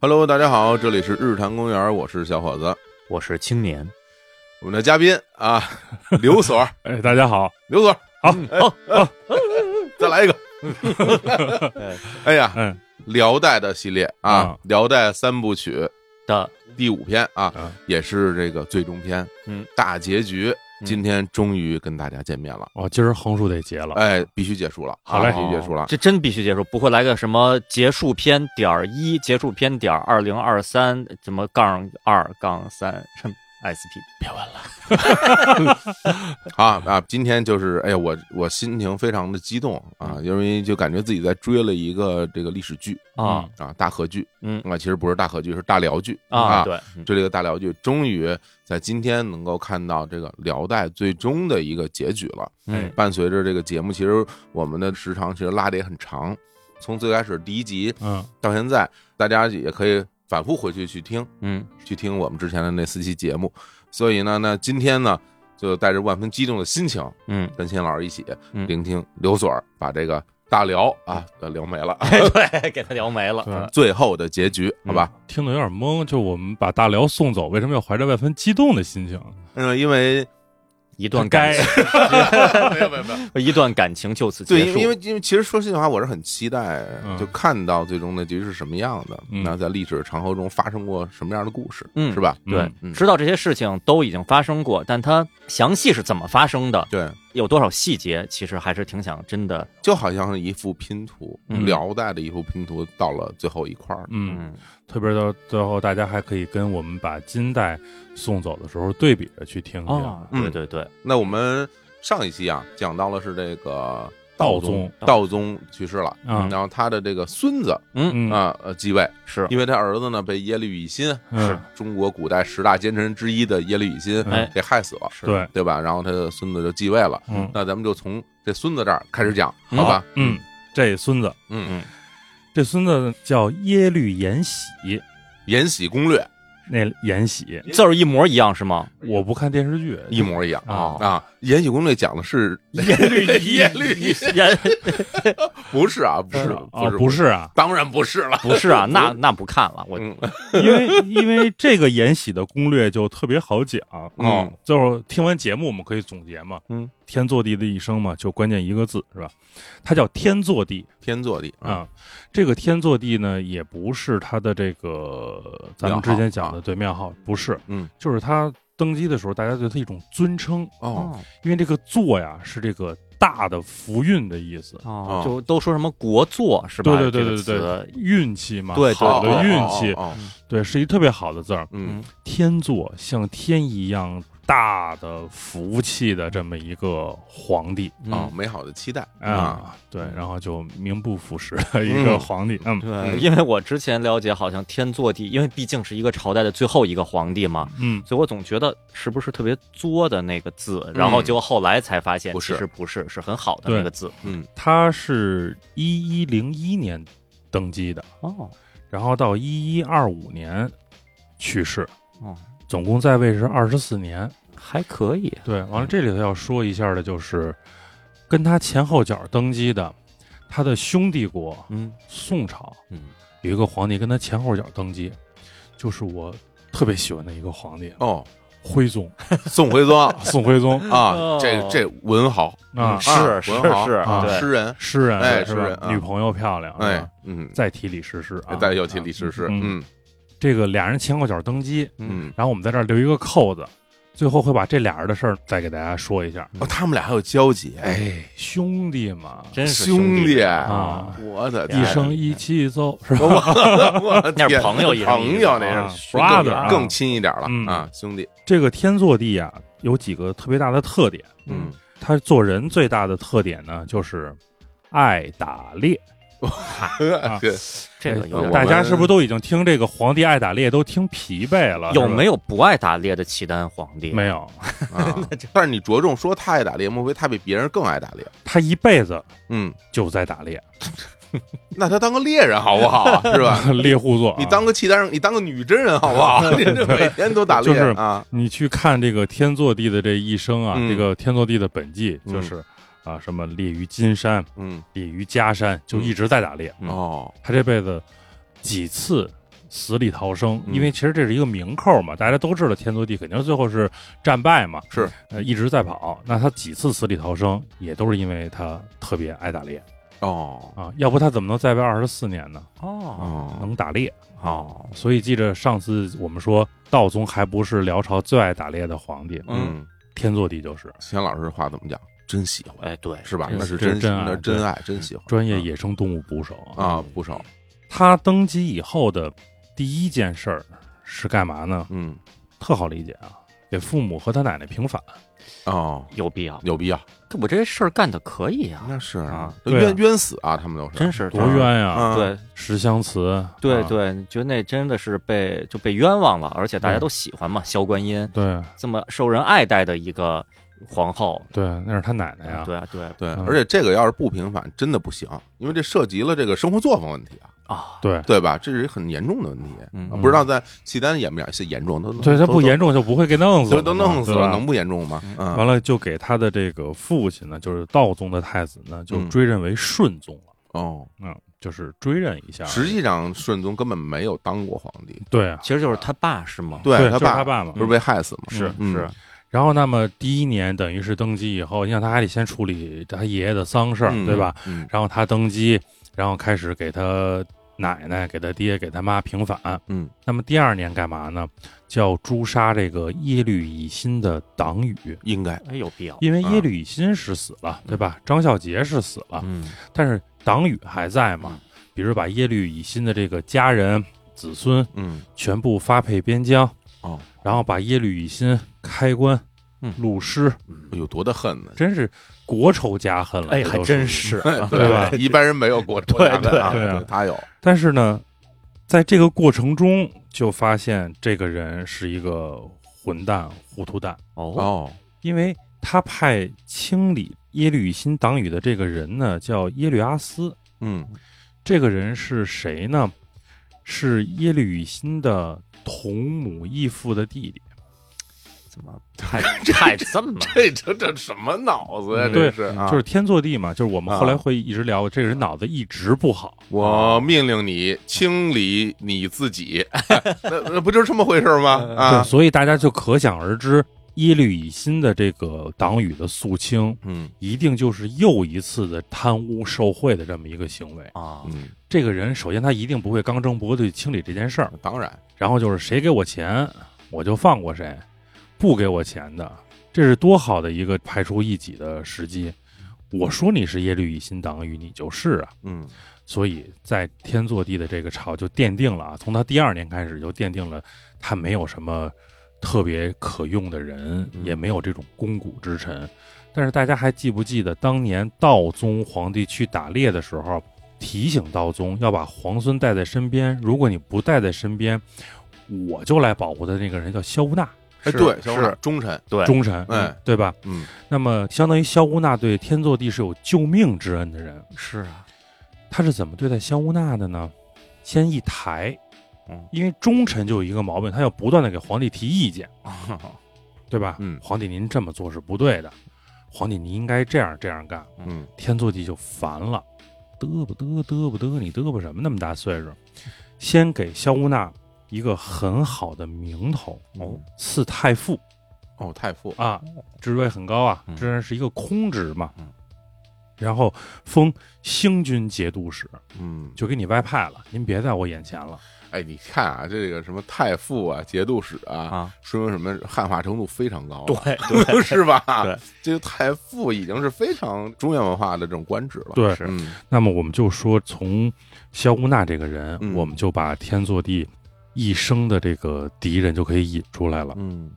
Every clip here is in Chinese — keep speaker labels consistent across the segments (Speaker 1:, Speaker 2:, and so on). Speaker 1: Hello，大家好，这里是日坛公园，我是小伙子，
Speaker 2: 我是青年。
Speaker 1: 我们的嘉宾啊， 刘所，
Speaker 3: 哎，大家好，
Speaker 1: 刘所，
Speaker 3: 好
Speaker 1: 好， 再来一个。 哎呀，
Speaker 3: 嗯，
Speaker 1: 辽代的系列啊
Speaker 3: 啊，
Speaker 1: 辽代三部曲
Speaker 2: 的
Speaker 1: 第五篇啊
Speaker 3: 啊，
Speaker 1: 也是这个最终篇，
Speaker 2: 嗯，
Speaker 1: 大结局。
Speaker 3: 嗯
Speaker 1: 今天终于跟大家见面了，
Speaker 3: 哦，今儿横竖得结了，
Speaker 1: 哎，必须结束了，
Speaker 3: 好嘞
Speaker 1: 必须结束了。
Speaker 2: 啊这真必须结束，不会来个什么结束篇点儿一、结束篇点儿二零二三，什么杠二杠三什么 SP，别问了。
Speaker 1: 啊啊！今天就是，哎呀，我我心情非常的激动啊，
Speaker 3: 嗯
Speaker 1: 因为就感觉自己在追了一个这个历史剧
Speaker 2: 啊
Speaker 1: 啊，大河剧，
Speaker 2: 嗯
Speaker 1: 啊，其实不是大河剧，是大辽剧
Speaker 2: 啊，对，嗯
Speaker 1: 追了一个大辽剧，终于在今天能够看到这个辽代最终的一个结局了。
Speaker 2: 嗯
Speaker 1: 伴随着这个节目，其实我们的时长其实拉的也很长，从最开始第一集
Speaker 3: 嗯，
Speaker 1: 到现在，大家也可以反复回去去听，
Speaker 2: 嗯，
Speaker 1: 去听我们之前的那四期节目。所以呢，那今天呢，就带着万分激动的心情，
Speaker 2: 嗯，
Speaker 1: 跟秦老师一起
Speaker 2: 嗯
Speaker 1: 聆听刘所儿把这个大辽啊呃聊没了，
Speaker 2: 对，给他聊没了。
Speaker 3: 对
Speaker 2: 嗯
Speaker 1: 最后的结局，好吧？
Speaker 3: 听得有点懵，就我们把大辽送走，为什么要怀着万分激动的心情？
Speaker 1: 嗯，因为
Speaker 2: 一段感情，
Speaker 1: 没有没有没有。
Speaker 2: 一段感情 就此
Speaker 1: 对，
Speaker 2: 结
Speaker 1: 因为因
Speaker 2: 束。
Speaker 1: 为因为其实说心里话，我是很期待
Speaker 3: 嗯
Speaker 1: 就看到最终的结局是什么样的，
Speaker 3: 嗯
Speaker 1: 那在历史长河中发生过什么样的故事，
Speaker 2: 嗯
Speaker 1: 是吧？
Speaker 2: 对
Speaker 3: 嗯，
Speaker 1: 嗯
Speaker 2: 知道这些事情都已经发生过，但它详细是怎么发生的，
Speaker 1: 对，
Speaker 2: 有多少细节，其实还是挺想真的，
Speaker 1: 就好像是一幅拼图，
Speaker 2: 嗯
Speaker 1: 辽代的一幅拼图到了最后一块儿，
Speaker 3: 嗯，
Speaker 2: 嗯
Speaker 3: 特别到最后，大家还可以跟我们把金代送走的时候对比着去听听。
Speaker 2: 哦，对对对，
Speaker 1: 那我们上一期啊讲到了是这个
Speaker 3: 道
Speaker 1: 宗
Speaker 3: 宗，
Speaker 1: 道宗去世了，
Speaker 3: 嗯
Speaker 1: 然后他的这个孙子
Speaker 2: 嗯，
Speaker 3: 嗯，
Speaker 1: 啊呃继位，
Speaker 2: 是
Speaker 1: 因为他儿子呢被耶律乙辛，
Speaker 3: 嗯
Speaker 2: 是
Speaker 1: 中国古代十大奸臣之一的耶律乙辛
Speaker 2: 哎
Speaker 1: 给害死了，
Speaker 2: 是
Speaker 3: 对，
Speaker 1: 对吧？然后他的孙子就继位了。
Speaker 3: 嗯
Speaker 1: 那咱们就从这孙子这儿开始讲，
Speaker 2: 嗯
Speaker 1: 好吧？
Speaker 3: 嗯，这孙子，
Speaker 1: 嗯，
Speaker 3: 这孙子叫耶律延禧，
Speaker 1: 《延禧攻略
Speaker 3: 那延禧，
Speaker 2: 字儿一模一样是吗？
Speaker 3: 我不看电视剧》，
Speaker 1: 一 模一样
Speaker 3: 啊
Speaker 1: 啊，《延禧攻略》讲的是耶律 耶律，
Speaker 2: 也
Speaker 1: 不是啊，不是，
Speaker 3: 哦，
Speaker 1: 不
Speaker 3: 不，是啊，
Speaker 1: 当然不是了。
Speaker 2: 不是啊，那那不看了，我
Speaker 1: 嗯
Speaker 3: 因为因为这个延禧的攻略就特别好讲
Speaker 1: 嗯
Speaker 3: 最后听完节目我们可以总结嘛，
Speaker 1: 嗯，
Speaker 3: 天作地的一生嘛，就关键一个字是吧？它叫天作地
Speaker 1: 天作地，
Speaker 3: 啊，这个天作地呢，也不是它的这个咱们之前讲
Speaker 1: 庙号
Speaker 3: 的对庙号，不是，
Speaker 1: 嗯，
Speaker 3: 就是它登基的时候大家对它一种尊称，
Speaker 2: 嗯
Speaker 1: 哦，
Speaker 3: 因为这个作呀是这个大的福运的意思。
Speaker 2: 哦，就都说什么国作是吧？
Speaker 3: 对对对对
Speaker 2: 这
Speaker 3: 对
Speaker 2: 个
Speaker 3: 对
Speaker 2: 词，
Speaker 3: 运气嘛，
Speaker 2: 对对
Speaker 3: 好的
Speaker 1: 哦
Speaker 3: 运气，
Speaker 1: 哦哦哦
Speaker 3: 对，是一特别好的字儿。
Speaker 1: 嗯
Speaker 3: 天作像天一样大的福气的这么一个皇帝
Speaker 2: 嗯
Speaker 1: 哦，美好的期待啊，
Speaker 3: 啊，对，然后就名不副实的一个皇帝，嗯
Speaker 2: 对，
Speaker 1: 嗯
Speaker 2: 因为我之前了解，好像天祚帝，因为毕竟是一个朝代的最后一个皇帝嘛，
Speaker 3: 嗯，
Speaker 2: 所以我总觉得是不是特别作的那个字，然后结果后来才发现，
Speaker 1: 不是
Speaker 2: 其实不是，是很好的
Speaker 3: 对
Speaker 2: 那个字。
Speaker 1: 嗯
Speaker 3: 他是一一零一年登基的，
Speaker 2: 哦
Speaker 3: 然后到一一二五年去世，
Speaker 2: 哦，
Speaker 3: 总共在位是二十四年。
Speaker 2: 还可以。
Speaker 3: 对，完了这里头要说一下的就是，跟他前后脚登基的，他的兄弟国
Speaker 2: 嗯
Speaker 3: 宋朝
Speaker 2: 嗯，
Speaker 3: 有一个皇帝跟他前后脚登基，就是我特别喜欢的一个皇帝
Speaker 1: 哦，
Speaker 3: 徽宗，啊
Speaker 1: 宋徽宗
Speaker 3: 宋徽宗
Speaker 1: 啊，这
Speaker 2: 哦
Speaker 1: 这文豪
Speaker 3: 啊，
Speaker 2: 是
Speaker 1: 啊
Speaker 2: 是
Speaker 1: 文豪
Speaker 2: 是
Speaker 3: 啊
Speaker 2: 对
Speaker 1: 诗人，
Speaker 3: 诗人，
Speaker 1: 哎诗
Speaker 3: 是
Speaker 1: 人
Speaker 3: 吧？
Speaker 1: 啊
Speaker 3: 女朋友漂亮，是
Speaker 1: 哎
Speaker 3: 吧，
Speaker 1: 嗯，
Speaker 3: 再提李师师啊，
Speaker 1: 再又提李师师，
Speaker 3: 嗯
Speaker 1: 嗯
Speaker 3: 这个俩人前后脚登基，
Speaker 1: 嗯，
Speaker 3: 然后我们在这儿留一个扣子，最后会把这俩人的事儿再给大家说一下。
Speaker 1: 哦，他们俩还有交集，哎，
Speaker 3: 哎，兄弟嘛，
Speaker 2: 真是
Speaker 1: 兄
Speaker 2: 弟
Speaker 3: 啊
Speaker 1: 我的天
Speaker 3: 一生一起走，是吧？
Speaker 1: 我我的
Speaker 2: 那是
Speaker 1: 天
Speaker 2: 朋友一生
Speaker 1: 朋
Speaker 2: 一
Speaker 1: 友
Speaker 2: 生
Speaker 1: 那
Speaker 3: 啊
Speaker 1: 是
Speaker 3: brother
Speaker 1: 更
Speaker 3: 啊
Speaker 1: 更亲一点了
Speaker 3: 嗯
Speaker 1: 啊，兄弟，
Speaker 3: 这个天祚帝啊，有几个特别大的特点。
Speaker 1: 嗯，
Speaker 3: 他做人最大的特点呢，就是爱打猎。啊
Speaker 1: 嗯对
Speaker 2: 这个有点
Speaker 1: 我
Speaker 3: 哎大
Speaker 1: 们
Speaker 3: 家是不是都已经听这个皇帝爱打猎都听疲惫了？
Speaker 2: 有没
Speaker 3: 有？
Speaker 2: 有不爱打猎的契丹皇帝？
Speaker 3: 没有，
Speaker 1: 啊，但是你着重说他爱打猎，莫非他比别人更爱打猎？
Speaker 3: 他一辈子
Speaker 1: 嗯，
Speaker 3: 就在 打猎，
Speaker 1: 那他当个猎人好不好啊？是 吧？
Speaker 3: 猎户座啊。
Speaker 1: 你当个契丹人，你当个女真人好不好？你这每天都打猎
Speaker 3: 就是
Speaker 1: 啊，
Speaker 3: 你去看这个天祚帝的这一生啊，
Speaker 1: 嗯
Speaker 3: 这个天祚帝的本纪
Speaker 1: 嗯
Speaker 3: 就是啊，什么猎于金山，
Speaker 1: 嗯，
Speaker 3: 嗯猎于家山，就一直在打猎。
Speaker 2: 嗯
Speaker 1: 哦，
Speaker 3: 他这辈子几次死里逃生，
Speaker 1: 嗯
Speaker 3: 因为其实这是一个名寇嘛，大家都知道天祚帝肯定最后是战败嘛，
Speaker 1: 是
Speaker 3: 呃一直在跑。那他几次死里逃生，也都是因为他特别爱打猎
Speaker 1: 哦
Speaker 3: 啊，要不他怎么能在位二十四年呢？
Speaker 2: 哦
Speaker 1: 哦
Speaker 3: 能打猎，
Speaker 2: 哦，
Speaker 3: 所以记着上次我们说道宗还不是辽朝最爱打猎的皇帝，
Speaker 1: 嗯，
Speaker 3: 天祚帝就是
Speaker 1: 钱老师话怎么讲？真喜欢
Speaker 2: 哎，对，
Speaker 1: 是吧？
Speaker 3: 这
Speaker 1: 那是
Speaker 3: 是这是
Speaker 1: 真
Speaker 3: 真爱
Speaker 1: 那真爱，真喜欢
Speaker 3: 专业野生动物捕手啊。
Speaker 1: 嗯啊，不少，
Speaker 3: 他登基以后的第一件事儿是干嘛呢？
Speaker 1: 嗯
Speaker 3: 特好理解啊，给父母和他奶奶平反。
Speaker 1: 哦，
Speaker 2: 有必要。
Speaker 1: 有必要，
Speaker 2: 我这事儿干的可以啊，
Speaker 1: 那是
Speaker 2: 啊
Speaker 1: 都
Speaker 3: 对啊
Speaker 1: 冤冤死啊，他们都是
Speaker 2: 真是
Speaker 3: 多冤呀、
Speaker 1: 啊，
Speaker 2: 对
Speaker 3: 石香祠，
Speaker 2: 对
Speaker 3: 啊
Speaker 2: 对，就那真的是被就被冤枉了，而且大家都喜欢嘛，萧观音
Speaker 3: 对
Speaker 2: 这么受人爱戴的一个皇后，
Speaker 3: 对，那是他奶奶哎呀、
Speaker 2: 对啊对
Speaker 1: 对，
Speaker 3: 嗯
Speaker 1: 而且这个要是不平反，真的不行，因为这涉及了这个生活作风问题啊，
Speaker 2: 啊，
Speaker 3: 对
Speaker 1: 对吧？这是很严重的问题，
Speaker 2: 嗯
Speaker 1: 啊不知道在契丹严不严是严重的，
Speaker 3: 嗯对他不严
Speaker 1: 重，
Speaker 3: 重就不会给弄死
Speaker 1: 都
Speaker 3: 了，
Speaker 1: 都弄死
Speaker 3: 对
Speaker 1: 了，
Speaker 3: 吧
Speaker 1: 能不严重吗？
Speaker 3: 完
Speaker 1: 嗯，
Speaker 3: 了就给他的这个父亲呢，就是道宗的太子呢，就
Speaker 1: 嗯
Speaker 3: 追认为顺宗了，
Speaker 1: 哦，
Speaker 3: 嗯，就是追认一下。
Speaker 1: 实际上顺宗根本没有当过皇帝，
Speaker 3: 对啊，
Speaker 2: 其实就是他爸是吗？
Speaker 1: 对
Speaker 3: 就是
Speaker 1: 爸
Speaker 3: 他爸嘛
Speaker 1: 不。是被害死吗？
Speaker 2: 是
Speaker 1: 嗯
Speaker 2: 是，
Speaker 3: 然后那么第一年等于是登基以后，你想他还得先处理他爷爷的丧事儿，
Speaker 1: 嗯
Speaker 3: 对吧？？
Speaker 1: 嗯
Speaker 3: 然后他登基，然后开始给他奶奶、给他爹、给他妈平反。
Speaker 1: 嗯，
Speaker 3: 那么第二年干嘛呢？叫诛杀这个耶律乙辛的党羽，
Speaker 1: 应该
Speaker 2: 哎，有必要，
Speaker 3: 因为耶律乙辛是死了，对吧？张孝杰是死了，
Speaker 2: 嗯
Speaker 3: 但是党羽还在嘛？比如把耶律乙辛的这个家人、子孙
Speaker 1: 嗯
Speaker 3: 全部发配边疆，
Speaker 1: 哦，
Speaker 3: 然后把耶律乙辛开棺
Speaker 2: 嗯、
Speaker 3: 戮尸，
Speaker 1: 有哎多大恨呢？
Speaker 3: 真是国仇家恨了。
Speaker 2: 哎，
Speaker 3: 这
Speaker 2: 还
Speaker 3: 都
Speaker 2: 真。是，
Speaker 1: 啊
Speaker 3: 对吧
Speaker 1: 一般人没有过这样的啊
Speaker 3: 对对对啊
Speaker 1: 他有，
Speaker 3: 但是呢，在这个过程中就发现这个人是一个混蛋、糊涂蛋，
Speaker 2: 哦，
Speaker 1: 哦，
Speaker 3: 因为他派清理耶律乙辛党羽的这个人呢，叫耶律阿斯。
Speaker 1: 嗯，
Speaker 3: 这个人是谁呢？是耶律乙辛的同母异父的弟弟。
Speaker 2: 怎么太太这么
Speaker 1: 这这这什么脑子呀？
Speaker 3: 嗯
Speaker 1: 这是啊，
Speaker 3: 就是天祚帝嘛，就是我们
Speaker 1: 啊
Speaker 3: 后来会一直聊，这个人脑子一直不好。
Speaker 1: 我命令你清理你自己， 那那不就是这么回事吗？
Speaker 3: 对，
Speaker 1: 啊，
Speaker 3: 所以大家就可想而知，耶律乙辛的这个党羽的肃清，
Speaker 1: 嗯
Speaker 3: 一定就是又一次的贪污受贿的这么一个行为。
Speaker 2: 啊？
Speaker 1: 嗯，
Speaker 3: 这个人首先他一定不会刚正不阿地清理这件事儿，
Speaker 1: 当然，
Speaker 3: 然后就是谁给我钱我就放过谁，不给我钱的，这是多好的一个排除异己的时机。我说你是耶律乙辛党羽，你就是啊。
Speaker 1: 嗯
Speaker 3: 所以在天祚帝的这个朝就奠定了啊，从他第二年开始就奠定了他没有什么特别可用的人，
Speaker 1: 嗯
Speaker 3: 也没有这种肱骨之臣。但是大家还记不记得当年道宗皇帝去打猎的时候，提醒道宗要把皇孙带在身边，如果你不带在身边，我就来保护的那个人叫萧无纳
Speaker 1: 哎，
Speaker 2: 是
Speaker 1: 对，
Speaker 2: 是
Speaker 1: 是忠臣，
Speaker 2: 对，
Speaker 3: 忠臣，
Speaker 1: 哎，
Speaker 3: 对吧？
Speaker 1: 嗯，
Speaker 3: 那么相当于萧无纳对天祚帝是有救命之恩的人，
Speaker 2: 是啊，
Speaker 3: 他是怎么对待香乌娜的呢？先一抬
Speaker 2: 嗯，
Speaker 3: 因为忠臣就有一个毛病，他要不断的给皇帝提意见，对吧？
Speaker 1: 嗯
Speaker 3: 皇帝您这么做是不对的，皇帝您应该这样这样干。
Speaker 1: 嗯，
Speaker 3: 天祚帝就烦了，嘚吧嘚嘚吧嘚，你嘚吧什么那么大岁数？先给萧乌娜一个很好的名头，
Speaker 1: 哦
Speaker 3: 赐太傅
Speaker 1: 哦，太傅，
Speaker 3: 啊，职位很高啊
Speaker 2: 嗯，
Speaker 3: 这是一个空职嘛
Speaker 2: 嗯。
Speaker 3: 然后封兴军节度使，
Speaker 1: 嗯，
Speaker 3: 就给你外派了，您别在我眼前了。
Speaker 1: 哎，你看啊，这个什么太傅啊、节度使啊，
Speaker 2: 啊，
Speaker 1: 说明什么汉化程度非常高啊，
Speaker 2: 对 对
Speaker 1: 是吧？
Speaker 2: 对，
Speaker 1: 这个太傅已经是非常中原文化的这种官职了，
Speaker 3: 对
Speaker 2: 是
Speaker 1: 嗯
Speaker 3: 那么我们就说，从萧无纳这个人，
Speaker 1: 嗯
Speaker 3: 我们就把天祚帝一生的这个敌人就可以引出来了。
Speaker 1: 嗯，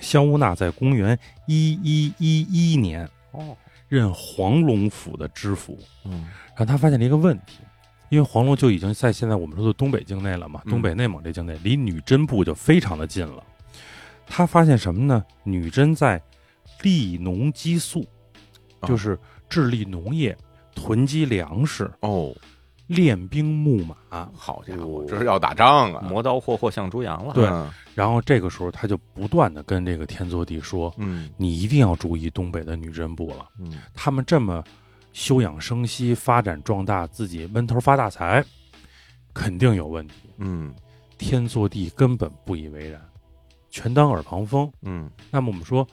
Speaker 3: 萧无纳在公元一一一一年
Speaker 2: 哦，
Speaker 3: 任黄龙府的知府，
Speaker 1: 嗯
Speaker 3: 然后他发现了一个问题，因为黄龙就已经在现在我们说的东北境内了嘛，
Speaker 1: 嗯
Speaker 3: 东北内蒙这境内离女真部就非常的近了。他发现什么呢？女真在利农激素，
Speaker 1: 啊
Speaker 3: 就是治理农业、囤积粮食、
Speaker 1: 哦，
Speaker 3: 练兵牧马。
Speaker 1: 啊好家伙，这是要打仗啊！
Speaker 2: 磨刀霍霍向猪羊了，
Speaker 3: 对
Speaker 1: 嗯
Speaker 3: 然后这个时候，他就不断的跟这个天祚帝说：“
Speaker 1: 嗯
Speaker 3: 你一定要注意东北的女真部了，
Speaker 1: 嗯
Speaker 3: 他们这么休养生息、发展壮大，自己闷头发大财，肯定有问题。”
Speaker 1: 嗯
Speaker 3: 天坐地根本不以为然，全当耳旁风。
Speaker 1: 嗯，
Speaker 3: 那么我们说，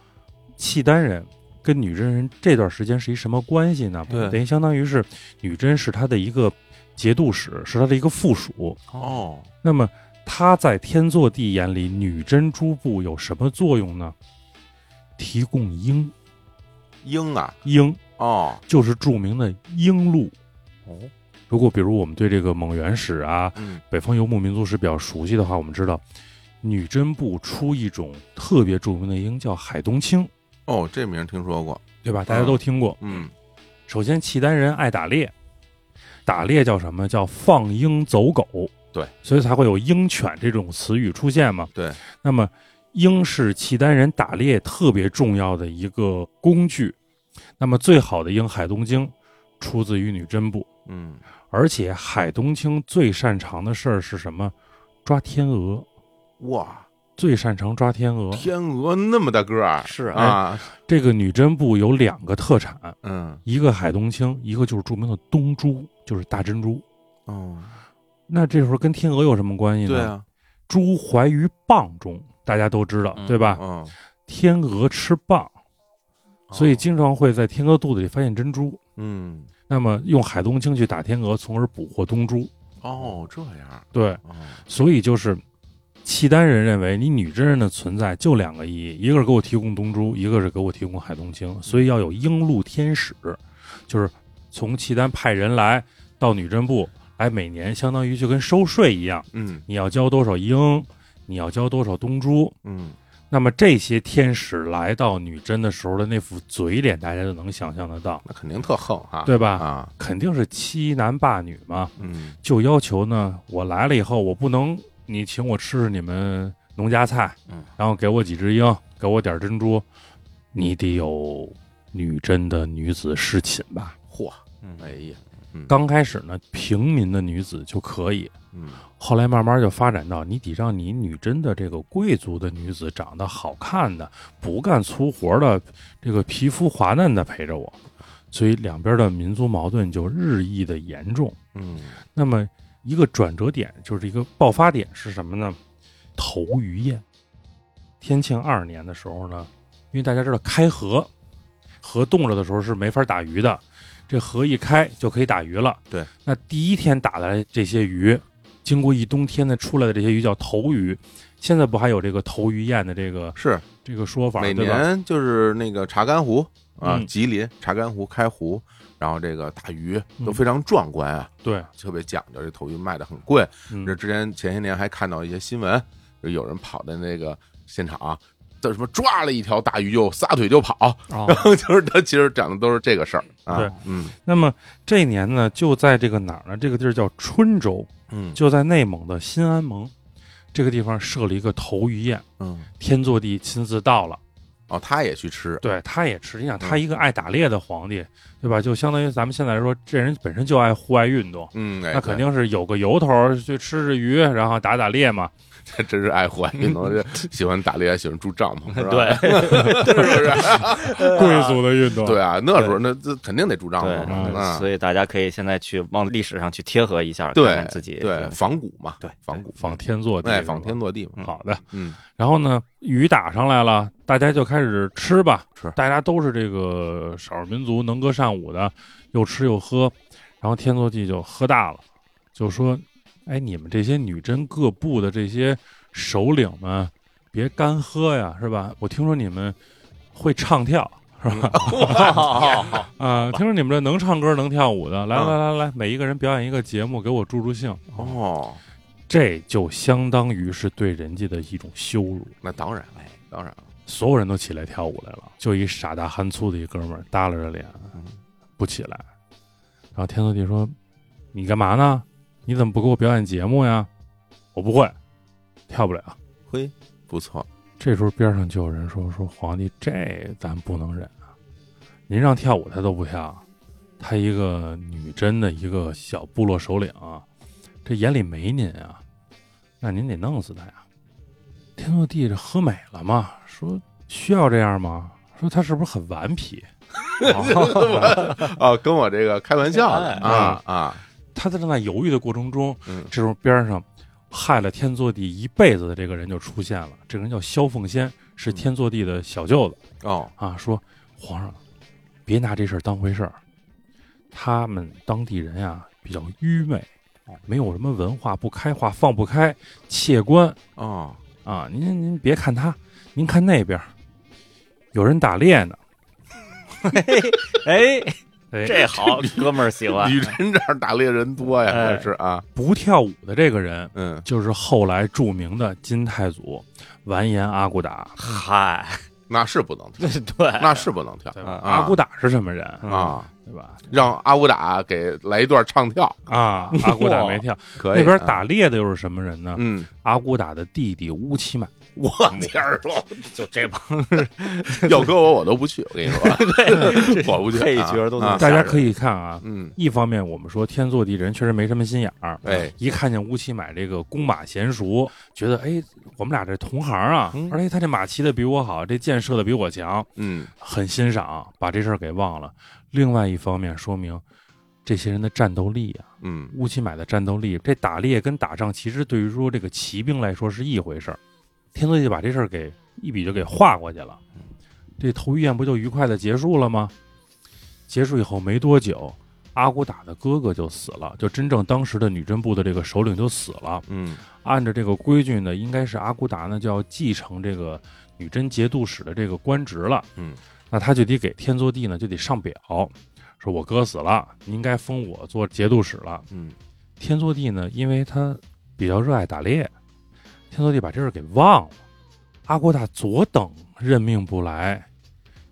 Speaker 3: 契丹人跟女真人这段时间是一什么关系呢？
Speaker 1: 对
Speaker 3: 等于相当于是女真是他的一个节度使，是他的一个附属。
Speaker 1: 哦，
Speaker 3: 那么他在天祚帝眼里，女真诸部有什么作用呢？提供鹰，
Speaker 1: 鹰啊，
Speaker 3: 鹰
Speaker 1: 哦，
Speaker 3: 就是著名的鹰路。
Speaker 1: 哦，
Speaker 3: 如果比如我们对这个蒙元史啊、
Speaker 1: 嗯，
Speaker 3: 北方游牧民族史比较熟悉的话，我们知道女真部出一种特别著名的鹰叫海东青，
Speaker 1: 哦，这名儿听说过，
Speaker 3: 对吧？大家都听过。
Speaker 1: 啊嗯，
Speaker 3: 首先，契丹人爱打猎，打猎叫什么？叫放鹰走狗。
Speaker 1: 对，
Speaker 3: 所以才会有鹰犬这种词语出现嘛。
Speaker 1: 对，
Speaker 3: 那么鹰是契丹人打猎特别重要的一个工具。那么最好的鹰海东青出自于女真部，
Speaker 1: 嗯，
Speaker 3: 而且海东青最擅长的事儿是什么？抓天鹅，
Speaker 1: 哇，
Speaker 3: 最擅长抓天鹅。
Speaker 1: 天鹅那么大个儿
Speaker 2: 是啊，
Speaker 1: 啊，
Speaker 3: 这个女真部有两个特产，
Speaker 1: 嗯，
Speaker 3: 一个海东青，一个就是著名的东珠，就是大珍珠。
Speaker 1: 哦，
Speaker 3: 那这时候跟天鹅有什么关系呢？
Speaker 1: 对啊，
Speaker 3: 猪怀于蚌中，大家都知道，
Speaker 2: 嗯
Speaker 3: 对吧？
Speaker 1: 嗯，
Speaker 3: 天鹅吃蚌，所以
Speaker 1: 哦，
Speaker 3: 经常会在天鹅肚子里发现珍珠。
Speaker 1: 嗯，
Speaker 3: 那么用海东青去打天鹅，从而捕获东珠。
Speaker 1: 哦，这样，
Speaker 3: 对，
Speaker 1: 哦，
Speaker 3: 所以就是契丹人认为你女真人的存在就两个意义，一个是给我提供东珠，一个是给我提供海东青，所以要有鹰鹿天使，就是从契丹派人来到女真部来，每年相当于就跟收税一样，
Speaker 1: 嗯
Speaker 3: 你要交多少鹰，你要交多少东珠，
Speaker 1: 嗯，
Speaker 3: 那么这些天使来到女真的时候的那副嘴脸，大家就能想象得到，
Speaker 1: 那肯定特横哈，
Speaker 3: 对吧？
Speaker 1: 啊，
Speaker 3: 肯定是欺男霸女嘛，
Speaker 1: 嗯，
Speaker 3: 就要求呢，我来了以后，我不能你请我吃吃你们农家菜，
Speaker 2: 嗯，
Speaker 3: 然后给我几只鹰，给我点珍珠，你得有女真的女子侍寝吧？
Speaker 1: 嚯，
Speaker 2: 嗯
Speaker 1: 哎呀，嗯
Speaker 3: 刚开始呢，平民的女子就可以，
Speaker 1: 嗯，
Speaker 3: 后来慢慢就发展到，你得让你女真的这个贵族的女子长得好看的，不干粗活的，这个皮肤滑嫩的陪着我，所以两边的民族矛盾就日益的严重。
Speaker 1: 嗯，
Speaker 3: 那么一个转折点，就是一个爆发点是什么呢？投鱼宴。天庆二年的时候呢，因为大家知道开河，河冻着的时候是没法打鱼的，这河一开就可以打鱼了。
Speaker 1: 对，
Speaker 3: 那第一天打的这些鱼，经过一冬天呢出来的这些鱼叫头鱼，现在不还有这个头鱼宴的这个
Speaker 1: 是
Speaker 3: 这个说法，
Speaker 1: 每
Speaker 3: 对吧？
Speaker 1: 年就是那个查干湖啊，
Speaker 3: 嗯
Speaker 1: 吉林查干湖开湖，然后这个打鱼都
Speaker 3: 嗯
Speaker 1: 非常壮观啊，
Speaker 3: 对，
Speaker 1: 特别讲究，这头鱼卖的很贵。
Speaker 3: 嗯
Speaker 1: 这之前前些年还看到一些新闻，就有人跑到那个现场、叫什么抓了一条大鱼就撒腿就跑，
Speaker 2: 哦
Speaker 1: 然后就是他其实讲的都是这个事儿啊
Speaker 3: 对。
Speaker 1: 嗯
Speaker 3: 那么这年呢，就在这个哪儿呢？这个地儿叫春州，
Speaker 1: 嗯
Speaker 3: 就在内蒙的新安盟这个地方设了一个头鱼宴，
Speaker 1: 嗯，
Speaker 3: 天祚帝亲自到了，
Speaker 1: 哦，他也去吃，
Speaker 3: 对，他也吃。你想，他一个爱打猎的皇帝，对吧？就相当于咱们现在来说，这人本身就爱户外运动，
Speaker 1: 嗯，哎
Speaker 3: 那肯，定是有个由头儿去吃吃鱼，然后打打猎嘛。
Speaker 1: 对 真是爱户啊外运
Speaker 3: 嗯
Speaker 1: 动，这喜欢打猎，喜欢住帐篷，是 吧？
Speaker 2: 对，
Speaker 1: 是不 是？
Speaker 3: 贵族的运动，
Speaker 1: 对啊，那时候那这肯定得住帐篷
Speaker 3: 嗯
Speaker 1: 嘛，啊
Speaker 2: 对，所以大家可以现在去往历史上去贴合一下，看
Speaker 1: 对
Speaker 2: 看自己
Speaker 1: 对，仿古嘛，
Speaker 2: 对
Speaker 1: 仿古，
Speaker 3: 仿天祚帝，
Speaker 1: 哎，仿天。坐地嘛，
Speaker 3: 好的，
Speaker 1: 嗯
Speaker 3: 然后呢，鱼打上来了，大家就开始吃吧，
Speaker 1: 吃
Speaker 3: 大家都是这个少数民族，能歌善舞的，又吃又喝。然后天祚帝就喝大了，就说：“哎，你们这些女真各部的这些首领们，别干喝呀，是吧？我听说你们会唱跳，是吧？啊、听说你们这能唱歌能跳舞的，来
Speaker 1: 嗯
Speaker 3: 来来来，每一个人表演一个节目，给我助助兴。
Speaker 1: 哦，
Speaker 3: 这就相当于是对人家的一种羞辱。”
Speaker 1: 那当然，当然，
Speaker 3: 所有人都起来跳舞来了，就一傻大憨粗的一哥们儿耷拉着脸
Speaker 1: 嗯
Speaker 3: 不起来。然后天祚帝说：“你干嘛呢？你怎么不给我表演节目呀？我不会，跳不了。
Speaker 1: 嘿，不错，”
Speaker 3: 这时候边上就有人说：“说皇帝，这咱不能忍啊！您让跳舞他都不跳，他一个女真的一个小部落首领啊、这眼里没您啊，那您得弄死他呀！”天祚帝这喝美了嘛，说需要这样吗？说他是不是很顽皮？
Speaker 1: 哦，跟我这个开玩笑的
Speaker 2: 哎
Speaker 1: 啊啊，
Speaker 3: 他在正在犹豫的过程中，
Speaker 1: 嗯
Speaker 3: 这时候边上害了天祚帝一辈子的这个人就出现了，这个人叫萧凤仙，是天祚帝的小舅子。
Speaker 1: 哦，
Speaker 3: 啊，说皇上，别拿这事儿当回事儿，他们当地人呀、比较愚昧，
Speaker 1: 哦
Speaker 3: 没有什么文化，不开化，放不开，切官
Speaker 1: 哦，
Speaker 3: 啊！您您别看他，您看那边儿有人打猎呢，
Speaker 2: 哎，
Speaker 3: 哎，
Speaker 2: 这好，哥们儿喜欢。
Speaker 1: 女真这儿打猎人多呀，
Speaker 2: 啊哎
Speaker 1: 还是啊，
Speaker 3: 不跳舞的这个人。
Speaker 1: 嗯，
Speaker 3: 就是后来著名的金太祖完颜阿骨打，
Speaker 1: 啊
Speaker 2: 嗨，
Speaker 1: 那是不能跳，
Speaker 2: 对哎对，
Speaker 1: 那是不能跳
Speaker 3: 对吧？
Speaker 1: 啊
Speaker 3: 阿骨打是什么人，
Speaker 1: 啊，
Speaker 3: 对吧？
Speaker 1: 让阿骨打给来一段唱跳，
Speaker 3: 啊， 阿骨打没跳。
Speaker 1: 可以
Speaker 3: 那边，
Speaker 1: 啊
Speaker 3: 打猎的又是什么人呢？
Speaker 1: 嗯，
Speaker 3: 阿骨打的弟弟乌齐满，
Speaker 1: 我天儿说，
Speaker 2: 就这帮
Speaker 1: 要搁我我都不去，我跟你说，我不去，
Speaker 2: 配
Speaker 1: 啊
Speaker 2: 角都
Speaker 1: 啊
Speaker 2: 能吓
Speaker 3: 大家
Speaker 2: 人
Speaker 3: 可以看啊，
Speaker 1: 嗯，
Speaker 3: 一方面我们说天作地人确实没什么心眼儿，
Speaker 1: 哎，
Speaker 3: 一看见乌骑买这个弓马娴熟，觉得哎，我们俩这同行啊，
Speaker 1: 嗯
Speaker 3: 而且他这马骑的比我好，这箭射的比我强，
Speaker 1: 嗯，
Speaker 3: 很欣赏，把这事儿给忘了。另外一方面，说明这些人的战斗力啊，
Speaker 1: 嗯，
Speaker 3: 乌骑买的战斗力，这打猎跟打仗其实对于说这个骑兵来说是一回事儿。天作地就把这事儿给一笔就给划过去了，这头一宴不就愉快的结束了吗？结束以后没多久，阿骨打的哥哥就死了，就真正当时的女真部的这个首领就死了。
Speaker 1: 嗯，
Speaker 3: 按照这个规矩呢，应该是阿骨打呢就要继承这个女真节度使的这个官职了。
Speaker 1: 嗯，
Speaker 3: 那他就得给天祚帝呢就得上表，说我哥死了，你应该封我做节度使了。
Speaker 1: 嗯，
Speaker 3: 天祚帝呢，因为他比较热爱打猎，天祚帝把这事儿给忘了。阿骨打左等任命不来，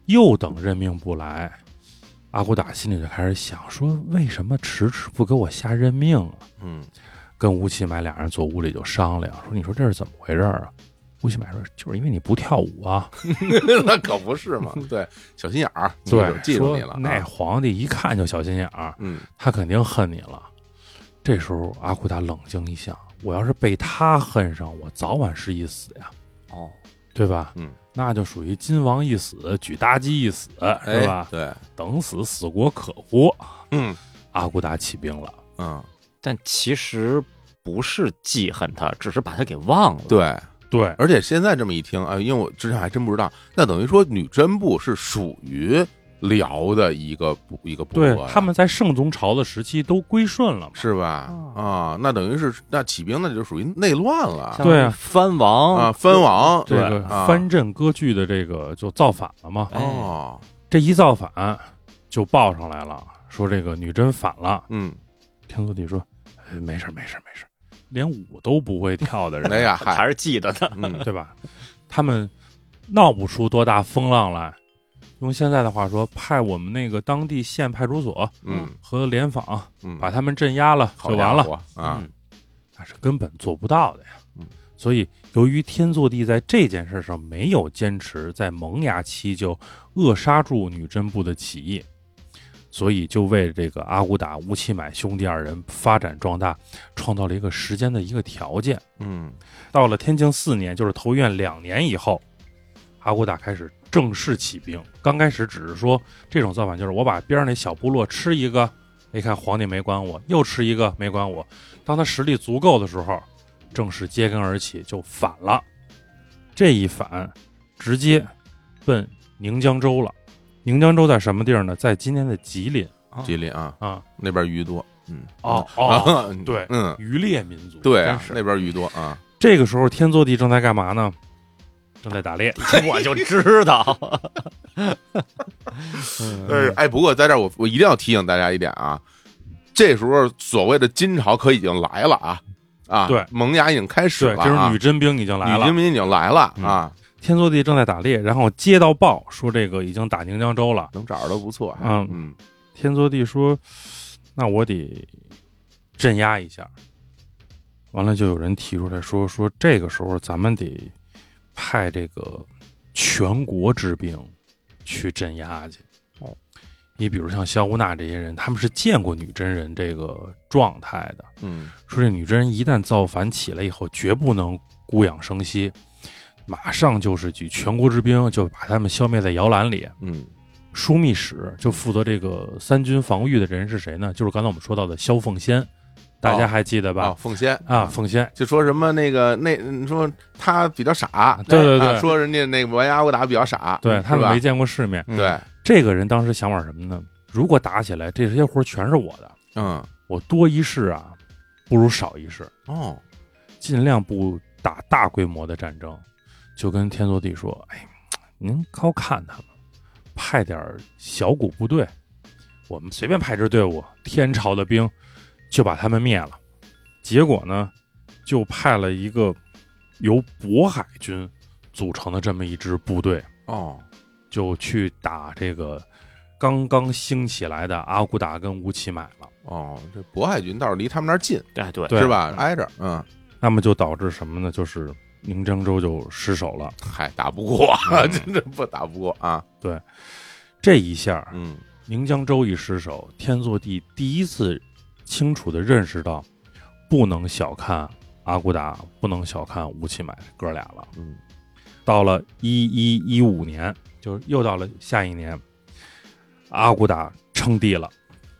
Speaker 3: 右等任命不来，阿骨打心里就开始想说，为什么迟迟不给我下任命啊？
Speaker 1: 嗯，
Speaker 3: 跟吴奇买俩人坐屋里就商量，说：“你说这是怎么回事儿啊？”吴奇买说：“就是因为你不跳舞啊。
Speaker 1: 那可不是 嘛，对，小心眼儿，”你
Speaker 3: 对
Speaker 1: 就，记住
Speaker 3: 说
Speaker 1: 你了啊，
Speaker 3: 那皇帝一看就小心眼儿，
Speaker 1: 嗯，
Speaker 3: 他肯定恨你了。这时候阿库达冷静一想，我要是被他恨上，我早晚是一死呀，
Speaker 2: 哦，
Speaker 3: 对吧？
Speaker 1: 嗯，
Speaker 3: 那就属于金王一死，举大鸡一死，
Speaker 1: 哎
Speaker 3: 是吧？
Speaker 1: 对，
Speaker 3: 等死死国可乎？
Speaker 1: 嗯
Speaker 3: 阿库达起兵了。
Speaker 1: 嗯，
Speaker 2: 但其实不是记恨他，只是把他给忘了。
Speaker 1: 对。
Speaker 3: 对，
Speaker 1: 而且现在这么一听啊，因为我之前还真不知道，那等于说女真部是属于辽的一个部一个部落
Speaker 3: 对
Speaker 1: 呀，，
Speaker 3: 他们在圣宗朝的时期都归顺了嘛。
Speaker 1: 是吧？
Speaker 2: 哦
Speaker 1: 啊，那等于是那起兵那就属于内乱了
Speaker 2: 像
Speaker 3: 对啊
Speaker 2: 藩王
Speaker 1: 啊，藩王
Speaker 3: 这个
Speaker 1: 啊
Speaker 3: 藩镇割据的这个就造反了嘛。
Speaker 2: 哎
Speaker 1: 哦，
Speaker 3: 这一造反就报上来了，说这个女真反了。
Speaker 1: 嗯，
Speaker 3: 天祚帝说：“哎没事儿，没事儿，没事儿，连舞都不会跳的
Speaker 1: 哎
Speaker 3: 人，
Speaker 1: 呀，
Speaker 2: 还
Speaker 1: 嗨，
Speaker 2: 是记得的。
Speaker 1: 嗯
Speaker 3: 对吧？他们闹不出多大风浪来。用现在的话说，派我们那个当地县派出所
Speaker 1: 嗯
Speaker 3: 和联访
Speaker 1: 嗯，
Speaker 3: 把他们镇压了
Speaker 1: 好
Speaker 3: 就完了，
Speaker 1: 家伙啊，
Speaker 2: 嗯，
Speaker 3: 那是根本做不到的呀
Speaker 1: 嗯。
Speaker 3: 所以，由于天祚帝在这件事上没有坚持，在萌芽期就扼杀住女真部的起义，所以就为这个阿骨打、乌齐买兄弟二人发展壮大创造了一个时间的一个条件。
Speaker 1: 嗯
Speaker 3: 到了天庆四年，就是头院两年以后，阿骨打开始正式起兵。刚开始只是说这种造反，就是我把边上那小部落吃一个，哎，看皇帝没管我，又吃一个没管我。当他实力足够的时候，正式揭竿而起，就反了。这一反，直接奔宁江州了。宁江州在什么地儿呢？在今天的吉林
Speaker 1: 吉林啊，
Speaker 3: 啊。
Speaker 1: 那边鱼多，嗯，
Speaker 3: 哦哦，
Speaker 1: 啊，
Speaker 3: 对
Speaker 1: 嗯，
Speaker 3: 渔猎民族。
Speaker 1: 对啊
Speaker 3: 真，是
Speaker 1: 那边鱼多啊，
Speaker 3: 这个时候，天祚帝正在干嘛呢？正在 打猎。
Speaker 2: 我就
Speaker 1: 嗯
Speaker 2: 知道，
Speaker 3: 嗯
Speaker 1: 呃，哎，不过在这儿我我一定要提醒大家一点啊，这时候所谓的金朝可已经来了啊啊，
Speaker 3: 对
Speaker 1: 萌芽已经开始
Speaker 3: 对，
Speaker 1: 了
Speaker 3: 这时
Speaker 1: 啊，
Speaker 3: 候女真兵已经来
Speaker 1: 女
Speaker 3: 了，
Speaker 1: 军民已经来了
Speaker 3: 嗯
Speaker 1: 啊，
Speaker 3: 天祚帝正在打猎，然后接到报说这个已经打宁江州了。
Speaker 1: 能找着都不错啊，
Speaker 3: 嗯
Speaker 1: 嗯
Speaker 3: 天祚帝说：“那我得镇压一下。”完了，就有人提出来说：“说这个时候咱们得派这个全国之兵去镇压去。”
Speaker 1: 哦，
Speaker 3: 你比如像萧无娜这些人，他们是见过女真人这个状态的，
Speaker 1: 嗯
Speaker 3: 说这女真人一旦造反起来以后，绝不能姑养生息，马上就是举全国之兵，就把他们消灭在摇篮里。
Speaker 1: 嗯
Speaker 3: 枢密使就负责这个三军防御的人是谁呢？就是刚才我们说到的萧凤仙，大家还记得
Speaker 1: 啊，
Speaker 3: 吧？
Speaker 1: 奉先
Speaker 3: 啊，奉先，
Speaker 1: 就说什么那个那你说他比较傻，
Speaker 3: 对对对
Speaker 1: 啊说人家那个摩牙我打比较傻，
Speaker 3: 对
Speaker 1: 嗯
Speaker 3: 他
Speaker 1: 是
Speaker 3: 们
Speaker 1: 吧
Speaker 3: 没见过世面。
Speaker 2: 嗯
Speaker 1: 对，
Speaker 3: 这个人当时想法什么呢？如果打起来，这些活儿全是我的，
Speaker 1: 嗯，
Speaker 3: 我多一事啊，不如少一事，
Speaker 1: 哦，
Speaker 3: 尽量不打大规模的战争。就跟天祚帝说：“哎，您高看他们，派点儿小股部队，我们随便派支队伍，天朝的兵就把他们灭了。”结果呢，就派了一个由渤海军组成的这么一支部队，
Speaker 1: 哦，
Speaker 3: 就去打这个刚刚兴起来的阿骨打跟乌齐买了。
Speaker 1: 哦，这渤海军倒是离他们那儿近，
Speaker 2: 哎对
Speaker 3: 对
Speaker 1: 是吧？挨着，嗯，
Speaker 3: 那么就导致什么呢？就是宁漳州就失守了。
Speaker 1: 嗨，打不过，
Speaker 3: 嗯
Speaker 1: 真的不打不过啊，
Speaker 3: 这一下，
Speaker 1: 嗯，
Speaker 3: 宁江州一失守，天祚帝第一次清楚地认识到，不能小看阿骨打，不能小看乌齐买哥俩了。
Speaker 1: 嗯，
Speaker 3: 到了一一一五年，就是又到了下一年，阿骨打称帝了。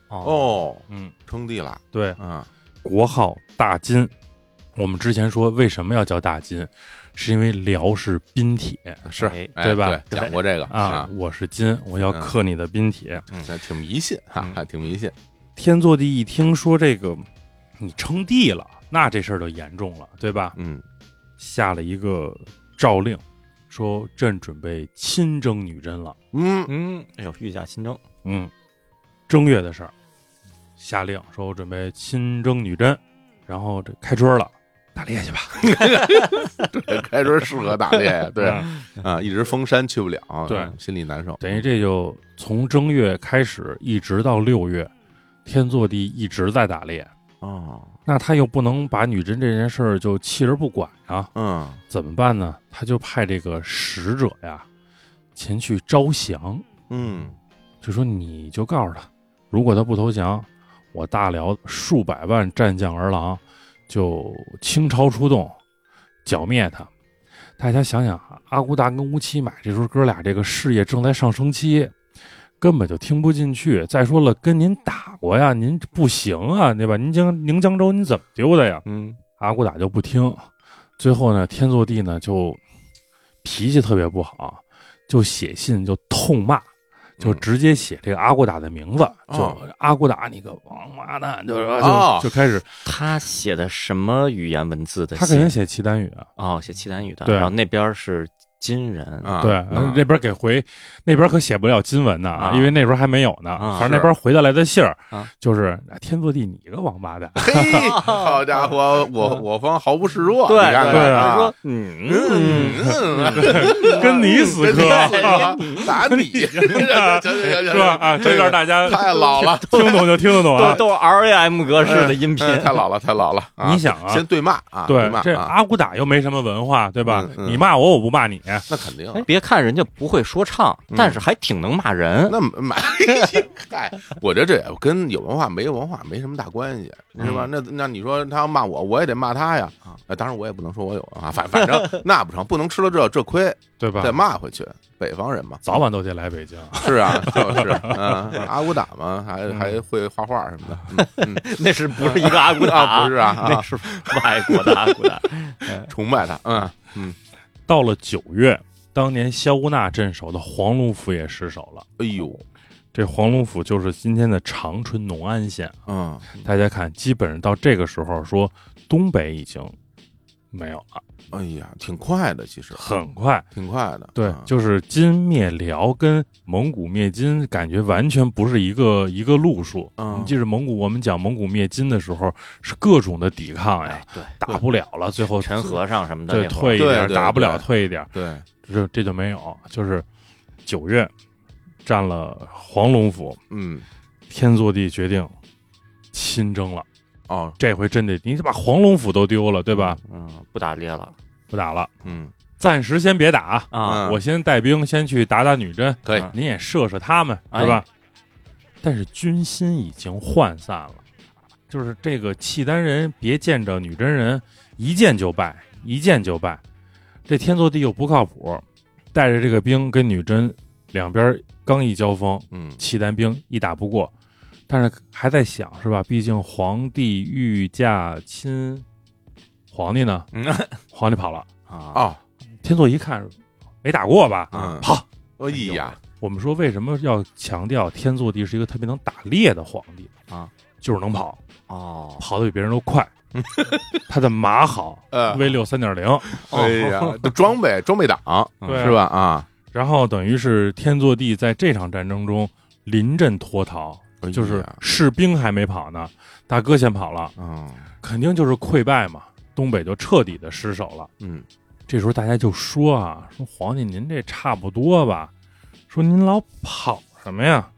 Speaker 2: 哦
Speaker 1: 哦，
Speaker 3: 嗯，
Speaker 1: 称帝了，
Speaker 3: 对，
Speaker 1: 嗯，
Speaker 3: 国号大金。我们之前说为什么要叫大金，是因为辽是宾铁
Speaker 1: 是
Speaker 2: 哎，
Speaker 1: 哎
Speaker 3: 对吧
Speaker 2: 对
Speaker 1: 讲过这个
Speaker 3: 啊，，嗯我是金，我要克你的宾铁。
Speaker 1: 嗯，那挺迷信哈，挺迷信，
Speaker 3: 天祚帝一听说这个你称帝了，那这事儿就严重了，对吧？
Speaker 1: 嗯，
Speaker 3: 下了一个诏令，说朕准备亲征女真了。
Speaker 1: 嗯，
Speaker 2: 嗯，哎呦，御驾亲征，
Speaker 3: 嗯，正月的事儿，下令说我准备亲征女真，然后这开春了，打猎去吧。
Speaker 1: 开春适合打猎呀，对
Speaker 3: 啊
Speaker 1: 啊，一直封山去不了，嗯
Speaker 3: 对
Speaker 1: 心里难受，
Speaker 3: 等于这就从正月开始一直到六月，天祚帝一直在打猎。
Speaker 1: 哦，
Speaker 3: 那他又不能把女真这件事儿就弃而不管啊，
Speaker 1: 嗯，
Speaker 3: 怎么办呢？他就派这个使者呀，前去招降，
Speaker 1: 嗯，
Speaker 3: 就说你就告诉他，如果他不投降，我大辽数百万战将儿郎就倾巢出动，剿灭他。大家想想，阿骨达跟乌齐买这时候哥俩这个事业正在上升期，根本就听不进去。再说了，跟您打过呀，您不行啊，对吧？您江宁江州您怎么丢的呀？
Speaker 1: 嗯，
Speaker 3: 阿骨打就不听。最后呢，天祚帝呢就脾气特别不好，就写信就痛骂，就直接写这个阿骨打的名字，
Speaker 1: 嗯哦
Speaker 3: 就阿骨打你个王八蛋，就就、
Speaker 1: 哦
Speaker 3: 就开始，
Speaker 2: 他写的什么语言文字的信？
Speaker 3: 他肯定写契丹语啊，
Speaker 2: 哦，写契丹语的，
Speaker 3: 对
Speaker 2: 然后那边是金人
Speaker 1: 啊，
Speaker 3: 对，
Speaker 1: 啊
Speaker 3: 那边给回，那边可写不了金文呢，
Speaker 2: 啊
Speaker 3: 因为那边还没有呢，
Speaker 2: 啊
Speaker 3: 反正那边回得来的信儿、
Speaker 2: 啊
Speaker 3: 就是天祚帝你个王八蛋，
Speaker 1: 嘿，好家伙，我我方毫不示弱，
Speaker 2: 对
Speaker 1: 你看看
Speaker 3: 对
Speaker 1: 啊
Speaker 2: 他说嗯，
Speaker 1: 嗯嗯，
Speaker 3: 跟你
Speaker 1: 跟你死
Speaker 3: 死磕，
Speaker 1: 磕 打你，
Speaker 3: 是
Speaker 1: 啊是
Speaker 3: 吧？啊，这段大家
Speaker 1: 太老了，
Speaker 3: 听懂就听得 懂
Speaker 2: 都
Speaker 3: 啊。
Speaker 2: 都是 R A M 格式的音频，
Speaker 1: 哎太老了，太老了。啊
Speaker 3: 你想啊
Speaker 1: 先对骂啊，
Speaker 3: 对
Speaker 1: 骂，
Speaker 3: 这
Speaker 1: 啊，
Speaker 3: 阿骨打又没什么文化，对吧？
Speaker 1: 嗯嗯
Speaker 3: 你骂我，我不骂你。
Speaker 1: 那肯定啊
Speaker 2: 哎。别看人家不会说唱，但是还挺能骂人。
Speaker 1: 嗯那买， 嗨，我觉得这也跟有文化没文化没什么大关系，是吧？那那你说他要骂我，我也得骂他呀。啊，当然我也不能说我有文化，反反正那不成，不能吃了这这亏，
Speaker 3: 对吧？
Speaker 1: 再骂回去。北方人嘛，
Speaker 3: 早晚都得来北京。
Speaker 1: 是啊， 就是，嗯，阿骨打嘛，还还会画画什么的，嗯嗯
Speaker 2: 那是不是一个阿骨
Speaker 1: 啊
Speaker 2: 打？
Speaker 1: 不是 啊啊
Speaker 2: 那是外国的阿 骨打。
Speaker 1: 崇拜他，嗯嗯，
Speaker 3: 到了九月，当年萧乌纳镇守的黄龙府也失守了。
Speaker 1: 哎呦，
Speaker 3: 这黄龙府就是今天的长春农安县。
Speaker 1: 嗯，
Speaker 3: 大家看，基本上到这个时候说，东北已经没有了，
Speaker 1: 哎呀，挺快的，其实
Speaker 3: 很快。
Speaker 1: 挺快的，
Speaker 3: 对
Speaker 1: 嗯，
Speaker 3: 就是金灭辽跟蒙古灭金，感觉完全不是一个一个路数。
Speaker 1: 嗯
Speaker 3: 你记着，蒙古我们讲蒙古灭金的时候是各种的抵抗呀
Speaker 2: 哎，，对，
Speaker 3: 打不了了，最后
Speaker 2: 陈和尚什么的
Speaker 3: 对
Speaker 2: 那会儿
Speaker 3: 退一
Speaker 1: 对
Speaker 3: 点，
Speaker 1: 对
Speaker 3: 打不了
Speaker 1: 对
Speaker 3: 退一点，
Speaker 1: 对，
Speaker 3: 这这就没有，就是九月占了黄龙府，
Speaker 1: 嗯，
Speaker 3: 天祚帝决定亲征了，
Speaker 1: 哦，
Speaker 3: 这回真得你把黄龙府都丢了，对吧？？
Speaker 2: 嗯，不打猎了
Speaker 3: 不打了，
Speaker 1: 嗯，
Speaker 3: 暂时先别打，
Speaker 2: 啊，
Speaker 1: 嗯
Speaker 3: 我先带兵先去打打女真，
Speaker 1: 可以，
Speaker 2: 嗯
Speaker 3: 您也射射他们，
Speaker 2: 哎
Speaker 3: 对吧？啊但是军心已经涣散了，就是这个契丹人别见着女真人一见就败，一见就败。这天祚帝又不靠谱，带着这个兵跟女真两边刚一交锋，
Speaker 1: 嗯
Speaker 3: 契丹兵一打不过，但是还在想是吧？毕竟皇帝御驾亲，皇帝呢？
Speaker 2: 嗯
Speaker 3: 皇帝跑了。
Speaker 2: 啊，
Speaker 1: 哦，
Speaker 3: 天祚一看，没打过吧？
Speaker 1: 嗯
Speaker 3: 跑。
Speaker 1: 哎呀，
Speaker 3: 我们说为什么要强调天祚帝是一个特别能打猎的皇帝
Speaker 2: 啊？
Speaker 3: 就是能跑，
Speaker 2: 哦，
Speaker 3: 跑得比别人都快。 他的马好
Speaker 1: 呃，
Speaker 3: ，V 六三点零。
Speaker 1: 哎呀，这装备装备党
Speaker 3: 哦对啊
Speaker 1: 是吧？啊，
Speaker 3: 然后等于是天祚帝在这场战争中临阵脱逃，
Speaker 1: 哎呀
Speaker 3: 就是士兵还没跑呢，大哥先跑了，
Speaker 1: 嗯
Speaker 3: 肯定就是溃败嘛，东北就彻底的失守了。
Speaker 1: 嗯
Speaker 3: 这时候大家就说啊，说皇帝您这差不多吧，说您老跑什么呀？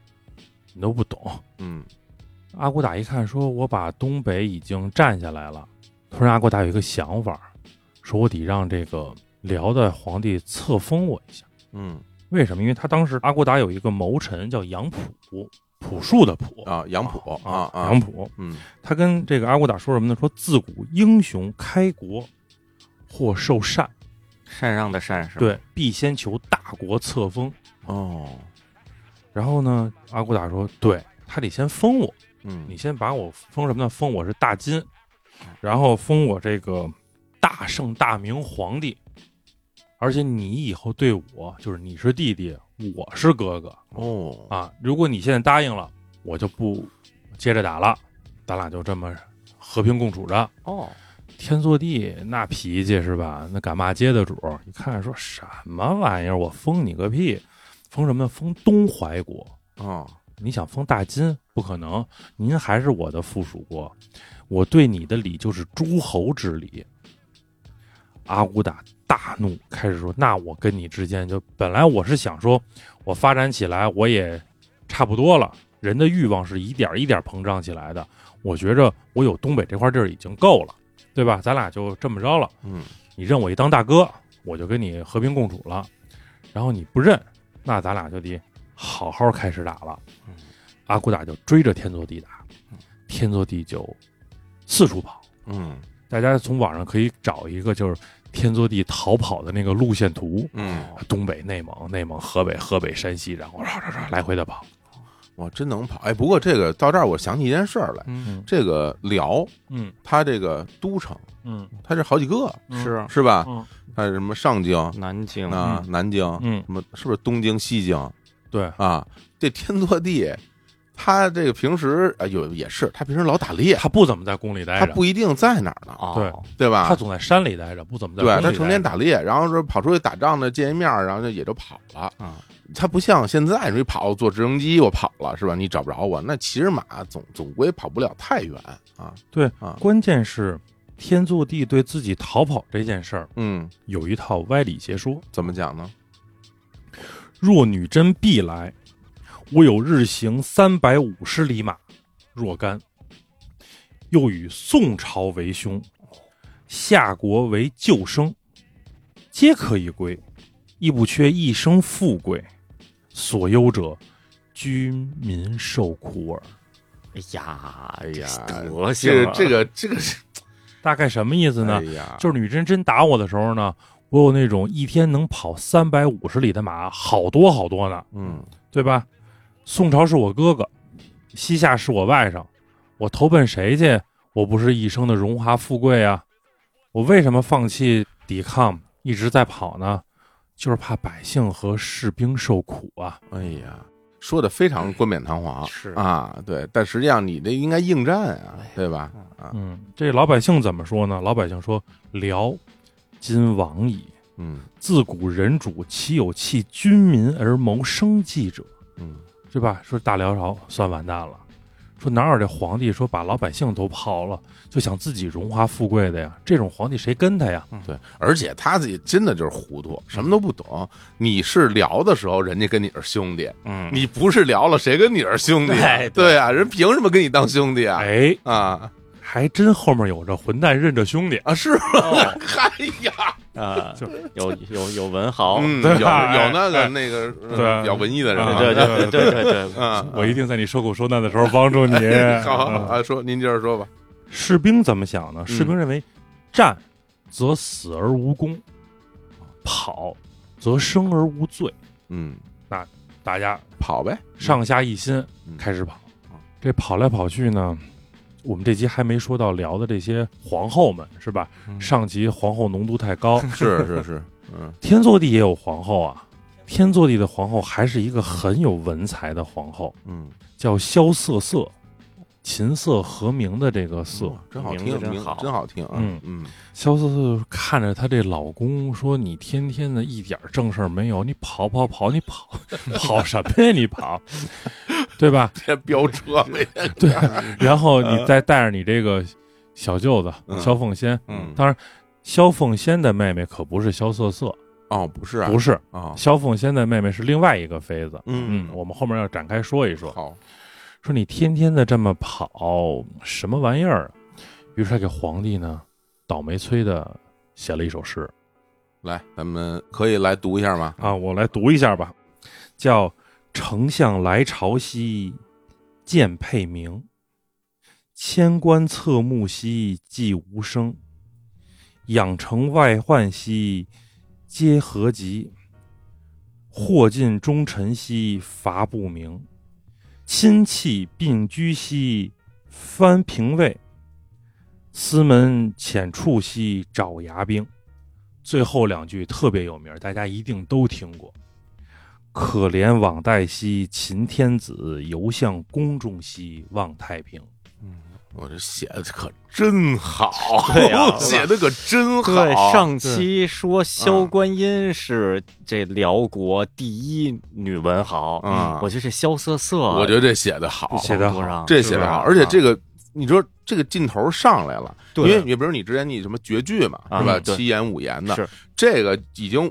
Speaker 3: 你都不懂。
Speaker 1: 嗯，
Speaker 3: 阿骨打一看，说我把东北已经占下来了。突然，阿骨打有一个想法，说我得让这个辽的皇帝册封我一下。
Speaker 1: 嗯
Speaker 3: 为什么？因为他当时阿骨打有一个谋臣叫杨浦，朴树的朴
Speaker 1: 啊，杨浦
Speaker 3: 哦
Speaker 1: 啊啊，
Speaker 3: 杨浦。
Speaker 1: 嗯
Speaker 3: 他跟这个阿骨打说什么呢？说自古英雄开国或受禅，
Speaker 2: 禅让的禅是吧？
Speaker 3: 对，必先求大国册封。
Speaker 1: 哦
Speaker 3: 然后呢，阿骨打说，对他得先封我，
Speaker 1: 嗯
Speaker 3: 你先把我封什么呢？封我是大金，然后封我这个大圣大明皇帝。而且你以后对我就是你是弟弟，我是哥哥，
Speaker 1: 哦
Speaker 3: 啊，如果你现在答应了，我就不接着打了，咱俩就这么和平共处着。
Speaker 2: 哦，
Speaker 3: 天祚帝那脾气是吧？那敢骂街的主，一看说什么玩意儿？我封你个屁！封什么呢？封东怀国。
Speaker 1: 哦
Speaker 3: 你想封大金？不可能，您还是我的附属国，我对你的礼就是诸侯之礼。阿骨打大怒，开始说：“那我跟你之间就本来我是想说，我发展起来我也差不多了，人的欲望是一点一点膨胀起来的。我觉着我有东北这块地儿已经够了，对吧？咱俩就这么着了。
Speaker 1: 嗯
Speaker 3: 你认我一当大哥，我就跟你和平共处了。然后你不认，那咱俩就得好好开始打了。阿骨打就追着天祚帝打，天祚帝就四处跑。
Speaker 1: 嗯
Speaker 3: 大家从网上可以找一个就是天祚帝逃跑的那个路线图，
Speaker 1: 嗯，
Speaker 3: 东北、内蒙、内蒙、河北、河北、山西，然后唰唰唰来回的跑。
Speaker 1: 我真能跑哎！不过这个到这儿，我想起一件事儿来，
Speaker 3: 嗯
Speaker 1: 这个辽
Speaker 3: 嗯
Speaker 1: 它这个都城，
Speaker 3: 嗯
Speaker 1: 它这好几个
Speaker 2: 是
Speaker 1: 是吧？
Speaker 3: 嗯
Speaker 1: 还有什么上京
Speaker 2: 南京
Speaker 1: 啊、南京，
Speaker 3: 嗯，
Speaker 1: 什么是不是东京、西京
Speaker 3: 对，
Speaker 1: 啊？这天祚帝，他这个平时啊有也是，他平时老打猎，
Speaker 3: 他不怎么在宫里待
Speaker 1: 他
Speaker 3: 着，
Speaker 1: 不一定在哪儿呢，
Speaker 2: 哦，
Speaker 3: 对
Speaker 1: 对吧？
Speaker 3: 他总在山里待着，不怎么在
Speaker 1: 对
Speaker 3: 宫里待着。
Speaker 1: 他成天打猎，然后说跑出去打仗呢，见一面儿，然后就也就跑了。
Speaker 2: 嗯
Speaker 1: 他不像现在，你跑坐直升机我跑了是吧？你找不着我，那骑着马总总归跑不了太远啊。
Speaker 3: 对
Speaker 1: 啊，
Speaker 3: 关键是天祚帝对自己逃跑这件事儿
Speaker 1: 嗯，
Speaker 3: 有一套歪理邪说：
Speaker 1: 怎么讲呢？
Speaker 3: 若女真必来，我有日行三百五十里马，若干。又与宋朝为兄，夏国为旧生，皆可以归，亦不缺一生富贵。所忧者，君民受苦耳。
Speaker 2: 哎呀，哎
Speaker 1: 呀
Speaker 2: 德行
Speaker 1: 这
Speaker 2: 啊
Speaker 1: 这个这个是
Speaker 3: 大概什么意思呢？
Speaker 1: 哎呀，
Speaker 3: 就是女真真打我的时候呢，我有那种一天能跑三百五十里的马，好多好多呢，
Speaker 1: 嗯
Speaker 3: 对吧？宋朝是我哥哥，西夏是我外甥，我投奔谁去？我不是一生的荣华富贵啊！我为什么放弃抵抗，一直在跑呢？就是怕百姓和士兵受苦啊！
Speaker 1: 哎呀，说的非常冠冕堂皇，
Speaker 2: 是
Speaker 1: 啊，对，但实际上你这应该应战啊，对吧？啊，
Speaker 3: 嗯，这老百姓怎么说呢？老百姓说：“辽，今亡矣。
Speaker 1: 嗯
Speaker 3: 自古人主岂有弃君民而谋生计者？”
Speaker 1: 嗯
Speaker 3: 是吧？说大辽朝算完蛋了，说哪有这皇帝说把老百姓都刨了，就想自己荣华富贵的呀？这种皇帝谁跟他呀？
Speaker 1: 对，而且他自己真的就是糊涂，什么都不懂。你是聊的时候，人家跟你是兄弟，
Speaker 2: 嗯，
Speaker 1: 你不是聊了，谁跟你是兄弟啊？
Speaker 2: 对对
Speaker 1: 对啊，人凭什么跟你当兄弟啊？
Speaker 3: 哎，
Speaker 1: 啊
Speaker 3: 还真后面有这混蛋认着兄弟，
Speaker 1: 啊，是吗？
Speaker 2: 哦
Speaker 1: 哎呀，
Speaker 2: 啊
Speaker 3: 就，
Speaker 2: 有有有文豪，
Speaker 1: 嗯，有
Speaker 3: 对
Speaker 1: 有
Speaker 3: 吧
Speaker 1: 那个
Speaker 3: 哎
Speaker 1: 那个
Speaker 3: 对
Speaker 1: 呃比较文艺的人啊，
Speaker 2: 对对对对对对，
Speaker 1: 嗯，
Speaker 3: 我一定在你受苦受难的时候帮助你。
Speaker 1: 好好好嗯
Speaker 3: 嗯
Speaker 1: 啊，说您接着说吧。
Speaker 3: 士兵怎么想呢？士兵认为，战则死而无功，跑则生而无罪。
Speaker 1: 嗯，
Speaker 3: 大家
Speaker 1: 跑呗。
Speaker 3: 上下一心
Speaker 1: 嗯
Speaker 3: 开始跑
Speaker 1: 嗯，
Speaker 3: 这跑来跑去呢，我们这集还没说到聊的这些皇后们是吧？
Speaker 4: 嗯
Speaker 3: 上集皇后浓度太高，
Speaker 1: 是是是，嗯，
Speaker 3: 天祚帝也有皇后啊。天祚帝的皇后还是一个很有文采的皇后，
Speaker 1: 嗯，
Speaker 3: 叫萧瑟瑟，琴瑟和鸣的这个瑟。
Speaker 1: 真好
Speaker 2: 名
Speaker 1: 听，
Speaker 2: 字
Speaker 1: 名
Speaker 2: 真好
Speaker 1: 真好听啊，
Speaker 3: 嗯
Speaker 1: 嗯，
Speaker 3: 萧瑟瑟看着她这老公说：“你天天的一点正事儿没有，你跑跑跑，你跑 跑什么呀？你跑，对吧？
Speaker 1: 这飙车没，
Speaker 3: 对， 然后你再带着你这个小舅子
Speaker 1: 嗯
Speaker 3: 萧凤仙，
Speaker 1: 嗯，
Speaker 3: 当然，萧凤仙的妹妹可不是萧瑟瑟，
Speaker 1: 哦，不是啊，
Speaker 3: 不是，
Speaker 1: 啊，
Speaker 3: 萧凤仙的妹妹是另外一个妃子。
Speaker 1: 嗯
Speaker 3: 嗯，我们后面要展开说一说，
Speaker 1: 好，
Speaker 3: 说你天天的这么跑，什么玩意儿？啊于是他给皇帝呢，倒霉催的写了一首诗
Speaker 1: 来，咱们可以来读一下吗？
Speaker 3: 啊，我来读一下吧，叫《丞相来朝兮，见佩明》。千官侧目兮，寂无声；养成外患兮，皆何及？祸尽忠臣兮，伐不明；亲戚并居兮，藩平位；司门浅处兮，爪牙兵。最后两句特别有名，大家一定都听过。可怜往代兮，秦天子；犹向宫中兮，望太平。
Speaker 1: 我这写的可真好，
Speaker 2: 对 呀
Speaker 1: 写的可真好，
Speaker 2: 对，上期说萧观音是这辽国第一女文豪，
Speaker 1: 嗯
Speaker 2: 我觉得这萧瑟瑟，
Speaker 1: 我觉得这写的好，
Speaker 3: 写得好
Speaker 2: 好上，
Speaker 1: 这写的好，
Speaker 2: 是吧啊
Speaker 1: 而且这个。你说这个劲头上来了，因
Speaker 2: 对
Speaker 1: 为你比如你之前你什么绝句嘛，
Speaker 2: 啊
Speaker 1: 是吧？
Speaker 2: 嗯对
Speaker 1: 七言五言的，
Speaker 2: 是
Speaker 1: 这个已经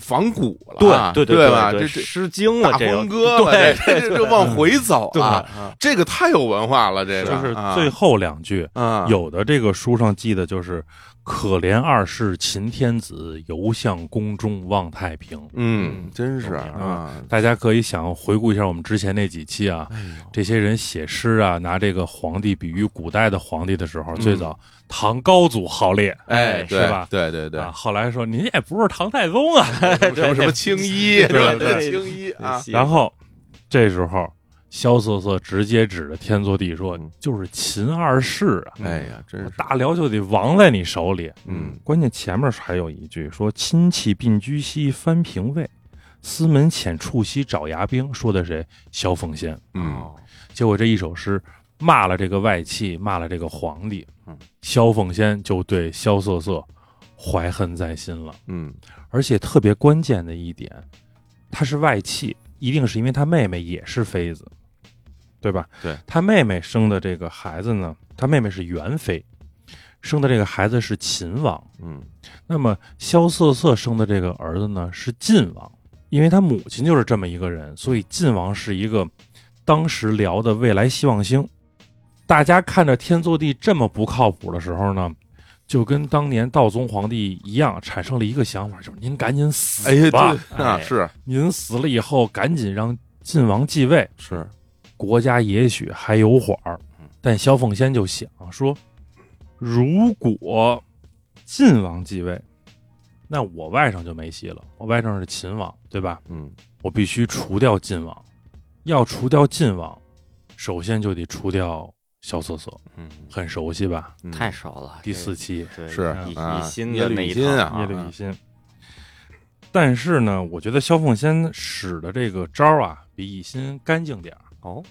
Speaker 1: 仿古
Speaker 2: 对
Speaker 1: 了，
Speaker 2: 对
Speaker 1: 啊对吧？
Speaker 2: 对，
Speaker 1: 这这
Speaker 2: 诗经了
Speaker 1: 大，
Speaker 2: 这个
Speaker 1: 风歌了，
Speaker 2: 对
Speaker 1: 这这这往回走
Speaker 2: 对
Speaker 1: 啊，
Speaker 2: 啊
Speaker 1: 这个太有文化了，这个
Speaker 3: 就是最后两句，
Speaker 1: 啊
Speaker 3: 有的这个书上记的就是“可怜二世秦天子，犹向宫中望太平
Speaker 1: 嗯，真是
Speaker 2: 有名儿
Speaker 1: 啊”。，
Speaker 3: 大家可以想回顾一下我们之前那几期啊，
Speaker 2: 哎
Speaker 3: 这些人写诗啊，拿这个皇帝比喻古代的皇帝的时候，最早唐高祖号列，
Speaker 1: 嗯哎，
Speaker 3: 是
Speaker 1: 对
Speaker 3: 吧？
Speaker 1: 对对对
Speaker 3: 啊，，后来说您也不是唐太宗啊，
Speaker 1: 什么什么青衣是吧？
Speaker 2: 对对对
Speaker 1: 青衣啊，
Speaker 3: 然后这时候萧瑟瑟直接指着天祚帝说
Speaker 1: 嗯：“
Speaker 3: 就是秦二世啊，
Speaker 1: 哎呀，真是
Speaker 3: 大辽就得亡在你手里。”
Speaker 1: 嗯
Speaker 3: 关键前面还有一句说：“亲戚并居兮，藩平位；司门浅处兮，爪牙兵。”说的谁？萧凤仙。
Speaker 1: 嗯，
Speaker 3: 结果这一首诗骂了这个外戚，骂了这个皇帝
Speaker 1: 嗯。
Speaker 3: 萧凤仙就对萧瑟瑟怀恨在心了。
Speaker 1: 嗯
Speaker 3: 而且特别关键的一点，他是外戚，一定是因为他妹妹也是妃子，对吧？
Speaker 1: 对，
Speaker 3: 他妹妹生的这个孩子呢，他妹妹是元妃，生的这个孩子是秦王。
Speaker 1: 嗯
Speaker 3: 那么萧瑟瑟生的这个儿子呢是晋王，因为他母亲就是这么一个人，所以晋王是一个当时辽的未来希望星。大家看着天祚帝这么不靠谱的时候呢，就跟当年道宗皇帝一样，产生了一个想法，就是您赶紧死
Speaker 1: 哎呀，
Speaker 3: 吧，
Speaker 1: 对，那
Speaker 2: 哎
Speaker 1: 是
Speaker 3: 您死了以后赶紧让晋王继位，
Speaker 1: 是，
Speaker 3: 国家也许还有缓儿。但萧凤仙就想说，如果晋王继位，那我外甥就没戏了。我外甥是秦王，对吧？
Speaker 1: 嗯
Speaker 3: 我必须除掉晋王。要除掉晋王，首先就得除掉萧瑟瑟，
Speaker 1: 嗯，
Speaker 3: 很熟悉吧？
Speaker 1: 嗯
Speaker 2: 太少了，
Speaker 3: 第四期
Speaker 2: 对
Speaker 1: 是
Speaker 2: 以
Speaker 1: 啊
Speaker 2: 以心
Speaker 1: 耶
Speaker 2: 的
Speaker 1: 律
Speaker 2: 那一
Speaker 1: 乙辛
Speaker 2: 套
Speaker 1: 啊
Speaker 3: 耶律乙辛。但是呢，我觉得萧凤仙使的这个招儿啊，比乙辛干净点儿。
Speaker 2: 哦，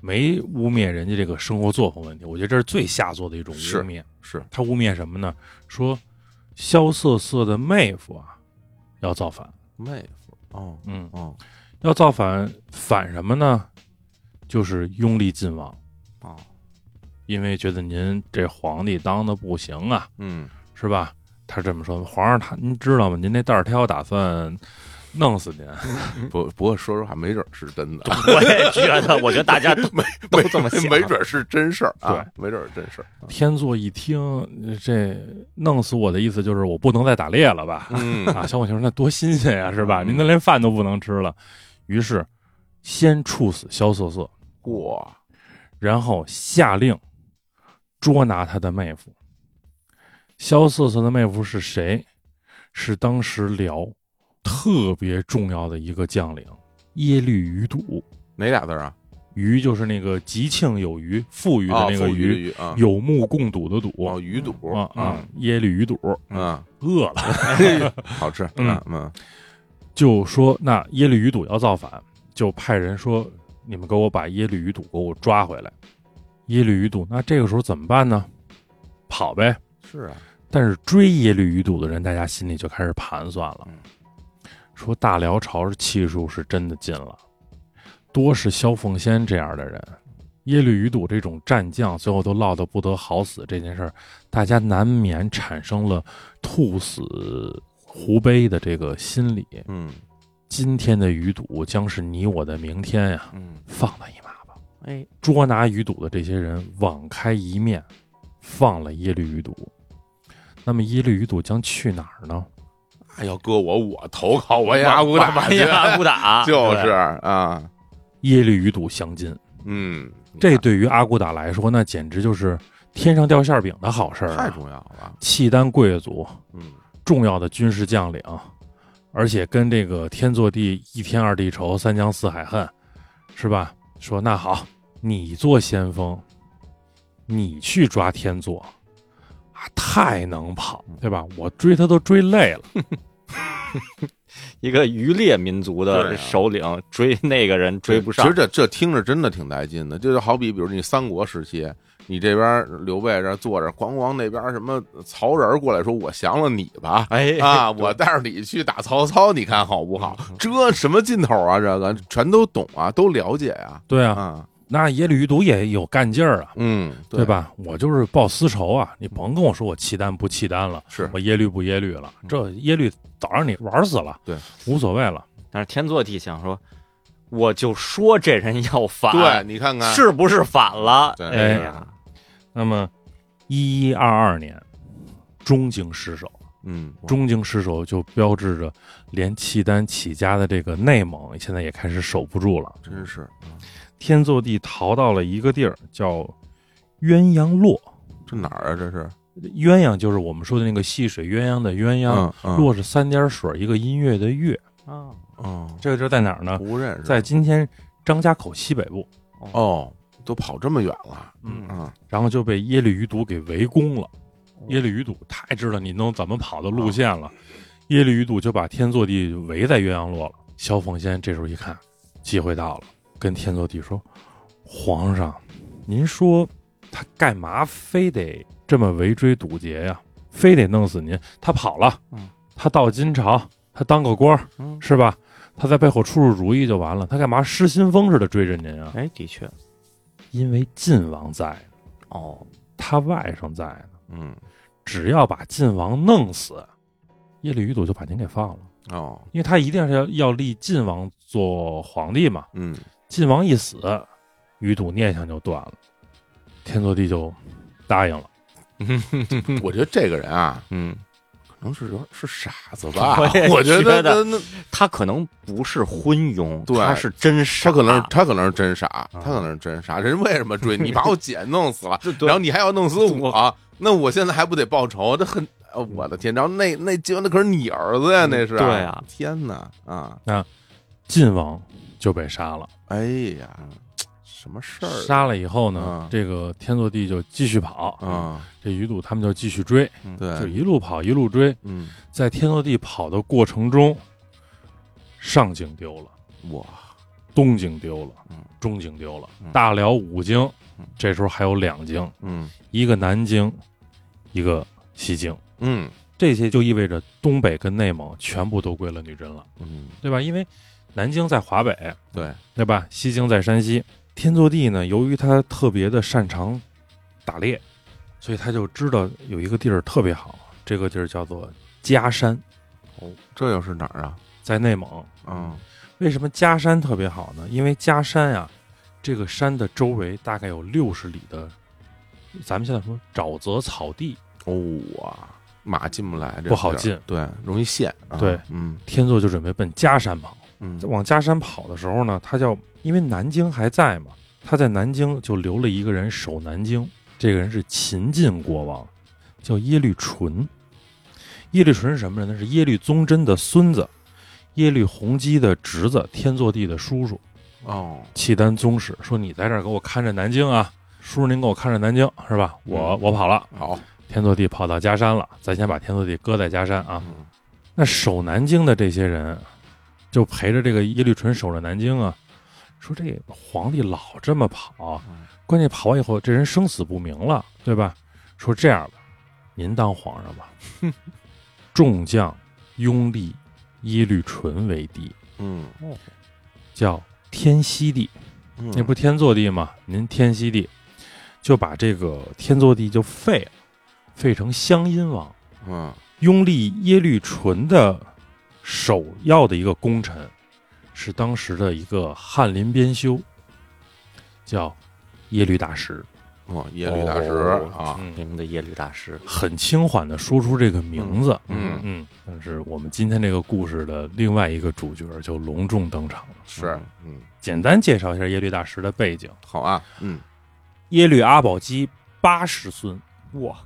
Speaker 3: 没污蔑人家这个生活作风问题，我觉得这是最下作的一种污
Speaker 1: 是
Speaker 3: 蔑。
Speaker 1: 啊是，
Speaker 3: 他污蔑什么呢？说萧瑟瑟的妹夫啊要造反，
Speaker 1: 妹夫哦
Speaker 3: 嗯，
Speaker 1: 哦
Speaker 3: 要造反，反什么呢？就是拥立晋王，
Speaker 1: 哦，
Speaker 3: 因为觉得您这皇帝当的不行啊，
Speaker 1: 嗯
Speaker 3: 是吧？他这么说，皇上他您知道吗？您那袋儿挑打算弄死您，
Speaker 1: 不不过说实话，没准儿是真的，
Speaker 2: 我也觉得，我觉得大家都
Speaker 1: 没
Speaker 2: 都
Speaker 1: 没
Speaker 2: 这么想
Speaker 1: 没准儿是真事儿啊，
Speaker 3: 对，
Speaker 1: 没准儿是真事儿，啊
Speaker 3: 天祚一听，这弄死我的意思就是我不能再打猎了吧？
Speaker 1: 嗯
Speaker 3: 啊，小火球那多新鲜呀，是吧？
Speaker 1: 嗯
Speaker 3: 您那连饭都不能吃了。于是，先处死萧瑟瑟，
Speaker 1: 哇，
Speaker 3: 然后下令捉拿他的妹夫。萧瑟瑟的妹夫是谁？是当时辽特别重要的一个将领耶律余睹。
Speaker 1: 哪俩字儿啊？
Speaker 3: 余就是那个吉庆有余，富裕的那个
Speaker 1: 富裕的
Speaker 3: 余，
Speaker 1: 鱼啊，
Speaker 3: 有目共睹的
Speaker 1: 哦，
Speaker 3: 睹
Speaker 1: 鱼肚
Speaker 3: 啊啊，耶律余睹
Speaker 1: 嗯，
Speaker 3: 饿了，
Speaker 1: 嗯 好吃，
Speaker 3: 嗯
Speaker 1: 嗯嗯
Speaker 3: 就说那耶律余睹要造反，就派人说你们给我把耶律余睹给我抓回来。耶律余睹那这个时候怎么办呢？跑呗，
Speaker 1: 是啊，
Speaker 3: 但是追耶律余睹的人，大家心里就开始盘算了
Speaker 1: 嗯，
Speaker 3: 说大辽朝气数是真的尽了，多是萧凤仙这样的人，耶律余睹这种战将，最后都落得不得好死这件事儿，大家难免产生了兔死狐悲的这个心理。
Speaker 1: 嗯
Speaker 3: 今天的余睹将是你我的明天呀，
Speaker 1: 嗯
Speaker 3: 放他一马吧。
Speaker 2: 哎，
Speaker 3: 捉拿余睹的这些人网开一面，放了耶律余睹。那么耶律余睹将去哪儿呢？
Speaker 1: 那要哎搁我，我投靠完颜阿骨打
Speaker 2: 完颜阿骨打
Speaker 1: 就是
Speaker 2: 对
Speaker 1: 啊，
Speaker 3: 耶律余睹降金，
Speaker 1: 嗯，你
Speaker 3: 这
Speaker 1: 看
Speaker 3: 对于阿骨打来说，那简直就是天上掉馅饼的好事儿
Speaker 1: 太
Speaker 3: 啊！
Speaker 1: 重要了，
Speaker 3: 契丹贵族，
Speaker 1: 嗯
Speaker 3: 重要的军事将领，而且跟这个天祚帝一天二地仇，三江四海恨，是吧？说那好，你做先锋，你去抓天祚，啊，太能跑，对吧？我追他都追累了，
Speaker 2: 一个渔猎民族
Speaker 1: 对
Speaker 2: 的
Speaker 1: 啊
Speaker 2: 首领追那个人追不上
Speaker 1: 其实，这这听着真的挺带劲的，这就好比比如你三国时期，你这边刘备这坐着，咣咣那边什么曹仁儿过来说，我降了你 吧。
Speaker 2: 哎
Speaker 1: 啊！我带着你去打曹操，你看好不好？这什么劲头啊！这个全都懂啊，都了解啊。
Speaker 3: 对啊，
Speaker 1: 啊，
Speaker 3: 那耶律余睹也有干劲儿啊，
Speaker 1: 嗯，
Speaker 3: 对？吧？我就是报私仇啊，你甭跟我说我契丹不契丹了，
Speaker 1: 是
Speaker 3: 我耶律不耶律了，这耶律早让你玩死了，
Speaker 1: 对，
Speaker 3: 无所谓了。
Speaker 2: 但是天祚帝想说，我就说这人要反，
Speaker 1: 对，啊你看看，
Speaker 2: 是不是反了？
Speaker 1: 对
Speaker 2: 哎呀，
Speaker 3: 那么，一一二二年，中京失守。
Speaker 1: 嗯，
Speaker 3: 中京失守就标志着，连契丹起家的这个内蒙现在也开始守不住了。
Speaker 1: 真是
Speaker 3: 天祚帝逃到了一个地儿，叫鸳鸯洛。
Speaker 1: 这哪儿啊？这是
Speaker 3: 鸳鸯就是我们说的那个戏水鸳鸯的鸳鸯，
Speaker 1: 嗯嗯
Speaker 3: 洛是三点水一个音乐的乐。
Speaker 2: 啊，
Speaker 1: 哦，
Speaker 3: 这个地儿在哪儿呢？
Speaker 1: 不认识，
Speaker 3: 在今天张家口西北部，
Speaker 1: 哦，都跑这么远了，
Speaker 2: 嗯
Speaker 1: 啊，
Speaker 3: 然后就被耶律余睹给围攻了。耶律余睹太知道你能怎么跑的路线了，耶律余睹就把天祚帝围在鸳鸯洛了。萧凤仙这时候一看，机会到了，跟天祚帝说：“皇上，您说他干嘛非得这么围追堵截呀、非得弄死您？他跑了
Speaker 2: 嗯，
Speaker 3: 他到金朝，他当个官儿
Speaker 2: 嗯
Speaker 3: 是吧？他在背后出出主意就完了，他干嘛失心疯似的追着您啊？
Speaker 2: 哎，的确，
Speaker 3: 因为晋王在，
Speaker 2: 哦，
Speaker 3: 他外甥在呢。”
Speaker 1: 嗯，
Speaker 3: 只要把晋王弄死，耶律余睹就把您给放了，
Speaker 1: 哦，
Speaker 3: 因为他一定是要要立晋王做皇帝嘛。
Speaker 1: 嗯，
Speaker 3: 晋王一死，余睹念想就断了，天祚帝就答应了。
Speaker 1: 我觉得这个人啊，
Speaker 2: 嗯，
Speaker 1: 可能是有是傻子吧
Speaker 2: 我也？
Speaker 1: 我觉
Speaker 2: 觉
Speaker 1: 得
Speaker 2: 得
Speaker 1: 那那
Speaker 2: 他可能不是昏庸，
Speaker 1: 对
Speaker 2: 他是真傻，
Speaker 1: 他
Speaker 2: 嗯
Speaker 1: 可能他可能是真傻，他可能是真傻。人为什么追 你？把我姐弄死了，然后你还要弄死我，那我现在还不得报仇？这很，呃我的天！然后那那结果那可是你儿子呀，那是
Speaker 2: 对啊
Speaker 1: 天哪啊！
Speaker 3: 晋王就被杀了，
Speaker 1: 哎呀，
Speaker 2: 嗯
Speaker 1: 什么事儿啊
Speaker 3: 杀了以后呢
Speaker 1: 嗯，
Speaker 3: 这个天祚帝就继续跑，
Speaker 1: 啊？哎
Speaker 3: 这余睹他们就继续追，就
Speaker 2: 嗯
Speaker 1: 对，
Speaker 3: 一路跑一路追，
Speaker 1: 嗯，
Speaker 3: 在天祚帝跑的过程中，上京丢了。
Speaker 1: 哇，
Speaker 3: 东京丢了
Speaker 1: 嗯，
Speaker 3: 中京丢了
Speaker 1: 嗯，
Speaker 3: 大辽五京
Speaker 1: 嗯，
Speaker 3: 这时候还有两京，
Speaker 1: 嗯
Speaker 3: 一个南京，一个西京，
Speaker 1: 嗯
Speaker 3: 这些就意味着东北跟内蒙全部都归了女真了，
Speaker 1: 嗯，
Speaker 3: 对吧？因为南京在华北，
Speaker 1: 对，
Speaker 3: 对吧？西京在山西。天祚帝呢，由于他特别的擅长打猎，所以他就知道有一个地儿特别好，这个地儿叫做嘉山，
Speaker 1: 哦这又是哪儿啊？
Speaker 3: 在内蒙。
Speaker 1: 嗯
Speaker 3: 为什么嘉山特别好呢？因为嘉山呀、这个山的周围大概有六十里的，咱们现在说沼泽草地。
Speaker 1: 哦哇，马进不来，这
Speaker 3: 不好
Speaker 1: 地儿
Speaker 3: 进，
Speaker 1: 对，容易陷。啊
Speaker 3: 对，
Speaker 1: 嗯
Speaker 3: 天祚就准备奔嘉山跑。
Speaker 1: 嗯，
Speaker 3: 往嘉山跑的时候呢，他叫因为南京还在嘛，他在南京就留了一个人守南京，这个人是秦晋国王，叫耶律淳。耶律淳是什么人呢？是耶律宗真的孙子，耶律洪基的侄子，天祚帝的叔叔。
Speaker 1: 哦，
Speaker 3: 契丹宗室，说你在这儿给我看着南京啊，叔叔您给我看着南京是吧？我我跑了，
Speaker 1: 好，
Speaker 3: 天祚帝跑到嘉山了，咱先把天祚帝搁在嘉山啊。
Speaker 1: 嗯
Speaker 3: 那守南京的这些人，就陪着这个耶律淳守着南京啊。说这皇帝老这么跑
Speaker 1: 嗯，
Speaker 3: 关键跑完以后，这人生死不明了，对吧？说这样吧，您当皇上吧。众将拥立耶律淳为帝，
Speaker 1: 嗯
Speaker 3: 叫天熙帝。
Speaker 1: 嗯，
Speaker 3: 那不天祚帝吗？您天熙帝就把这个天祚帝就废了，废成湘阴王，
Speaker 1: 嗯
Speaker 3: 拥立耶律淳的首要的一个功臣，是当时的一个翰林编修，叫耶律大石，
Speaker 1: 哦，耶律大石
Speaker 2: 哦
Speaker 1: 啊，
Speaker 3: 嗯，
Speaker 2: 名的耶律大师，
Speaker 3: 很轻缓的说出这个名字，
Speaker 1: 嗯
Speaker 3: 嗯，但是我们今天这个故事的另外一个主角就隆重登场了。
Speaker 1: 是，嗯，
Speaker 3: 简单介绍一下耶律大石的背景，
Speaker 1: 好啊，嗯
Speaker 3: 耶律阿保机八世孙，
Speaker 2: 哇，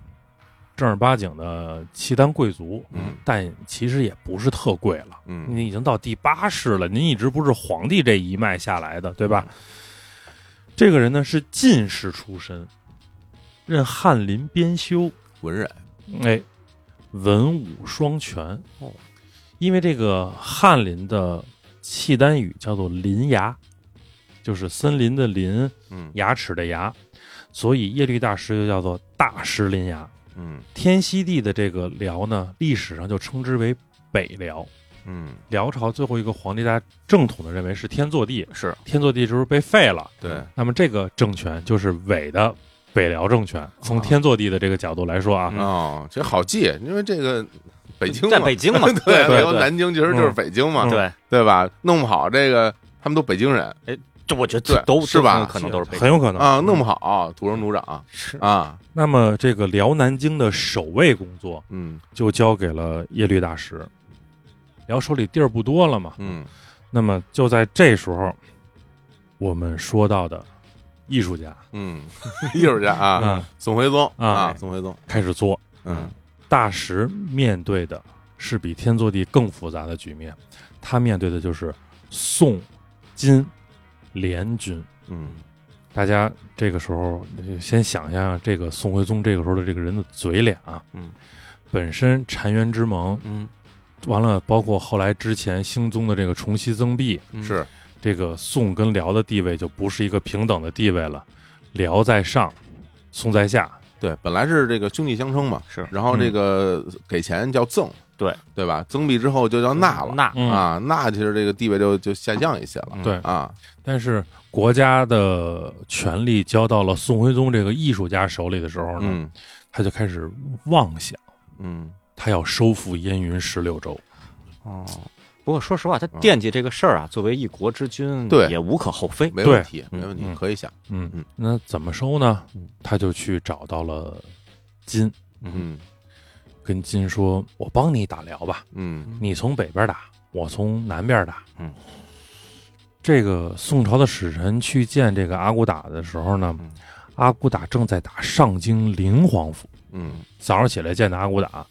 Speaker 3: 正儿八经的契丹贵族，
Speaker 1: 嗯
Speaker 3: 但其实也不是特贵了。
Speaker 1: 嗯，
Speaker 3: 您已经到第八世了，您一直不是皇帝这一脉下来的，对吧？
Speaker 1: 嗯
Speaker 3: 这个人呢是进士出身，任翰林编修，
Speaker 1: 文人，
Speaker 3: 哎，文武双全。
Speaker 1: 嗯哦，
Speaker 3: 因为这个翰林的契丹语叫做林牙，就是森林的林，
Speaker 1: 嗯
Speaker 3: 牙齿的牙，所以耶律大石就叫做大石林牙。
Speaker 1: 嗯
Speaker 3: 天熙帝的这个辽呢，历史上就称之为北辽。
Speaker 1: 嗯，
Speaker 3: 辽朝最后一个皇帝，大家正统的认为是天祚帝，
Speaker 2: 是
Speaker 3: 天祚帝就是被废了。
Speaker 1: 对，
Speaker 3: 那么这个政权就是伪的北辽政权。从天祚帝的这个角度来说啊，
Speaker 1: 哦，这好记，因为这个北京
Speaker 2: 在
Speaker 1: 嘛，
Speaker 2: 北京嘛
Speaker 1: 对，嗯
Speaker 3: 对
Speaker 1: 没有
Speaker 2: 对
Speaker 1: 南京其实就是北京嘛，
Speaker 2: 对，
Speaker 1: 对吧？弄不好这个他们都北京人
Speaker 2: 这我觉得
Speaker 1: 对
Speaker 2: 这都
Speaker 1: 是
Speaker 2: 都
Speaker 1: 吧
Speaker 2: 很有可能都是北
Speaker 3: 很有可能
Speaker 1: 啊，弄不好土生土长
Speaker 2: 是
Speaker 1: 啊，
Speaker 3: 那么这个辽南京的守卫工作
Speaker 1: 嗯
Speaker 3: 就交给了耶律大石。辽手里地儿不多了嘛，
Speaker 1: 嗯
Speaker 3: 那么就在这时候，我们说到的艺术家
Speaker 1: 嗯， 艺术家啊
Speaker 3: 嗯，
Speaker 1: 宋徽宗
Speaker 3: 啊
Speaker 1: 啊，宋徽宗，
Speaker 3: 开始作。
Speaker 1: 嗯
Speaker 3: 大石面对的是比天祚帝更复杂的局面，他面对的就是宋、金、联军。
Speaker 1: 嗯
Speaker 3: 大家这个时候呃先想象这个宋徽宗这个时候的这个人的嘴脸啊，
Speaker 1: 嗯，
Speaker 3: 本身澶渊之盟，
Speaker 1: 嗯
Speaker 3: 完了包括后来之前兴宗的这个重熙增辟，
Speaker 1: 是，
Speaker 3: 这个宋跟辽的地位就不是一个平等的地位了，辽在上，宋在下。
Speaker 1: 对，本来是这个兄弟相称嘛，
Speaker 2: 是
Speaker 1: 然后这个给钱叫赠，
Speaker 2: 对
Speaker 1: 对吧？增币之后就叫纳了。
Speaker 2: 纳
Speaker 3: 嗯
Speaker 1: 啊，纳其实这个地位就就下降一些
Speaker 2: 嗯
Speaker 1: 了，
Speaker 3: 对
Speaker 1: 啊，
Speaker 3: 但是国家的权力交到了宋徽宗这个艺术家手里的时候呢，
Speaker 1: 嗯
Speaker 3: 他就开始妄想，
Speaker 1: 嗯，
Speaker 3: 他要收复燕云十六州。
Speaker 2: 哦。不过说实话，他惦记这个事儿啊，作为一国之君，
Speaker 1: 嗯对
Speaker 2: 也无可厚非。
Speaker 1: 没问
Speaker 3: 对
Speaker 1: 题，没问题
Speaker 3: 嗯，
Speaker 1: 可以想，
Speaker 3: 嗯
Speaker 1: 嗯
Speaker 3: 那怎么收呢
Speaker 1: 嗯？
Speaker 3: 他就去找到了金，
Speaker 1: 嗯
Speaker 3: 跟金说：“我帮你打辽吧，
Speaker 1: 嗯
Speaker 3: 你从北边打，我从南边打。”
Speaker 1: 嗯，
Speaker 3: 这个宋朝的使臣去见这个阿骨打的时候呢，
Speaker 1: 嗯
Speaker 3: 阿骨打正在打上京灵皇府。
Speaker 1: 嗯
Speaker 3: 早上起来见的阿骨打，阿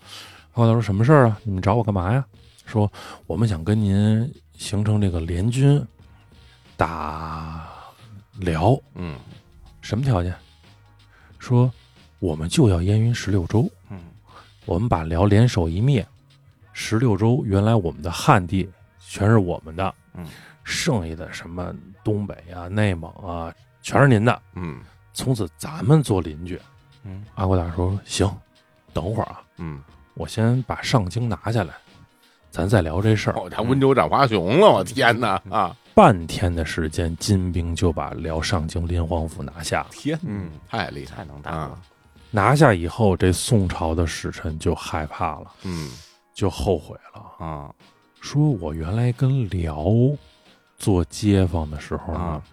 Speaker 3: 骨打说什么事儿啊？你们找我干嘛呀？说我们想跟您形成这个联军，打辽，
Speaker 1: 嗯
Speaker 3: 什么条件？说我们就要燕云十六州，
Speaker 1: 嗯
Speaker 3: 我们把辽联手一灭，十六州原来我们的汉地全是我们的，
Speaker 1: 嗯，
Speaker 3: 剩下的什么东北啊、内蒙啊，全是您的，
Speaker 1: 嗯
Speaker 3: 从此咱们做邻居。
Speaker 1: 嗯
Speaker 3: 阿骨打说行，等会儿啊，
Speaker 1: 嗯，
Speaker 3: 我先把上京拿下来，咱再聊这事儿。
Speaker 1: 哦，这温州斩华雄了，我天哪啊！
Speaker 3: 半天的时间，金兵就把辽上京临皇府拿下了。
Speaker 1: 天，嗯，太厉害，
Speaker 2: 太能打
Speaker 1: 啊
Speaker 2: 了，
Speaker 3: 拿下以后，这宋朝的使臣就害怕了，
Speaker 1: 嗯
Speaker 3: 就后悔了，
Speaker 1: 啊
Speaker 3: 说我原来跟辽做街坊的时候呢，
Speaker 1: 啊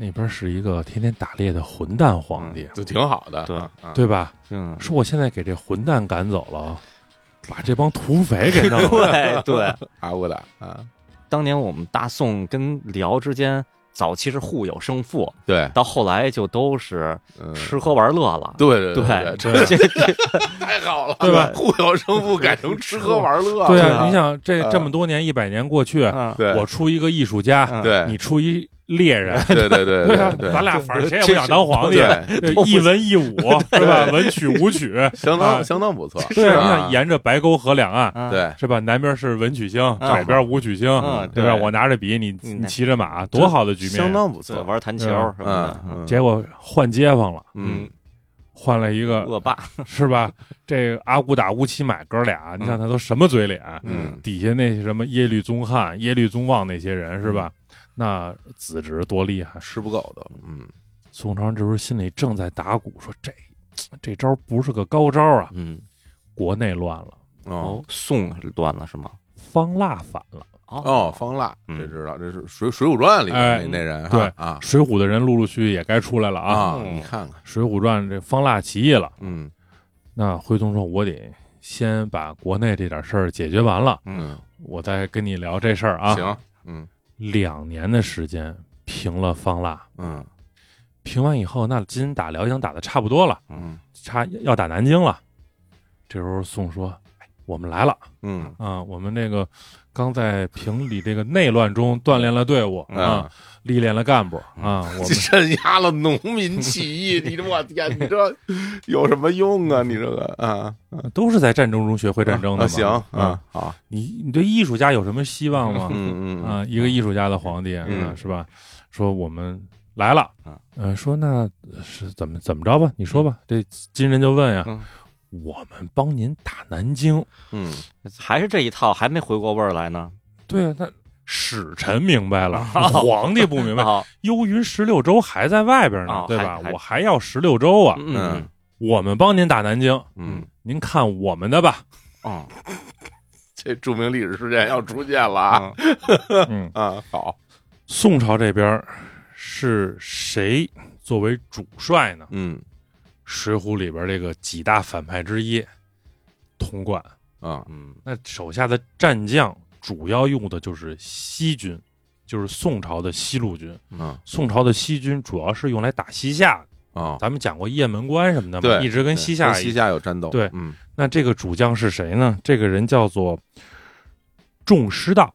Speaker 3: 那边是一个天天打猎的混蛋皇帝，
Speaker 1: 嗯就挺好的，
Speaker 2: 对
Speaker 1: 啊，啊
Speaker 3: 哎对吧？
Speaker 2: 嗯，
Speaker 3: 说我现在给这混蛋赶走
Speaker 1: 嗯
Speaker 3: 了，把这帮土匪给弄
Speaker 2: 对
Speaker 3: 了。
Speaker 2: 对，
Speaker 1: 阿乌的啊，
Speaker 2: 当年我们大宋跟辽之间早期是互有胜负，
Speaker 1: 对，
Speaker 2: 到后来就都是
Speaker 1: 嗯，
Speaker 2: 吃喝玩乐了。
Speaker 1: 对对
Speaker 2: 对
Speaker 1: 这
Speaker 2: 这这
Speaker 1: 太好了，
Speaker 3: 对吧
Speaker 1: 互有胜负改成吃喝玩乐，
Speaker 3: 对
Speaker 1: 啊
Speaker 3: 啊，你想这
Speaker 1: 啊
Speaker 3: 这么多年，一百年过去，
Speaker 2: 嗯
Speaker 1: 对，
Speaker 3: 我出一个艺术家，
Speaker 2: 嗯
Speaker 1: 对
Speaker 3: 你出一猎人。啊
Speaker 1: 对对对对对，
Speaker 3: 咱俩反正谁也不想当皇帝，
Speaker 1: 对
Speaker 3: 对一文一武是吧？文曲武曲，
Speaker 1: 相
Speaker 3: 啊
Speaker 1: 当相当不错，
Speaker 3: 对，你
Speaker 1: 啊
Speaker 3: 想沿着白沟河两岸
Speaker 4: 啊，
Speaker 1: 对，
Speaker 3: 是吧？南边是文曲星，北边武曲星
Speaker 4: 嗯，
Speaker 3: 对
Speaker 4: 对
Speaker 3: 吧？我拿着笔，你
Speaker 4: 嗯
Speaker 3: 你骑着马，多好的局
Speaker 1: 相
Speaker 3: 面！
Speaker 1: 当不
Speaker 4: 对
Speaker 1: 错，
Speaker 4: 玩弹球
Speaker 3: 嗯
Speaker 4: 什么的，
Speaker 1: 嗯
Speaker 3: 结果换街坊了，
Speaker 1: 嗯
Speaker 3: 换了一个
Speaker 4: 恶霸
Speaker 3: 是吧？这个阿骨打乌齐买哥俩，你想他都什么嘴脸？啊
Speaker 1: 嗯
Speaker 3: 底下那些什么耶律宗翰、耶律宗望那些人是吧？那子侄多厉害！
Speaker 1: 吃不够的，嗯
Speaker 3: 宋朝这时候心里正在打鼓，说这这招不是个高招啊！
Speaker 2: 嗯，
Speaker 3: 国内乱了，
Speaker 1: 哦。，
Speaker 2: 宋乱了是吗？
Speaker 3: 方腊反了，
Speaker 1: 哦，方腊，
Speaker 2: 嗯
Speaker 1: 这知道，这是《水水浒传》里
Speaker 3: 哎
Speaker 1: 面那那人
Speaker 3: 对
Speaker 1: 哈啊
Speaker 3: 水浒的人陆陆续续也该出来了啊！
Speaker 1: 啊，
Speaker 4: 嗯
Speaker 1: 你看看，
Speaker 3: 水浒传》这方腊起义了。
Speaker 1: 嗯
Speaker 3: 那徽宗说：“我得先把国内这点事儿解决完了，
Speaker 1: 嗯，
Speaker 3: 我再跟你聊这事儿啊。”，
Speaker 1: 行，嗯
Speaker 3: 两年的时间平了方腊，
Speaker 1: 嗯
Speaker 3: 平完以后，那金打辽已经打的差不多了，
Speaker 1: 嗯
Speaker 3: 差要打南京了。这时候宋说：“哎，我们来了
Speaker 1: 嗯
Speaker 3: 啊！我们这个刚在平里这个内乱中锻炼了队伍
Speaker 1: 嗯
Speaker 3: 啊，，历练了干部啊， 我们
Speaker 1: 镇压了农民起义，你这我天，你这有什么用啊？你这个啊，
Speaker 3: 都是在战争中学会战争的
Speaker 1: 啊
Speaker 3: 嘛。
Speaker 1: 行
Speaker 3: 啊，
Speaker 1: 啊，好，
Speaker 3: 你你对艺术家有什么希望吗？
Speaker 1: 嗯嗯
Speaker 3: 啊，一个艺术家的皇帝，
Speaker 1: 嗯
Speaker 3: 啊是吧？说我们来了
Speaker 4: 嗯，
Speaker 3: 嗯，说那是怎么怎么着吧？你说吧。这金人就问呀
Speaker 4: 嗯，
Speaker 3: 我们帮您打南京，
Speaker 1: 嗯
Speaker 2: 还是这一套，还没回过味儿来呢。
Speaker 3: 对啊，那使臣明白了，皇帝不明 白，
Speaker 2: 啊，
Speaker 3: 幽云十六州还在外边呢
Speaker 2: 哦，
Speaker 3: 对吧
Speaker 2: 还？还
Speaker 3: 我还要十六州啊，
Speaker 2: 嗯嗯
Speaker 1: 嗯
Speaker 3: 我们帮您打南京，
Speaker 1: 嗯，
Speaker 3: 您看我们的吧。
Speaker 4: 哦
Speaker 1: 这著名历史事件要出现了啊
Speaker 3: 嗯，
Speaker 1: 啊，好，
Speaker 3: 宋朝这边是谁作为主帅呢？
Speaker 1: 嗯
Speaker 3: 水浒里边这个几大反派之一，童贯。
Speaker 1: 啊
Speaker 4: 嗯
Speaker 3: 那手下的战将主要用的就是西军，就是宋朝的西路军。
Speaker 1: 嗯
Speaker 3: 宋朝的西军主要是用来打西夏，
Speaker 1: 啊，
Speaker 3: 咱们讲过雁门关什么的嘛，
Speaker 1: 对
Speaker 3: 一直跟西夏。
Speaker 1: 西夏有战斗，
Speaker 3: 对
Speaker 1: 嗯
Speaker 3: 那这个主将是谁呢？这个人叫做仲师道，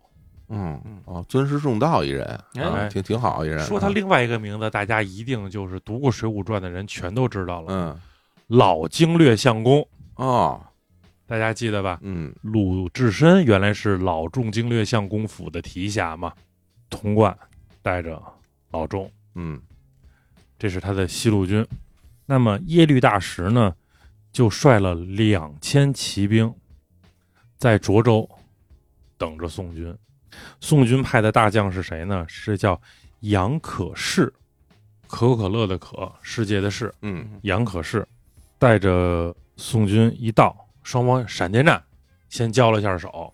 Speaker 1: 嗯哦，尊师重道一人，啊
Speaker 3: 哎
Speaker 1: 挺挺好一人，啊
Speaker 3: 说他另外一个名字，大家一定就是读过《水浒传》的人全都知道了，
Speaker 1: 嗯
Speaker 3: 老经略相公，
Speaker 1: 哦
Speaker 3: 大家记得吧？
Speaker 1: 嗯
Speaker 3: 鲁智深原来是老众经略相公府的提辖嘛，童贯带着老众，
Speaker 1: 嗯
Speaker 3: 这是他的西路军。那么耶律大石呢，就率了两千骑兵，在涿州等着宋军。宋军派的大将是谁呢？是叫杨可士，可口可乐的可，世界的世，
Speaker 1: 嗯
Speaker 3: 杨可士带着宋军一到，双方闪电战，先交了下手，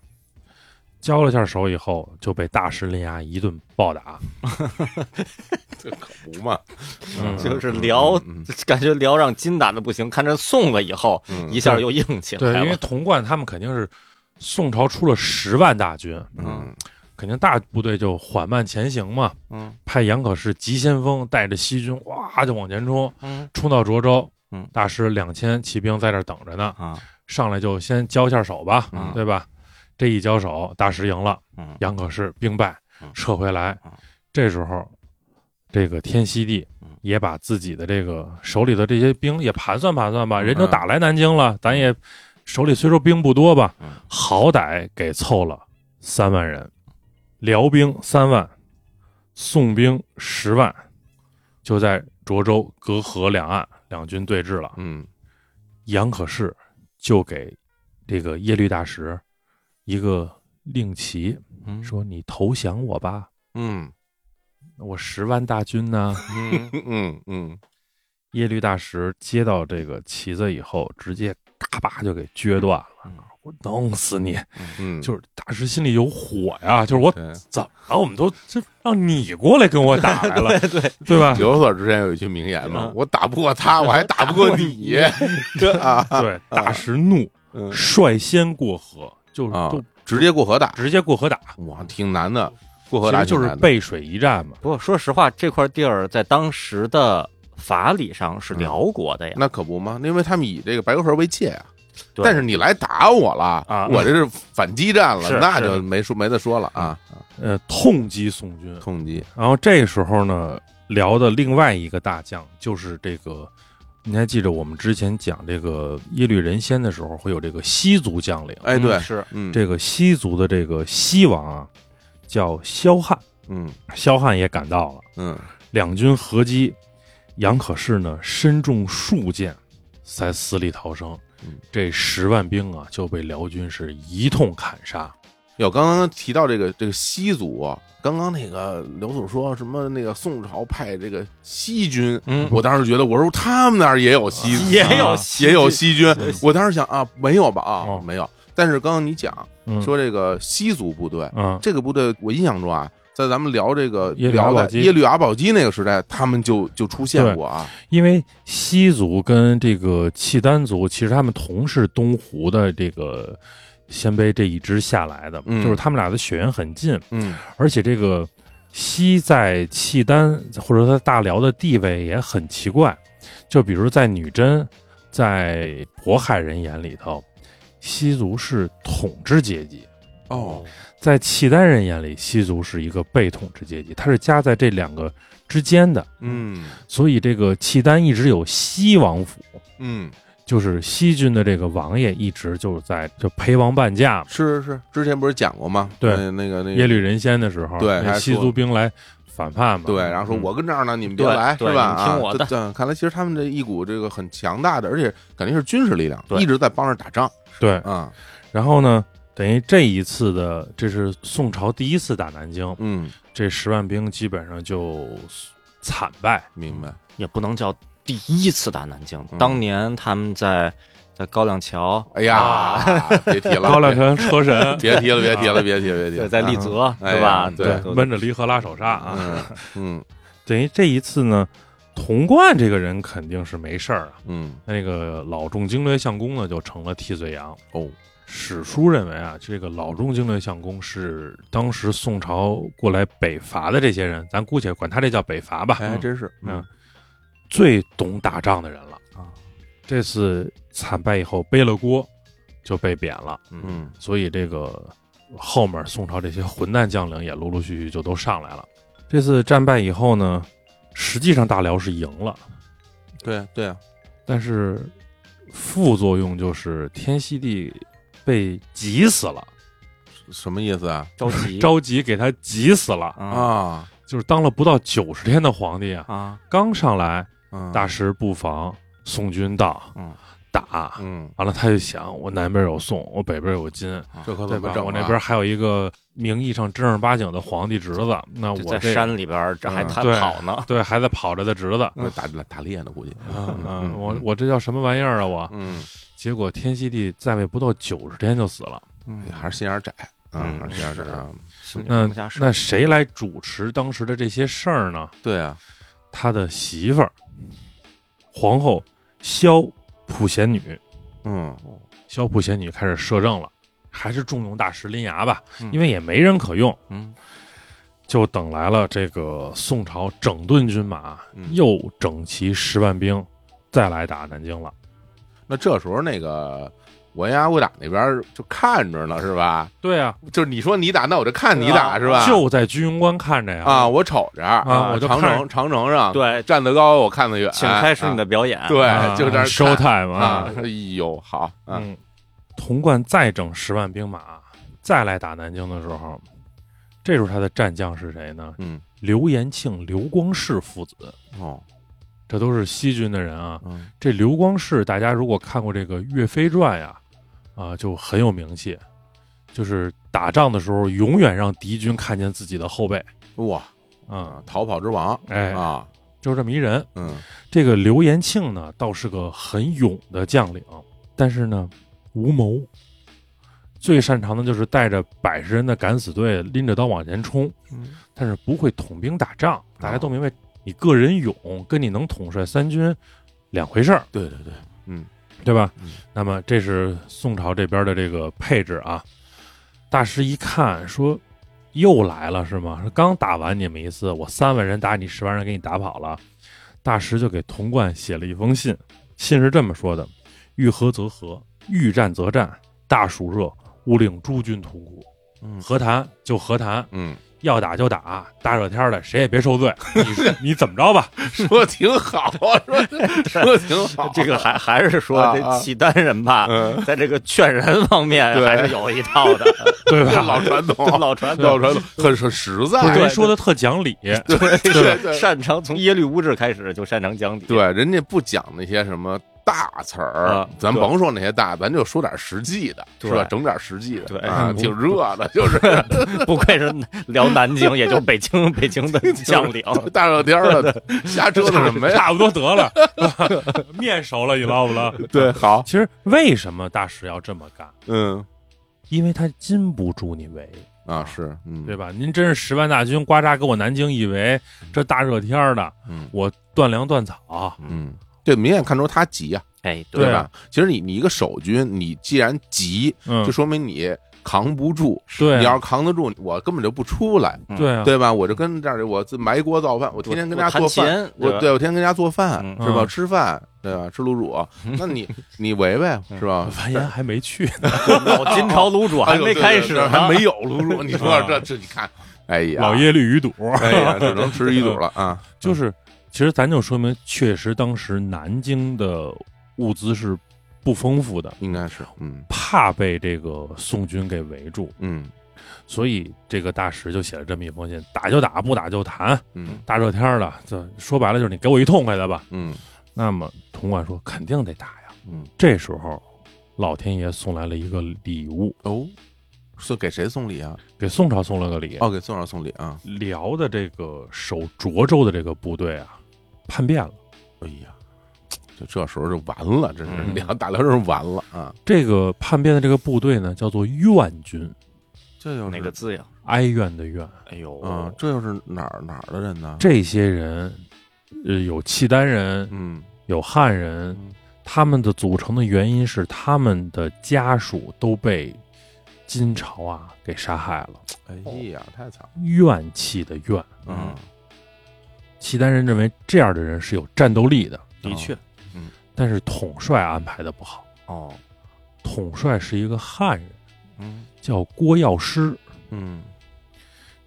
Speaker 3: 交了下手以后就被大石林牙一顿暴打。
Speaker 1: 这可不嘛，
Speaker 3: 嗯
Speaker 2: 就是辽
Speaker 1: 嗯
Speaker 2: 感觉辽让金打的不行，看这宋了以后，
Speaker 1: 嗯
Speaker 2: 一下又硬起
Speaker 3: 对，
Speaker 2: 来
Speaker 3: 因为
Speaker 2: 了。
Speaker 3: 童贯他们肯定是宋朝出了十万大军，
Speaker 1: 嗯
Speaker 3: 肯定大部队就缓慢前行嘛。
Speaker 4: 嗯
Speaker 3: 派杨可士急先锋带着西军哇就往前冲，
Speaker 4: 嗯
Speaker 3: 冲到涿州，
Speaker 4: 嗯
Speaker 3: 大石两千骑兵在这儿等着呢，
Speaker 4: 啊
Speaker 3: 上来就先交下手吧，
Speaker 4: 嗯
Speaker 3: 对吧？这一交手，大石赢了。
Speaker 4: 嗯
Speaker 3: 杨可士兵败
Speaker 4: 嗯，
Speaker 3: 撤回来
Speaker 4: 嗯。
Speaker 3: 这时候，这个天熙帝
Speaker 4: 嗯
Speaker 3: 也把自己的这个手里的这些兵也盘算盘算吧，
Speaker 1: 嗯
Speaker 3: 人都打来南京了，咱也手里虽说兵不多吧
Speaker 4: 嗯，
Speaker 3: 好歹给凑了三万人，辽兵三万，宋兵十万，就在涿州隔河两岸两军对峙了。
Speaker 1: 嗯
Speaker 3: 杨可士就给这个耶律大石一个令旗，
Speaker 4: 嗯
Speaker 3: 说你投降我吧，
Speaker 1: 嗯
Speaker 3: 我十万大军 呢。
Speaker 4: 嗯
Speaker 1: 嗯嗯
Speaker 3: 耶律大石接到这个旗子以后，直接嘎巴就给撅断了
Speaker 4: 嗯。
Speaker 3: 我弄死你！
Speaker 1: 嗯，
Speaker 3: 就是大石心里有火呀，就是我
Speaker 1: 对
Speaker 3: 怎么了？我们都这让你过来跟我打 来了，对对吧？
Speaker 1: 刘所之前有一句名言嘛
Speaker 2: 嗯，
Speaker 1: 我打不过他，我还打不过你 啊，
Speaker 3: 对，大石怒，
Speaker 1: 嗯
Speaker 3: 率先过河，就是
Speaker 1: 啊
Speaker 3: 都，
Speaker 1: 直接过河打，
Speaker 3: 直接过河打，
Speaker 1: 哇，挺难的，过河
Speaker 3: 其
Speaker 1: 打
Speaker 3: 实就
Speaker 1: 挺
Speaker 3: 是
Speaker 1: 难的
Speaker 3: 背水一战嘛。
Speaker 2: 不过说实话，这块地儿在当时
Speaker 1: 嗯
Speaker 2: 的法理上是辽国的呀。
Speaker 1: 那可不嘛，因为他们以这个白沟河为界啊，
Speaker 2: 对
Speaker 1: 但是你来打我了，
Speaker 3: 啊
Speaker 1: 我这是反击战了，
Speaker 2: 是
Speaker 1: 那
Speaker 2: 是
Speaker 1: 就没说没得说了啊，
Speaker 3: 呃，痛击宋军。
Speaker 1: 痛击
Speaker 3: 然后这时候呢，聊的另外一个大将就是这个，你还记着我们之前讲这个耶律仁先的时候，会有这个西族将领，
Speaker 1: 哎对
Speaker 2: 嗯是
Speaker 1: 嗯
Speaker 3: 这个西族的这个西王啊，叫萧汉，
Speaker 1: 嗯
Speaker 3: 萧汉也赶到了，
Speaker 1: 嗯
Speaker 3: 两军合击，杨可士呢身中数箭，才死里逃生
Speaker 1: 嗯。
Speaker 3: 这十万兵啊，就被辽军是一通砍杀。
Speaker 1: 哟，刚刚提到这个这个西族啊，刚刚那个刘总说什么那个宋朝派这个西军，
Speaker 3: 嗯
Speaker 1: 我当时觉得我说他们那儿也有西
Speaker 3: 啊
Speaker 2: 也
Speaker 1: 啊
Speaker 2: 有
Speaker 1: 也有
Speaker 2: 戏
Speaker 1: 西军
Speaker 2: 对，
Speaker 1: 我当时想啊没有吧啊
Speaker 3: 哦
Speaker 1: 没有，但是刚刚你讲
Speaker 3: 嗯
Speaker 1: 说这个西族部队，
Speaker 3: 嗯，
Speaker 1: 这个部队我印象中啊。在咱们聊这个
Speaker 3: 耶律阿
Speaker 1: 聊
Speaker 3: 保
Speaker 1: 的
Speaker 3: 机
Speaker 1: 耶律阿保机那个时代，他们就就出现
Speaker 3: 对
Speaker 1: 过啊，
Speaker 3: 因为西族跟这个契丹族，其实他们同是东胡的这个鲜卑这一支下来的，
Speaker 1: 嗯
Speaker 3: 就是他们俩的血缘很近，
Speaker 1: 嗯
Speaker 3: 而且这个西在契丹或者说在大辽的地位也很奇怪，就比如在女真，在渤海人眼里头，西族是统治阶级。
Speaker 1: 哦，
Speaker 3: 在契丹人眼里，西族是一个被统治阶级，它是夹在这两个之间的。，
Speaker 1: 嗯
Speaker 3: 所以这个契丹一直有西王府，
Speaker 1: 嗯，
Speaker 3: 就是西军的这个王爷一直就在就陪王伴驾。
Speaker 1: 是是是，之前不是讲过吗？
Speaker 3: 对
Speaker 1: 那那个那
Speaker 3: 耶
Speaker 1: 个，
Speaker 3: 律仁先的时候，
Speaker 1: 对
Speaker 3: 那
Speaker 1: 还
Speaker 3: 西
Speaker 1: 说
Speaker 3: 族兵来反叛嘛，
Speaker 1: 对，然后说
Speaker 3: 嗯
Speaker 1: 我跟这儿呢，你们别
Speaker 2: 对
Speaker 1: 来，是
Speaker 2: 对
Speaker 1: 吧？
Speaker 2: 你听
Speaker 1: 啊
Speaker 2: 我
Speaker 1: 这
Speaker 2: 的
Speaker 1: 这看来其实他们这一股这个很强大的，而且感觉是军事力量，
Speaker 2: 对
Speaker 1: 一直在帮着打仗
Speaker 3: 对，
Speaker 1: 啊，
Speaker 3: 然后呢，等于这一次的这是宋朝第一次打南京，
Speaker 1: 嗯，
Speaker 3: 这十万兵基本上就惨 败，
Speaker 1: 明白，
Speaker 2: 也不能叫第一次打南京
Speaker 1: 嗯，
Speaker 2: 当年他们在在高亮桥，啊
Speaker 1: 哎呀， 别提了，
Speaker 3: 高粱城车神
Speaker 1: 别别提了，别提了，别提了，别提了，
Speaker 2: 对，在立
Speaker 1: 啊，
Speaker 2: 泽，
Speaker 1: 哎
Speaker 2: 对吧？
Speaker 1: 呀对
Speaker 3: 对
Speaker 2: 都
Speaker 3: 闷着离合拉手刹啊，
Speaker 1: 嗯
Speaker 3: 等于这一次呢，童贯这个人肯定是没事儿啊。
Speaker 1: 嗯
Speaker 3: 那个老众经略相公呢，就成了替罪羊。
Speaker 1: 哦，
Speaker 3: 史书认为啊，这个老众经略相公是当时宋朝过来北伐的这些人，咱姑且管他这叫北伐吧，
Speaker 1: 哎，还真是，
Speaker 3: 嗯，最懂打仗的人了
Speaker 1: 啊。
Speaker 3: 这次惨败以后背了锅，就被贬了。
Speaker 1: 嗯
Speaker 3: 所以这个后面宋朝这些混蛋将领也陆陆续续就都上来了。这次战败以后呢，实际上大辽是赢了，
Speaker 1: 对对啊，
Speaker 3: 但是副作用就是天熙帝被急死了，
Speaker 1: 什么意思啊？
Speaker 2: 着急
Speaker 3: 着急给他急死了，
Speaker 2: 啊
Speaker 1: 啊
Speaker 3: 就是当了不到九十天的皇帝啊，
Speaker 2: 啊，
Speaker 3: 刚上来
Speaker 1: 嗯
Speaker 3: 大食不防，宋军到，
Speaker 2: 嗯
Speaker 3: 打，
Speaker 1: 嗯，
Speaker 3: 完了他就想，我南边有宋，我北边有金，
Speaker 1: 这可
Speaker 3: 对
Speaker 1: 怎么
Speaker 3: 吧？
Speaker 1: 整啊？
Speaker 3: 我那边还有一个名义上正儿八经的皇帝侄子，那
Speaker 2: 就
Speaker 3: 我
Speaker 2: 在
Speaker 3: 这
Speaker 2: 山里边儿，这还
Speaker 1: 嗯
Speaker 2: 他
Speaker 3: 对
Speaker 2: 跑呢，
Speaker 3: 对还在跑着的侄子，
Speaker 1: 那嗯打打猎呢，估计，
Speaker 3: 嗯
Speaker 1: 嗯
Speaker 3: 嗯，我我这叫什么玩意儿啊？我
Speaker 1: 嗯，
Speaker 3: 结果天熙帝在位不到九十天就死了，
Speaker 1: 哎还是心眼儿窄啊，
Speaker 2: 嗯
Speaker 1: 还是心眼儿窄
Speaker 2: 是
Speaker 1: 啊，
Speaker 2: 是
Speaker 3: 那
Speaker 2: 家事
Speaker 3: 嗯那谁来主持当时的这些事儿呢？
Speaker 1: 对啊，
Speaker 3: 他的媳妇儿，皇后萧普贤女，
Speaker 1: 嗯，
Speaker 3: 萧普贤女开始摄政了，还是重用大石林牙吧，
Speaker 1: 嗯
Speaker 3: 因为也没人可用，
Speaker 1: 嗯，
Speaker 3: 就等来了这个宋朝整顿军马，
Speaker 1: 嗯
Speaker 3: 又整齐十万兵，再来打南京了。
Speaker 1: 那这时候那个文牙武打那边儿就看着呢，是吧？
Speaker 3: 对啊，
Speaker 1: 就是你说你打，那我就看你打，
Speaker 2: 啊
Speaker 1: 是吧？
Speaker 3: 就在居庸关看着呀。
Speaker 1: 啊，，我瞅着
Speaker 3: 啊我就
Speaker 1: 长
Speaker 3: 看
Speaker 1: 城长城上
Speaker 2: 对
Speaker 1: 站得高，我看得远，
Speaker 2: 请开始你
Speaker 1: 的
Speaker 2: 的表演，
Speaker 1: 啊对，
Speaker 3: 啊
Speaker 1: 就在那儿
Speaker 3: show
Speaker 1: 看
Speaker 3: time
Speaker 1: 啊，哎呦，好，啊，
Speaker 3: 嗯，童贯再整十万兵马，再来打南京的时候，这时候他的战将是谁呢？
Speaker 1: 嗯，
Speaker 3: 刘延庆、刘光世父子，
Speaker 1: 哦，
Speaker 3: 这都是西军的人啊。
Speaker 1: 嗯，
Speaker 3: 这刘光世，大家如果看过这个《岳飞传》呀，啊，就很有名气，就是打仗的时候永远让敌军看见自己的后背
Speaker 1: 哇，
Speaker 3: 啊、
Speaker 1: 逃跑之王，
Speaker 3: 哎
Speaker 1: 啊，
Speaker 3: 就这么一人。
Speaker 1: 嗯，
Speaker 3: 这个刘延庆呢，倒是个很勇的将领，但是呢，无谋，最擅长的就是带着百十人的敢死队，拎着刀往前冲，
Speaker 1: 嗯啊
Speaker 3: 但是不会统兵打仗。大家都明白，你个人勇跟你能统帅三军两回事儿，
Speaker 1: 对对对，嗯，
Speaker 3: 对吧？
Speaker 1: 嗯
Speaker 3: 那么这是宋朝这边的这个配置啊。大师一看说。又来了是吗？说刚打完你们一次，我三万人打你十万人，给你打跑了。大师就给童贯写了一封信，信是这么说的：“欲和则和，欲战则战，大暑热，勿令诸军同苦。
Speaker 1: 嗯
Speaker 3: 和谈就和谈，
Speaker 1: 嗯，
Speaker 3: 要打就打，大热天的谁也别受 罪。你你怎么着吧？
Speaker 1: 说挺好，说说挺好，
Speaker 2: 这个还还是
Speaker 1: 啊
Speaker 2: 说
Speaker 1: 啊
Speaker 2: 这契丹人吧，
Speaker 1: 嗯
Speaker 2: 在这个劝人方面
Speaker 1: 对
Speaker 2: 还是有一套的，
Speaker 3: 对
Speaker 1: 这
Speaker 3: 吧？
Speaker 1: 老传统，
Speaker 2: 老传统。
Speaker 1: 老传统，很很实在，
Speaker 3: 不是 人
Speaker 1: 对
Speaker 3: 说的特讲理，
Speaker 1: 对对
Speaker 2: 擅长从耶律乌质开始就擅长讲理，
Speaker 1: 对，人家不讲那些什么大词儿
Speaker 2: 啊，
Speaker 1: 咱
Speaker 2: 对
Speaker 1: 甭说那些大，咱就说点实际的，是
Speaker 2: 对
Speaker 1: 吧？整点实际的，
Speaker 2: 对
Speaker 1: 啊，
Speaker 3: 嗯
Speaker 1: 挺热 的，就是
Speaker 2: 不愧是聊南京，也就是北京北京的将领。
Speaker 1: 大热天儿 的，瞎折腾什么呀？
Speaker 3: 差不多得 了， 面熟了，你捞不捞？
Speaker 1: 对，好，
Speaker 3: 其实为什么大使要这么干？
Speaker 1: 嗯，
Speaker 3: 因为他禁不住你围，
Speaker 1: 啊是，嗯，
Speaker 3: 对吧？您真是十万大军刮嚓给我南京一围，这大热天儿的，
Speaker 1: 嗯
Speaker 3: 我断粮断草，
Speaker 1: 嗯，这明显看出他急呀，
Speaker 2: 哎，
Speaker 3: 对啊
Speaker 1: 吧？其实你你一个守军，你既然急，
Speaker 3: 嗯
Speaker 1: 就，说明你扛不住。
Speaker 3: 对
Speaker 1: 你要
Speaker 3: 啊，
Speaker 1: 是扛得住，我根本就不出来，
Speaker 3: 对啊，
Speaker 1: 对吧？我就跟这儿，我自埋锅造饭，我天天跟家
Speaker 2: 我弹
Speaker 1: 做饭，
Speaker 2: 琴，
Speaker 1: 我
Speaker 2: 吧
Speaker 1: 对我天天跟家做饭，
Speaker 2: 嗯
Speaker 1: 是吧？
Speaker 3: 嗯
Speaker 1: 吃饭，对吧？吃卤 煮，那你你围呗，是吧？
Speaker 3: 完颜还没去呢，
Speaker 2: 老嗯金朝卤煮还
Speaker 1: 哎呦
Speaker 2: 没
Speaker 1: 对
Speaker 2: 开
Speaker 1: 对
Speaker 2: 始
Speaker 1: 对
Speaker 2: 呢，嗯
Speaker 1: 还没有卤煮，你说
Speaker 3: 啊
Speaker 1: 这这你看，哎呀，
Speaker 3: 老耶律余堵，
Speaker 1: 哎呀， 只能吃一肚了啊！
Speaker 3: 就是，其实咱就说明，确实当时南京的物资是不丰富的，
Speaker 1: 应该是，嗯
Speaker 3: 怕被这个宋军给围住，
Speaker 1: 嗯
Speaker 3: 所以这个大使就写了这么一封信：打就打，不打就谈。
Speaker 1: 嗯
Speaker 3: 大热天儿的，这说白了就是你给我一痛快的吧。
Speaker 1: 嗯
Speaker 3: 那么潼关说肯定得打呀。
Speaker 1: 嗯，
Speaker 3: 这时候，老天爷送来了一个礼物，
Speaker 1: 哦，是给谁送礼啊？
Speaker 3: 给宋朝送了个礼。
Speaker 1: 哦，给宋朝送礼啊！
Speaker 3: 辽的这个守涿州的这个部队啊，叛变了。
Speaker 1: 哎呀，就这时候就完了，这是
Speaker 2: 嗯
Speaker 1: 两打辽人完了啊！
Speaker 3: 这个叛变的这个部队呢，叫做愿军，
Speaker 1: 这又
Speaker 2: 哪个
Speaker 1: 是
Speaker 2: 字呀？
Speaker 3: 哀怨的怨。
Speaker 2: 哎呦，
Speaker 1: 啊？这又是哪儿哪儿的人呢？
Speaker 3: 这些人，呃，有契丹人，
Speaker 1: 嗯
Speaker 3: 有汉人，他们的组成的原因是他们的家属都被金朝啊给杀害了，
Speaker 1: 哎呀，太惨了！
Speaker 3: 怨气的怨。
Speaker 1: 嗯
Speaker 3: 契丹人认为这样的人是有战斗力的，
Speaker 1: 嗯
Speaker 2: 的确，
Speaker 3: 但是统帅安排的不好。
Speaker 1: 哦
Speaker 3: 统帅是一个汉人，
Speaker 1: 嗯
Speaker 3: 叫郭药师。
Speaker 1: 嗯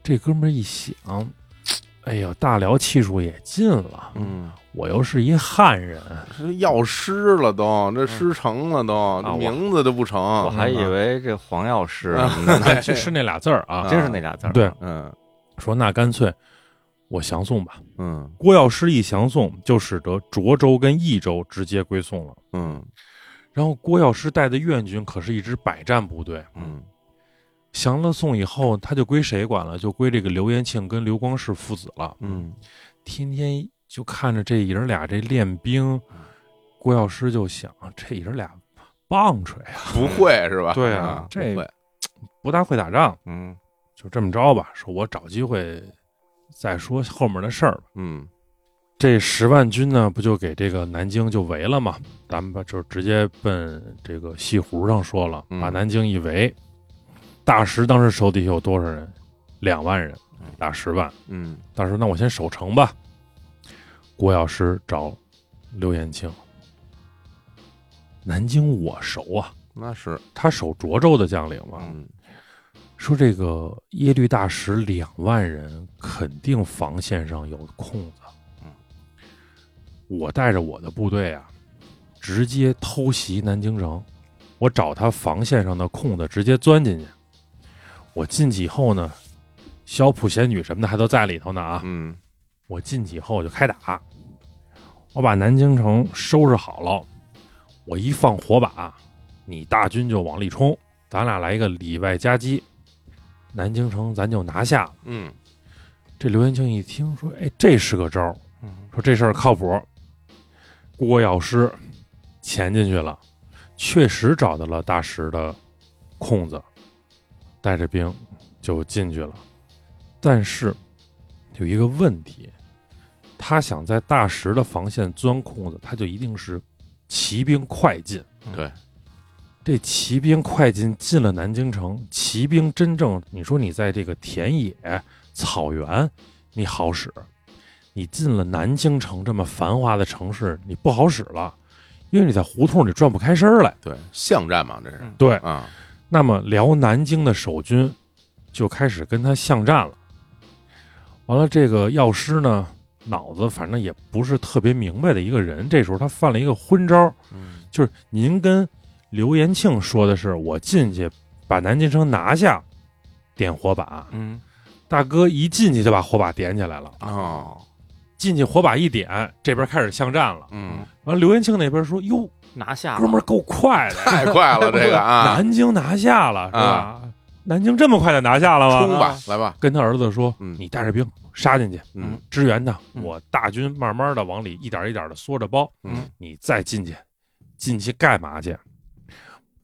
Speaker 3: 这哥们儿一想，哎呦，大辽气数也尽了，
Speaker 1: 嗯，
Speaker 3: 我又是一汉人，
Speaker 1: 这药师了都，这师成了都，这
Speaker 2: 我
Speaker 1: 名字都不成。
Speaker 2: 我还以为这黄药师
Speaker 1: 啊
Speaker 2: 什么的，
Speaker 3: 就是那俩字儿啊
Speaker 1: 啊。
Speaker 2: 真是那俩字儿。
Speaker 3: 对，
Speaker 1: 嗯
Speaker 3: 说那干脆我降宋吧。
Speaker 1: 嗯
Speaker 3: 郭药师一降宋，就使得涿州跟益州直接归宋了。
Speaker 1: 嗯
Speaker 3: 然后郭药师带的愿军可是一支百战部队，
Speaker 1: 嗯
Speaker 3: 降了宋以后，他就归谁管了？就归这个刘延庆跟刘光世父子了。
Speaker 1: 嗯
Speaker 3: 天天就看着这爷儿俩这练兵，郭药师就想，这爷儿俩棒槌啊，
Speaker 1: 不会是吧？
Speaker 3: 对啊
Speaker 1: 啊，不
Speaker 3: 这
Speaker 1: 会。
Speaker 3: 不大会打仗，
Speaker 1: 嗯
Speaker 3: 就这么着吧。说我找机会再说后面的事儿吧。
Speaker 1: 嗯
Speaker 3: 这十万军呢，不就给这个南京就围了吗？咱们把就直接奔这个西湖上说了，
Speaker 1: 嗯
Speaker 3: 把南京一围。大石当时手底下有多少人？两万人，打十万。
Speaker 1: 嗯
Speaker 3: 大石，那我先守城吧。郭药师找刘延庆，南京我熟啊，
Speaker 1: 那是
Speaker 3: 他守涿州的将领嘛。
Speaker 1: 嗯
Speaker 3: 说这个耶律大石两万人，肯定防线上有空子。
Speaker 1: 嗯，
Speaker 3: 我带着我的部队啊，直接偷袭南京城，我找他防线上的空子，直接钻进去。我进去以后呢，小普贤女什么的还都在里头呢啊。
Speaker 1: 嗯
Speaker 3: 我进去以后我就开打，我把南京城收拾好了，我一放火把，你大军就往里冲，咱俩来一个里外夹击，南京城咱就拿下了。
Speaker 1: 嗯
Speaker 3: 这刘延庆一听说，哎，这是个招儿，说这事儿靠谱。郭药师潜进去了，确实找到了大石的空子，带着兵就进去了。但是有一个问题，他想在大石的防线钻空子，他就一定是骑兵快进。
Speaker 1: 对，
Speaker 3: 这骑兵快进进了南京城，骑兵真正你说你在这个田野、草原，你好使；你进了南京城这么繁华的城市，你不好使了，因为你在胡同里转不开身儿来。
Speaker 1: 对，巷战嘛，这是
Speaker 2: 嗯
Speaker 3: 对，
Speaker 1: 啊，
Speaker 3: 那么辽南京的守军就开始跟他巷战了。完了，这个药师呢，脑子反正也不是特别明白的一个人，这时候他犯了一个昏招，
Speaker 1: 嗯
Speaker 3: 就是您跟刘延庆说的是我进去把南京城拿下，点火把，
Speaker 1: 嗯
Speaker 3: 大哥一进去就把火把点起来了，
Speaker 1: 哦，
Speaker 3: 进去火把一点，这边开始巷战了。
Speaker 1: 嗯，
Speaker 3: 完了，刘延庆那边说：“哟，
Speaker 2: 拿下
Speaker 3: 哥们儿够快的，
Speaker 1: 太快了这个啊，
Speaker 3: 南京拿下了是吧？南京这么快就拿下了吗？”
Speaker 1: 冲吧，来吧，
Speaker 3: 跟他儿子说：“
Speaker 1: 嗯
Speaker 3: 你带着兵杀进去，
Speaker 1: 嗯
Speaker 3: 支援他，
Speaker 1: 嗯
Speaker 3: 我大军慢慢的往里一点一点的缩着包，
Speaker 1: 嗯
Speaker 3: 你再进去，进去干嘛去？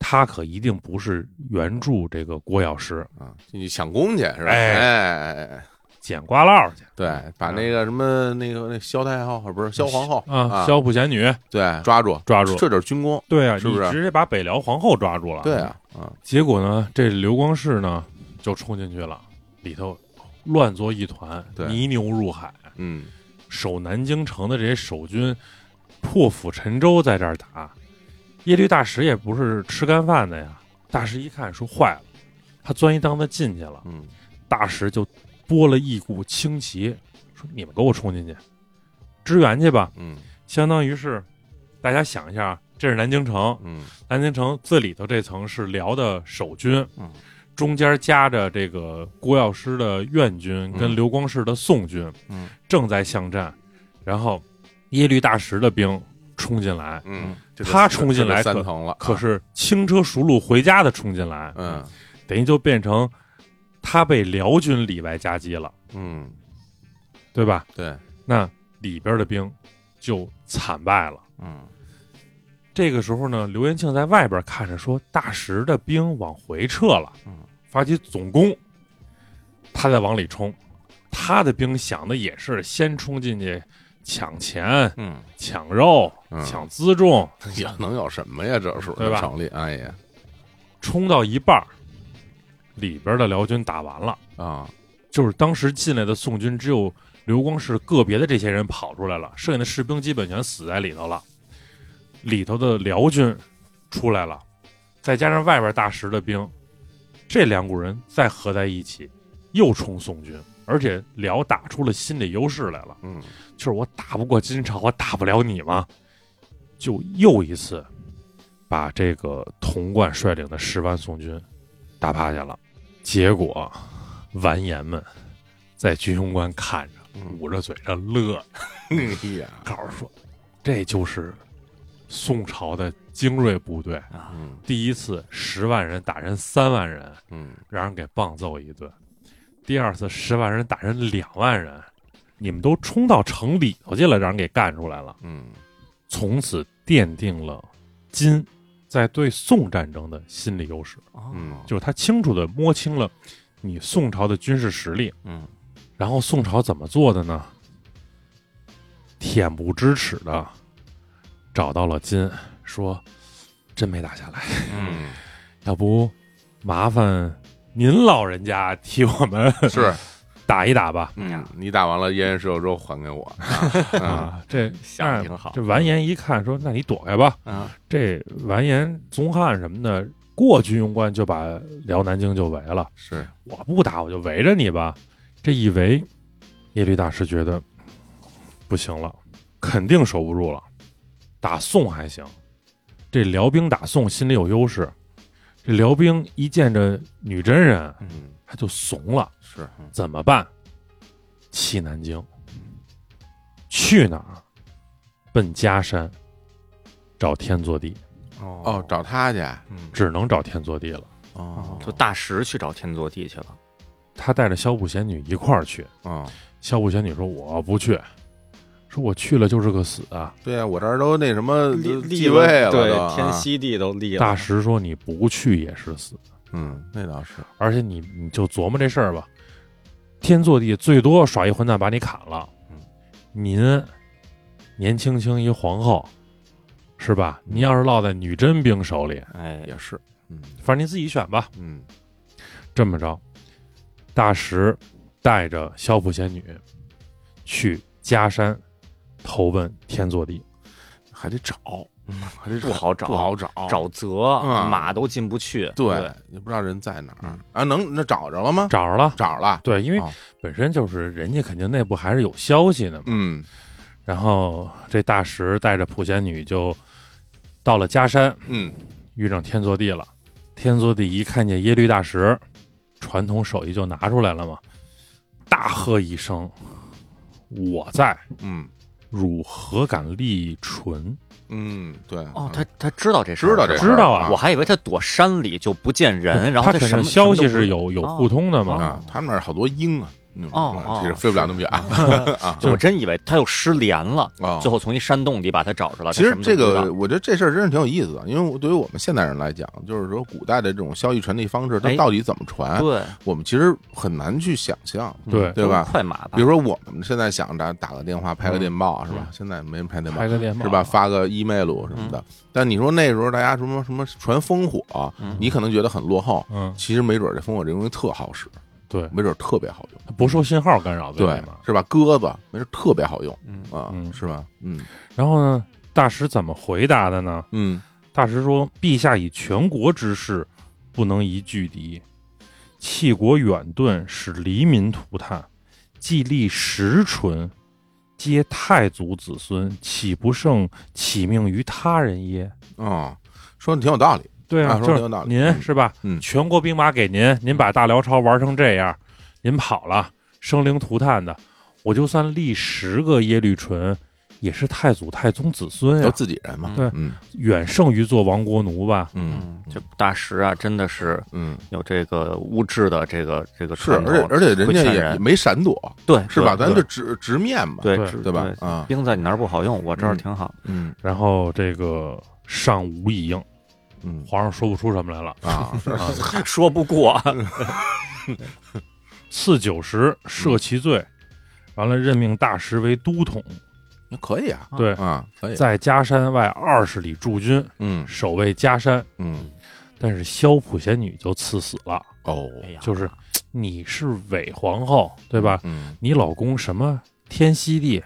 Speaker 3: 他可一定不是援助这个郭药师
Speaker 1: 啊，进去抢功去是吧？
Speaker 3: 哎
Speaker 1: 哎，
Speaker 3: 捡瓜烙去
Speaker 1: 对，把那个什么那个那萧太后不是萧皇后
Speaker 3: 啊，萧普贤女
Speaker 1: 对抓住，
Speaker 3: 抓住。”
Speaker 1: 这就是军功，
Speaker 3: 对啊，
Speaker 1: 是不是
Speaker 3: 你直接把北辽皇后抓住了。
Speaker 1: 对啊，啊，
Speaker 3: 结果呢，这刘光世呢就冲进去了，里头乱作一团，
Speaker 1: 对
Speaker 3: 泥牛入海。
Speaker 1: 嗯
Speaker 3: 守南京城的这些守军破釜沉舟，在这儿打。耶律大石也不是吃干饭的呀，大石一看说坏了，他钻一裆子进去了。
Speaker 1: 嗯
Speaker 3: 大石就拨了一股轻旗，说你们给我冲进去，支援去吧。
Speaker 1: 嗯
Speaker 3: 相当于是，大家想一下啊，这是南京城，
Speaker 1: 嗯
Speaker 3: 南京城最里头这层是辽的守军，
Speaker 1: 嗯
Speaker 3: 中间夹着这个郭药师的院军跟
Speaker 1: 嗯
Speaker 3: 刘光世的宋军，
Speaker 1: 嗯
Speaker 3: 正在巷战，然后耶律大石的兵冲进来，
Speaker 1: 嗯，这就
Speaker 3: 他冲进来
Speaker 1: 这就三
Speaker 3: 可
Speaker 1: 层了，
Speaker 3: 可是轻车熟路回家的冲进来，
Speaker 1: 嗯，
Speaker 3: 等于就变成他被辽军里外夹击了，
Speaker 1: 嗯，
Speaker 3: 对吧？
Speaker 1: 对，
Speaker 3: 那里边的兵就惨败了。
Speaker 1: 嗯
Speaker 3: 这个时候呢，刘延庆在外边看着说，大石的兵往回撤了，
Speaker 1: 嗯，
Speaker 3: 发起总攻，他在往里冲，他的兵想的也是先冲进去抢钱、
Speaker 1: 嗯，
Speaker 3: 抢肉、
Speaker 1: 嗯
Speaker 3: 抢辎重，
Speaker 1: 也能有什么呀？这是
Speaker 3: 对吧
Speaker 1: 成立，哎呀
Speaker 3: 冲到一半儿，里边的辽军打完了，
Speaker 1: 啊，
Speaker 3: 就是当时进来的宋军只有刘光世个别的这些人跑出来了，剩下的士兵基本全死在里头了。里头的辽军出来了，再加上外边大石的兵，这两股人再合在一起，又冲宋军，而且辽打出了心理优势来了，
Speaker 1: 嗯
Speaker 3: 就是我打不过金朝，我打不了你嘛，就又一次把这个童贯率领的十万宋军打趴下了。结果完颜们在军雄关看着，
Speaker 1: 嗯，
Speaker 3: 捂着嘴上乐，
Speaker 1: 哎呀，
Speaker 3: 告诉说，这就是宋朝的精锐部队，
Speaker 1: 嗯
Speaker 3: 第一次十万人打人三万人，
Speaker 1: 嗯
Speaker 3: 让人给棒揍一顿；第二次十万人打人两万人，你们都冲到城里头去了，让人给干出来了。
Speaker 1: 嗯
Speaker 3: 从此奠定了金在对宋战争的心理优势，
Speaker 2: 啊
Speaker 1: 嗯
Speaker 3: 就是他清楚的摸清了你宋朝的军事实力。
Speaker 1: 嗯
Speaker 3: 然后宋朝怎么做的呢？恬不知耻的找到了金，说真没打下来，
Speaker 1: 嗯，
Speaker 3: 要不麻烦您老人家替我们
Speaker 1: 是，
Speaker 3: 打一打吧。
Speaker 2: 哎
Speaker 1: 嗯，你打完了燕人石榴之后还给我啊，
Speaker 3: 啊，这
Speaker 2: 想得挺好
Speaker 3: 这完颜一看说：“那你躲开吧。
Speaker 1: 啊，”
Speaker 3: 这完颜、宗翰什么的过去庸关就把辽南京就围了。
Speaker 1: 是，
Speaker 3: 我不打我就围着你吧。这一围，耶律大师觉得不行了，肯定守不住了。打宋还行，这辽兵打宋心里有优势。这辽兵一见着女真人，
Speaker 1: 嗯，
Speaker 3: 他就怂了，
Speaker 1: 是，嗯
Speaker 3: 怎么办？弃南京，去哪儿？奔嘉山，找天作地，
Speaker 1: 哦，找他去，
Speaker 2: 嗯，
Speaker 3: 只能找天作地了。
Speaker 1: 哦，
Speaker 2: 就大石去找天作地去了，
Speaker 3: 他带着萧部贤女一块儿去，
Speaker 1: 哦，
Speaker 3: 萧部贤女说：“我不去，说我去了就是个死啊。
Speaker 1: 对啊，我这儿都那什么
Speaker 2: 立
Speaker 1: 继位了都，
Speaker 2: 对，
Speaker 1: 啊
Speaker 2: 天，熙帝都立”了。
Speaker 3: 大石说：“你不去也是死，
Speaker 1: 嗯，那倒是，
Speaker 3: 而且你你就琢磨这事儿吧，天作地最多耍一混蛋把你砍了
Speaker 1: 嗯。
Speaker 3: 您年轻轻一皇后，是吧？您要是落在女真兵手里，
Speaker 2: 哎，
Speaker 1: 也是，嗯
Speaker 3: 反正您自己选吧。
Speaker 1: 嗯
Speaker 3: 这么着，大石带着萧普贤女去嘉山投奔天作地。”
Speaker 1: 还得找，还真是
Speaker 2: 不好找
Speaker 1: 不好找，
Speaker 2: 沼泽、
Speaker 1: 嗯
Speaker 2: 马都进不去。
Speaker 1: 对，你不知道人在哪
Speaker 2: 嗯
Speaker 1: 儿啊？能那找着了吗？
Speaker 3: 找着了。
Speaker 1: 找着了，
Speaker 3: 对，因为
Speaker 1: 哦
Speaker 3: 本身就是人家肯定内部还是有消息的嘛。
Speaker 1: 嗯
Speaker 3: 然后这大石带着普贤女就到了嘉山，
Speaker 1: 嗯，
Speaker 3: 遇上天祚帝了。天祚帝一看见耶律大石，传统手艺就拿出来了嘛，大喝一声：“我在，
Speaker 1: 嗯
Speaker 3: 汝何敢立唇
Speaker 1: 嗯，对。
Speaker 2: 哦
Speaker 1: 嗯，
Speaker 2: 他他知道这事儿，
Speaker 1: 知道这
Speaker 2: 是
Speaker 1: 事
Speaker 2: 吧
Speaker 1: 儿
Speaker 3: 知道啊
Speaker 2: 我还以为他躲山里就不见？”人，然后这
Speaker 3: 他肯
Speaker 2: 什么
Speaker 3: 定消息是
Speaker 2: 什么
Speaker 3: 有有
Speaker 2: 哦
Speaker 3: 互通的嘛。
Speaker 1: 啊，他们那儿好多鹰啊，嗯
Speaker 2: 哦哦
Speaker 1: 其实飞不了那么远啊
Speaker 2: 都不知道，就我真以为他又失联了，
Speaker 1: 啊。
Speaker 2: 最后从一山洞里把他找着了。
Speaker 1: 其实
Speaker 2: 他什
Speaker 1: 这
Speaker 2: 么都不知
Speaker 1: 个，
Speaker 2: 道
Speaker 1: 我觉得这事儿真是挺有意思的，因为我对于我们现代人来讲，就是说古代的这种消息传递方式，它
Speaker 2: 哎
Speaker 1: 到底怎么传，
Speaker 2: 对嗯
Speaker 1: 我们其实很难去想象，
Speaker 3: 对
Speaker 1: 对吧？
Speaker 2: 快马吧，
Speaker 1: 比如说我们现在想着打个电话、拍个电报啊是吧
Speaker 3: 嗯？
Speaker 1: 现在没人拍电报
Speaker 3: 拍，个电报
Speaker 1: 是吧？？发个 email 什么的。但你说那时候大家什么什么传烽火
Speaker 2: 嗯，
Speaker 1: 你可能觉得很落后，
Speaker 3: 嗯，
Speaker 1: 其实没准这烽火这东西特好使，
Speaker 3: 对，
Speaker 1: 没准特别好用，
Speaker 3: 不受信号干扰，
Speaker 1: 对
Speaker 3: 吗？
Speaker 1: 是吧？鸽子没准特别好用
Speaker 2: 嗯
Speaker 1: 啊
Speaker 3: 嗯，
Speaker 1: 是吧？嗯
Speaker 3: 然后呢，大石怎么回答的呢？
Speaker 1: 嗯
Speaker 3: 大石说：“陛下以全国之势，不能一拒敌，弃国远遁，使黎民涂炭，既立实纯，皆太祖子孙，岂不胜起命于他人耶
Speaker 1: 哦，说的挺有道理，
Speaker 3: 对
Speaker 1: 啊
Speaker 3: 啊，
Speaker 1: 说
Speaker 3: 就
Speaker 1: 得有道
Speaker 3: 是
Speaker 1: 理
Speaker 3: 您
Speaker 1: 嗯
Speaker 3: 是吧？
Speaker 1: 嗯
Speaker 3: 全国兵马给您，您把大辽朝玩成这样，您跑了，生灵涂炭的，我就算立十个耶律淳，也是太祖太宗子孙
Speaker 1: 都
Speaker 3: 呀，
Speaker 1: 自己人嘛，
Speaker 3: 对
Speaker 1: 嗯
Speaker 3: 远胜于做亡国奴吧？
Speaker 1: 嗯
Speaker 2: 嗯，这大石啊，真的是
Speaker 1: 嗯，
Speaker 2: 有这个物质的这个这个
Speaker 1: 是，
Speaker 2: 传
Speaker 1: 而
Speaker 2: 统
Speaker 1: 且而且人
Speaker 2: 会
Speaker 1: 家
Speaker 2: 劝
Speaker 1: 也也没闪躲，
Speaker 2: 对
Speaker 1: 是吧？咱
Speaker 2: 对
Speaker 1: 就直直面嘛，
Speaker 2: 对
Speaker 3: 对
Speaker 2: 只
Speaker 1: 对吧？啊，
Speaker 2: 兵在你那儿不好用，我这儿
Speaker 1: 嗯
Speaker 2: 挺好。
Speaker 1: 嗯
Speaker 3: 然后这个上无一应，
Speaker 1: 嗯
Speaker 3: 皇上说不出什么来了。
Speaker 1: 啊，是
Speaker 3: 啊，
Speaker 2: 说不过，
Speaker 3: 赐酒食，赦
Speaker 1: 嗯
Speaker 3: 其罪，完了任命大石为都统，
Speaker 1: 可以啊，
Speaker 3: 对，
Speaker 1: 啊，可以，
Speaker 3: 在嘉山外二十里驻军，
Speaker 1: 嗯
Speaker 3: 守卫嘉山。
Speaker 1: 嗯，
Speaker 3: 但是萧普贤女就赐死了，
Speaker 1: 哦，
Speaker 2: 哎呀
Speaker 3: 就是你是伪皇后，对吧？
Speaker 1: 嗯
Speaker 3: 你老公什么天熙帝，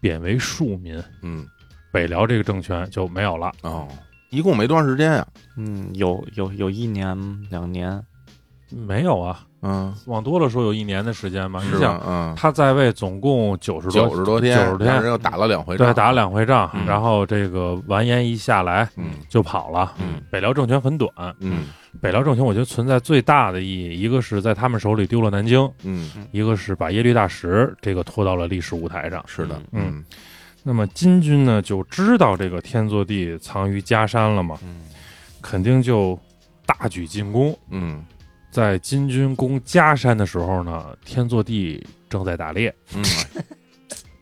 Speaker 3: 贬为庶民，
Speaker 1: 嗯
Speaker 3: 北辽这个政权就没有了。
Speaker 1: 哦，一共没多长时间呀，
Speaker 2: 嗯，有有有一年两年，嗯
Speaker 3: 没有啊，
Speaker 1: 嗯，
Speaker 3: 往多了说有一年的时间吧。
Speaker 1: 是
Speaker 3: 你想
Speaker 1: 吧？，嗯，
Speaker 3: 他在位总共九十多
Speaker 1: 九十多天，
Speaker 3: 90天
Speaker 1: 两人又打了两回仗，
Speaker 3: 对，打了两回仗，
Speaker 1: 嗯
Speaker 3: 然后这个完颜一下来
Speaker 1: 嗯
Speaker 3: 就跑了。
Speaker 1: 嗯
Speaker 3: 北辽政权很短，
Speaker 1: 嗯
Speaker 3: 北辽政权我觉得存在最大的意义，一个是在他们手里丢了南京，
Speaker 1: 嗯，
Speaker 3: 一个是把耶律大石这个拖到了历史舞台上。
Speaker 1: 是的，
Speaker 3: 嗯那么金军呢就知道这个天祚帝藏于嘉山了嘛，
Speaker 2: 嗯
Speaker 3: 肯定就大举进攻。
Speaker 1: 嗯
Speaker 3: 在金军攻嘉山的时候呢，天祚帝正在打猎。
Speaker 1: 嗯，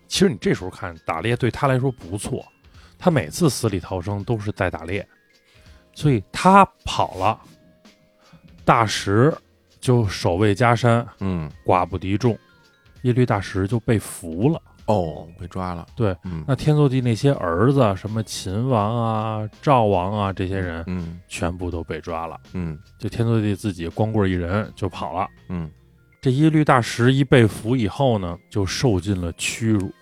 Speaker 3: 其实你这时候看打猎对他来说不错，他每次死里逃生都是在打猎，所以他跑了。大石就守卫嘉山，
Speaker 1: 嗯，
Speaker 3: 寡不敌众，耶律大石就被俘了。
Speaker 1: 哦，被抓了，
Speaker 3: 对，
Speaker 1: 嗯
Speaker 3: 那天祚帝那些儿子，什么秦王啊、赵王啊这些人，
Speaker 1: 嗯
Speaker 3: 全部都被抓了。
Speaker 1: 嗯
Speaker 3: 就天祚帝自己光棍一人就跑了。
Speaker 1: 嗯，
Speaker 3: 这耶律大石一被俘以后呢，就受尽了屈辱，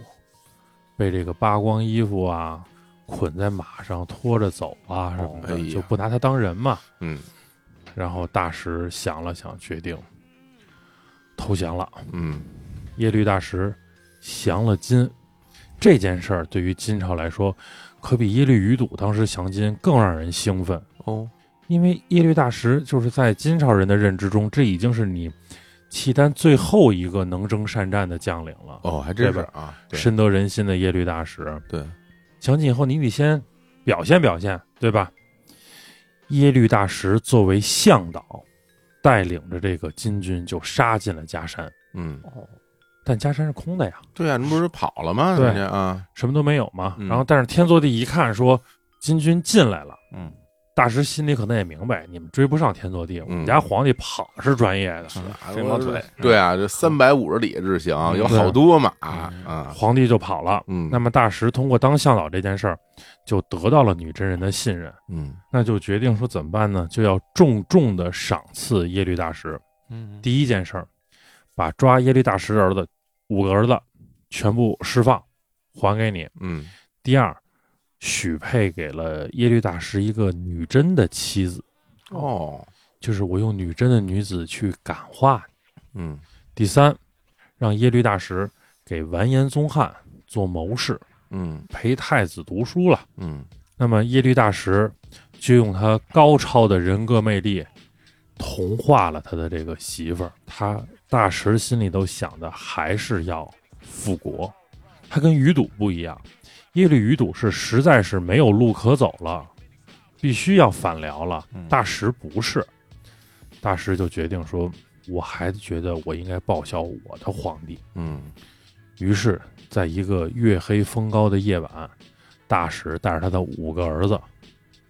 Speaker 3: 被这个扒光衣服啊，捆在马上拖着走啊什么的，
Speaker 1: 哎呀
Speaker 3: 就不拿他当人嘛。
Speaker 1: 嗯
Speaker 3: 然后大石想了想，决定投降了。
Speaker 1: 嗯
Speaker 3: 耶律大石降了金，这件事儿对于金朝来说，可比耶律余睹当时降金更让人兴奋，
Speaker 1: 哦，
Speaker 3: 因为耶律大石就是在金朝人的认知中，这已经是你契丹最后一个能征善战的将领了，
Speaker 1: 哦，还真是啊，对
Speaker 3: 深得人心的耶律大石。
Speaker 1: 对，
Speaker 3: 降金以后，你得先表现表现，对吧？耶律大石作为向导，带领着这个金军就杀进了嘉山，
Speaker 1: 嗯，
Speaker 2: 哦，
Speaker 3: 但嘉山是空的呀。
Speaker 1: 对啊，你不是跑了吗？
Speaker 3: 对
Speaker 1: 人家啊，
Speaker 3: 什么都没有嘛。
Speaker 1: 嗯
Speaker 3: 然后，但是天祚帝一看说金军进来了，
Speaker 2: 嗯，
Speaker 3: 大石心里可能也明白，你们追不上天祚帝，我们
Speaker 1: 嗯
Speaker 3: 家皇帝跑是专业的，
Speaker 2: 飞毛腿，
Speaker 1: 对啊，这三百五十里日行有
Speaker 3: 嗯对
Speaker 1: 好多马啊，
Speaker 3: 皇帝就跑了。
Speaker 1: 嗯，
Speaker 3: 那么大石通过当向导这件事儿，就得到了女真人的信任，
Speaker 1: 嗯
Speaker 3: 那就决定说怎么办呢？就要重重的赏赐耶律大石。
Speaker 2: 嗯，
Speaker 3: 第一件事儿，把抓耶律大石的儿子五个儿子全部释放，还给你。
Speaker 1: 嗯
Speaker 3: 第二，许配给了耶律大石一个女真的妻子，
Speaker 1: 哦，
Speaker 3: 就是我用女真的女子去感化你。
Speaker 1: 嗯
Speaker 3: 第三，让耶律大石给完颜宗翰做谋士，
Speaker 1: 嗯
Speaker 3: 陪太子读书了。
Speaker 1: 嗯
Speaker 3: 那么耶律大石就用他高超的人格魅力，同化了他的这个媳妇儿。他大石心里都想的还是要复国。他跟于堵不一样，耶律于堵是实在是没有路可走了，必须要反辽了
Speaker 2: 嗯。
Speaker 3: 大石不是，大石就决定说，我还觉得我应该报效我的皇帝。
Speaker 1: 嗯
Speaker 3: 于是，在一个月黑风高的夜晚，大石带着他的五个儿子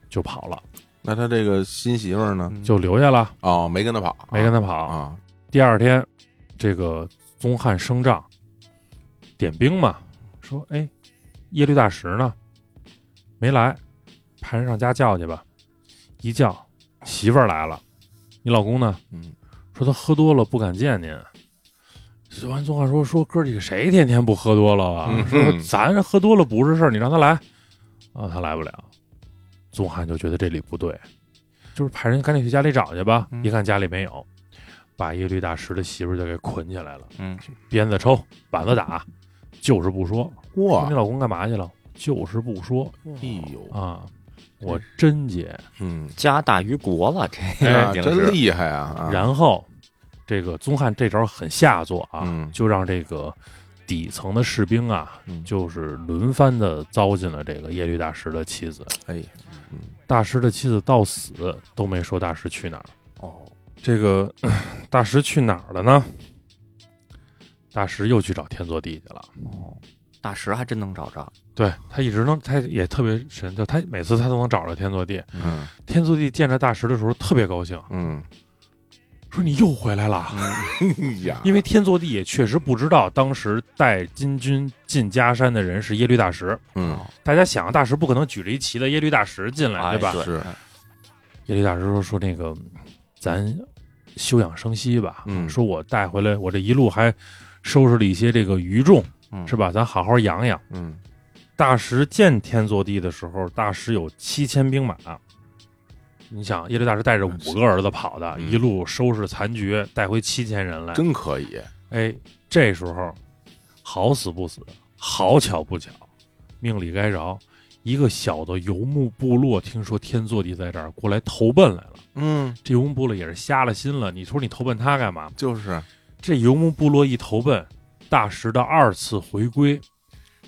Speaker 3: 就跑了，
Speaker 1: 那他这个新媳妇儿
Speaker 2: 嗯
Speaker 1: 呢？
Speaker 3: 就留下了，
Speaker 1: 哦，没跟他跑，
Speaker 3: 没跟他跑。
Speaker 1: 他嗯啊，
Speaker 3: 第二天，这个宗翰升帐，点兵嘛，说：“哎，耶律大石呢？没来，派人上家叫去吧。”一叫，媳妇儿来了，你老公呢？
Speaker 1: 嗯
Speaker 3: 说他喝多了不敢见您。说完，宗翰说：“说哥几个谁天天不喝多了啊？
Speaker 1: 嗯
Speaker 3: 说咱喝多了不是事儿，你让他来啊，他来不了。”宗翰就觉得这里不对，就是派人赶紧去家里找去吧。
Speaker 2: 嗯
Speaker 3: 一看家里没有，把耶律大石的媳妇儿就给捆起来了，
Speaker 2: 嗯，
Speaker 3: 鞭子抽，板子打，就是不说。说
Speaker 1: 哇
Speaker 3: 你，老公干嘛去了？就是不说
Speaker 1: 哎呦，
Speaker 3: 啊！我贞洁。
Speaker 1: 嗯，
Speaker 2: 家大于国了，这
Speaker 1: 哎呀
Speaker 2: 个 简直
Speaker 1: 真
Speaker 2: 是
Speaker 1: 厉害啊！啊
Speaker 3: 然后，这个宗翰这招很下作啊，
Speaker 1: 嗯
Speaker 3: 就让这个底层的士兵啊，
Speaker 1: 嗯
Speaker 3: 就是轮番的糟践了这个耶律大石的妻子。
Speaker 1: 哎，
Speaker 3: 大石的妻子到死都没说大石去哪儿。
Speaker 1: 哦，
Speaker 3: 这个 呃大石去哪儿了呢？大石又去找天祚帝去了。
Speaker 2: 大石还真能找着，
Speaker 3: 对他一直能，他也特别神，就他每次他都能找着天祚帝。
Speaker 1: 嗯
Speaker 3: 天祚帝见着大石的时候特别高兴，
Speaker 1: 嗯，
Speaker 3: 说：“你又回来了。”
Speaker 1: 哎呀，
Speaker 3: 因为天祚帝也确实不知道当时带金军进嘉山的人是耶律大石。
Speaker 1: 嗯
Speaker 3: 大家想，大石不可能举着一旗的耶律大石进来，
Speaker 2: 哎
Speaker 3: 对吧？
Speaker 2: 对
Speaker 1: 是
Speaker 3: 耶律大石说：“说那个，咱休养生息吧。
Speaker 1: 嗯
Speaker 3: 说我带回来，我这一路还收拾了一些这个余众，
Speaker 2: 嗯
Speaker 3: 是吧？咱好好养养。
Speaker 1: 嗯”
Speaker 3: 大石见天祚帝的时候，大石有七千兵马。你想，耶律大石带着五个儿子跑的，
Speaker 1: 嗯
Speaker 3: 一路收拾残局，带回七千人来，
Speaker 1: 真可以，
Speaker 3: 哎，这时候好死不死，好巧不巧，命里该着，一个小的游牧部落听说天祚帝在这儿，过来投奔来了。
Speaker 1: 嗯，
Speaker 3: 这游牧部落也是瞎了心了，你说你投奔他干嘛？
Speaker 1: 就是，
Speaker 3: 这游牧部落一投奔，大石的二次回归，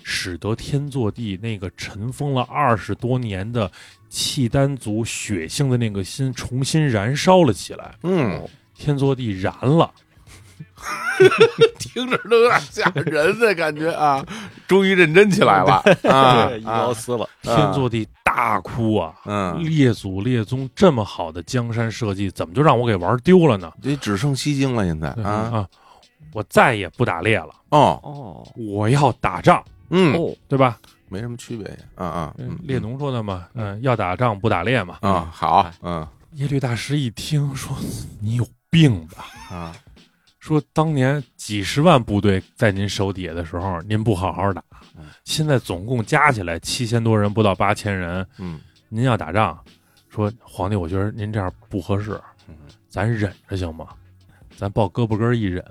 Speaker 3: 使得天祚帝那个尘封了二十多年的契丹族血性的那个心重新燃烧了起来，
Speaker 1: 嗯，
Speaker 3: 天祚帝燃了。
Speaker 1: 听着都有点吓人的感觉啊！ 终于认真起来 了啊！
Speaker 2: 对一
Speaker 1: 啊
Speaker 2: 刀撕了，
Speaker 3: 天祚帝大哭啊！
Speaker 1: 嗯，
Speaker 3: 列祖列宗这么好的江山社稷，怎么就让我给玩丢了呢？
Speaker 1: 这只剩西京了，现在啊，
Speaker 3: 啊，我再也不打猎了，
Speaker 1: 哦，
Speaker 2: 哦
Speaker 3: 我要打仗，
Speaker 1: 嗯，
Speaker 2: 哦，
Speaker 3: 对吧？
Speaker 1: 没什么区别啊啊，嗯
Speaker 3: 列侬说的嘛，嗯，要打仗不打猎嘛。
Speaker 1: 啊，好，嗯
Speaker 3: 耶律大石一听说你有病吧，
Speaker 1: 啊，
Speaker 3: 说当年几十万部队在您手底下的时候，您不好好打，
Speaker 1: 嗯
Speaker 3: 现在总共加起来七千多人，不到八千人，
Speaker 1: 嗯
Speaker 3: 您要打仗，说皇帝，我觉得您这样不合适
Speaker 1: 嗯，
Speaker 3: 咱忍着行吗？咱抱胳膊根儿一忍，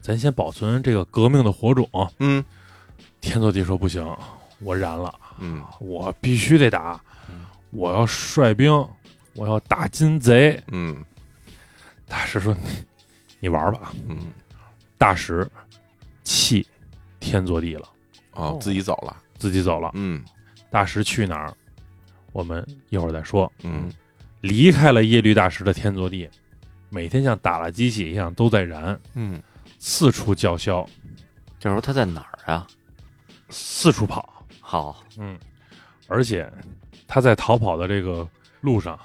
Speaker 3: 咱先保存这个革命的火种。
Speaker 1: 嗯
Speaker 3: 天祚帝说不行，我燃了，
Speaker 1: 嗯
Speaker 3: 我必须得打，我要率兵，我要打金贼。
Speaker 1: 嗯
Speaker 3: 大石说：“你玩儿吧。
Speaker 1: 嗯，”
Speaker 3: 大石气天祚帝了，
Speaker 1: 哦，自己走了，
Speaker 3: 自己走了。
Speaker 1: 嗯
Speaker 3: 大石去哪儿？我们一会儿再说。
Speaker 1: 嗯，
Speaker 3: 离开了耶律大石的天祚帝，每天像打了鸡血一样都在燃，
Speaker 1: 嗯
Speaker 3: 四处叫嚣，
Speaker 2: 这时候他在哪儿啊？
Speaker 3: 四处跑，
Speaker 2: 好，
Speaker 3: 嗯，而且他在逃跑的这个路上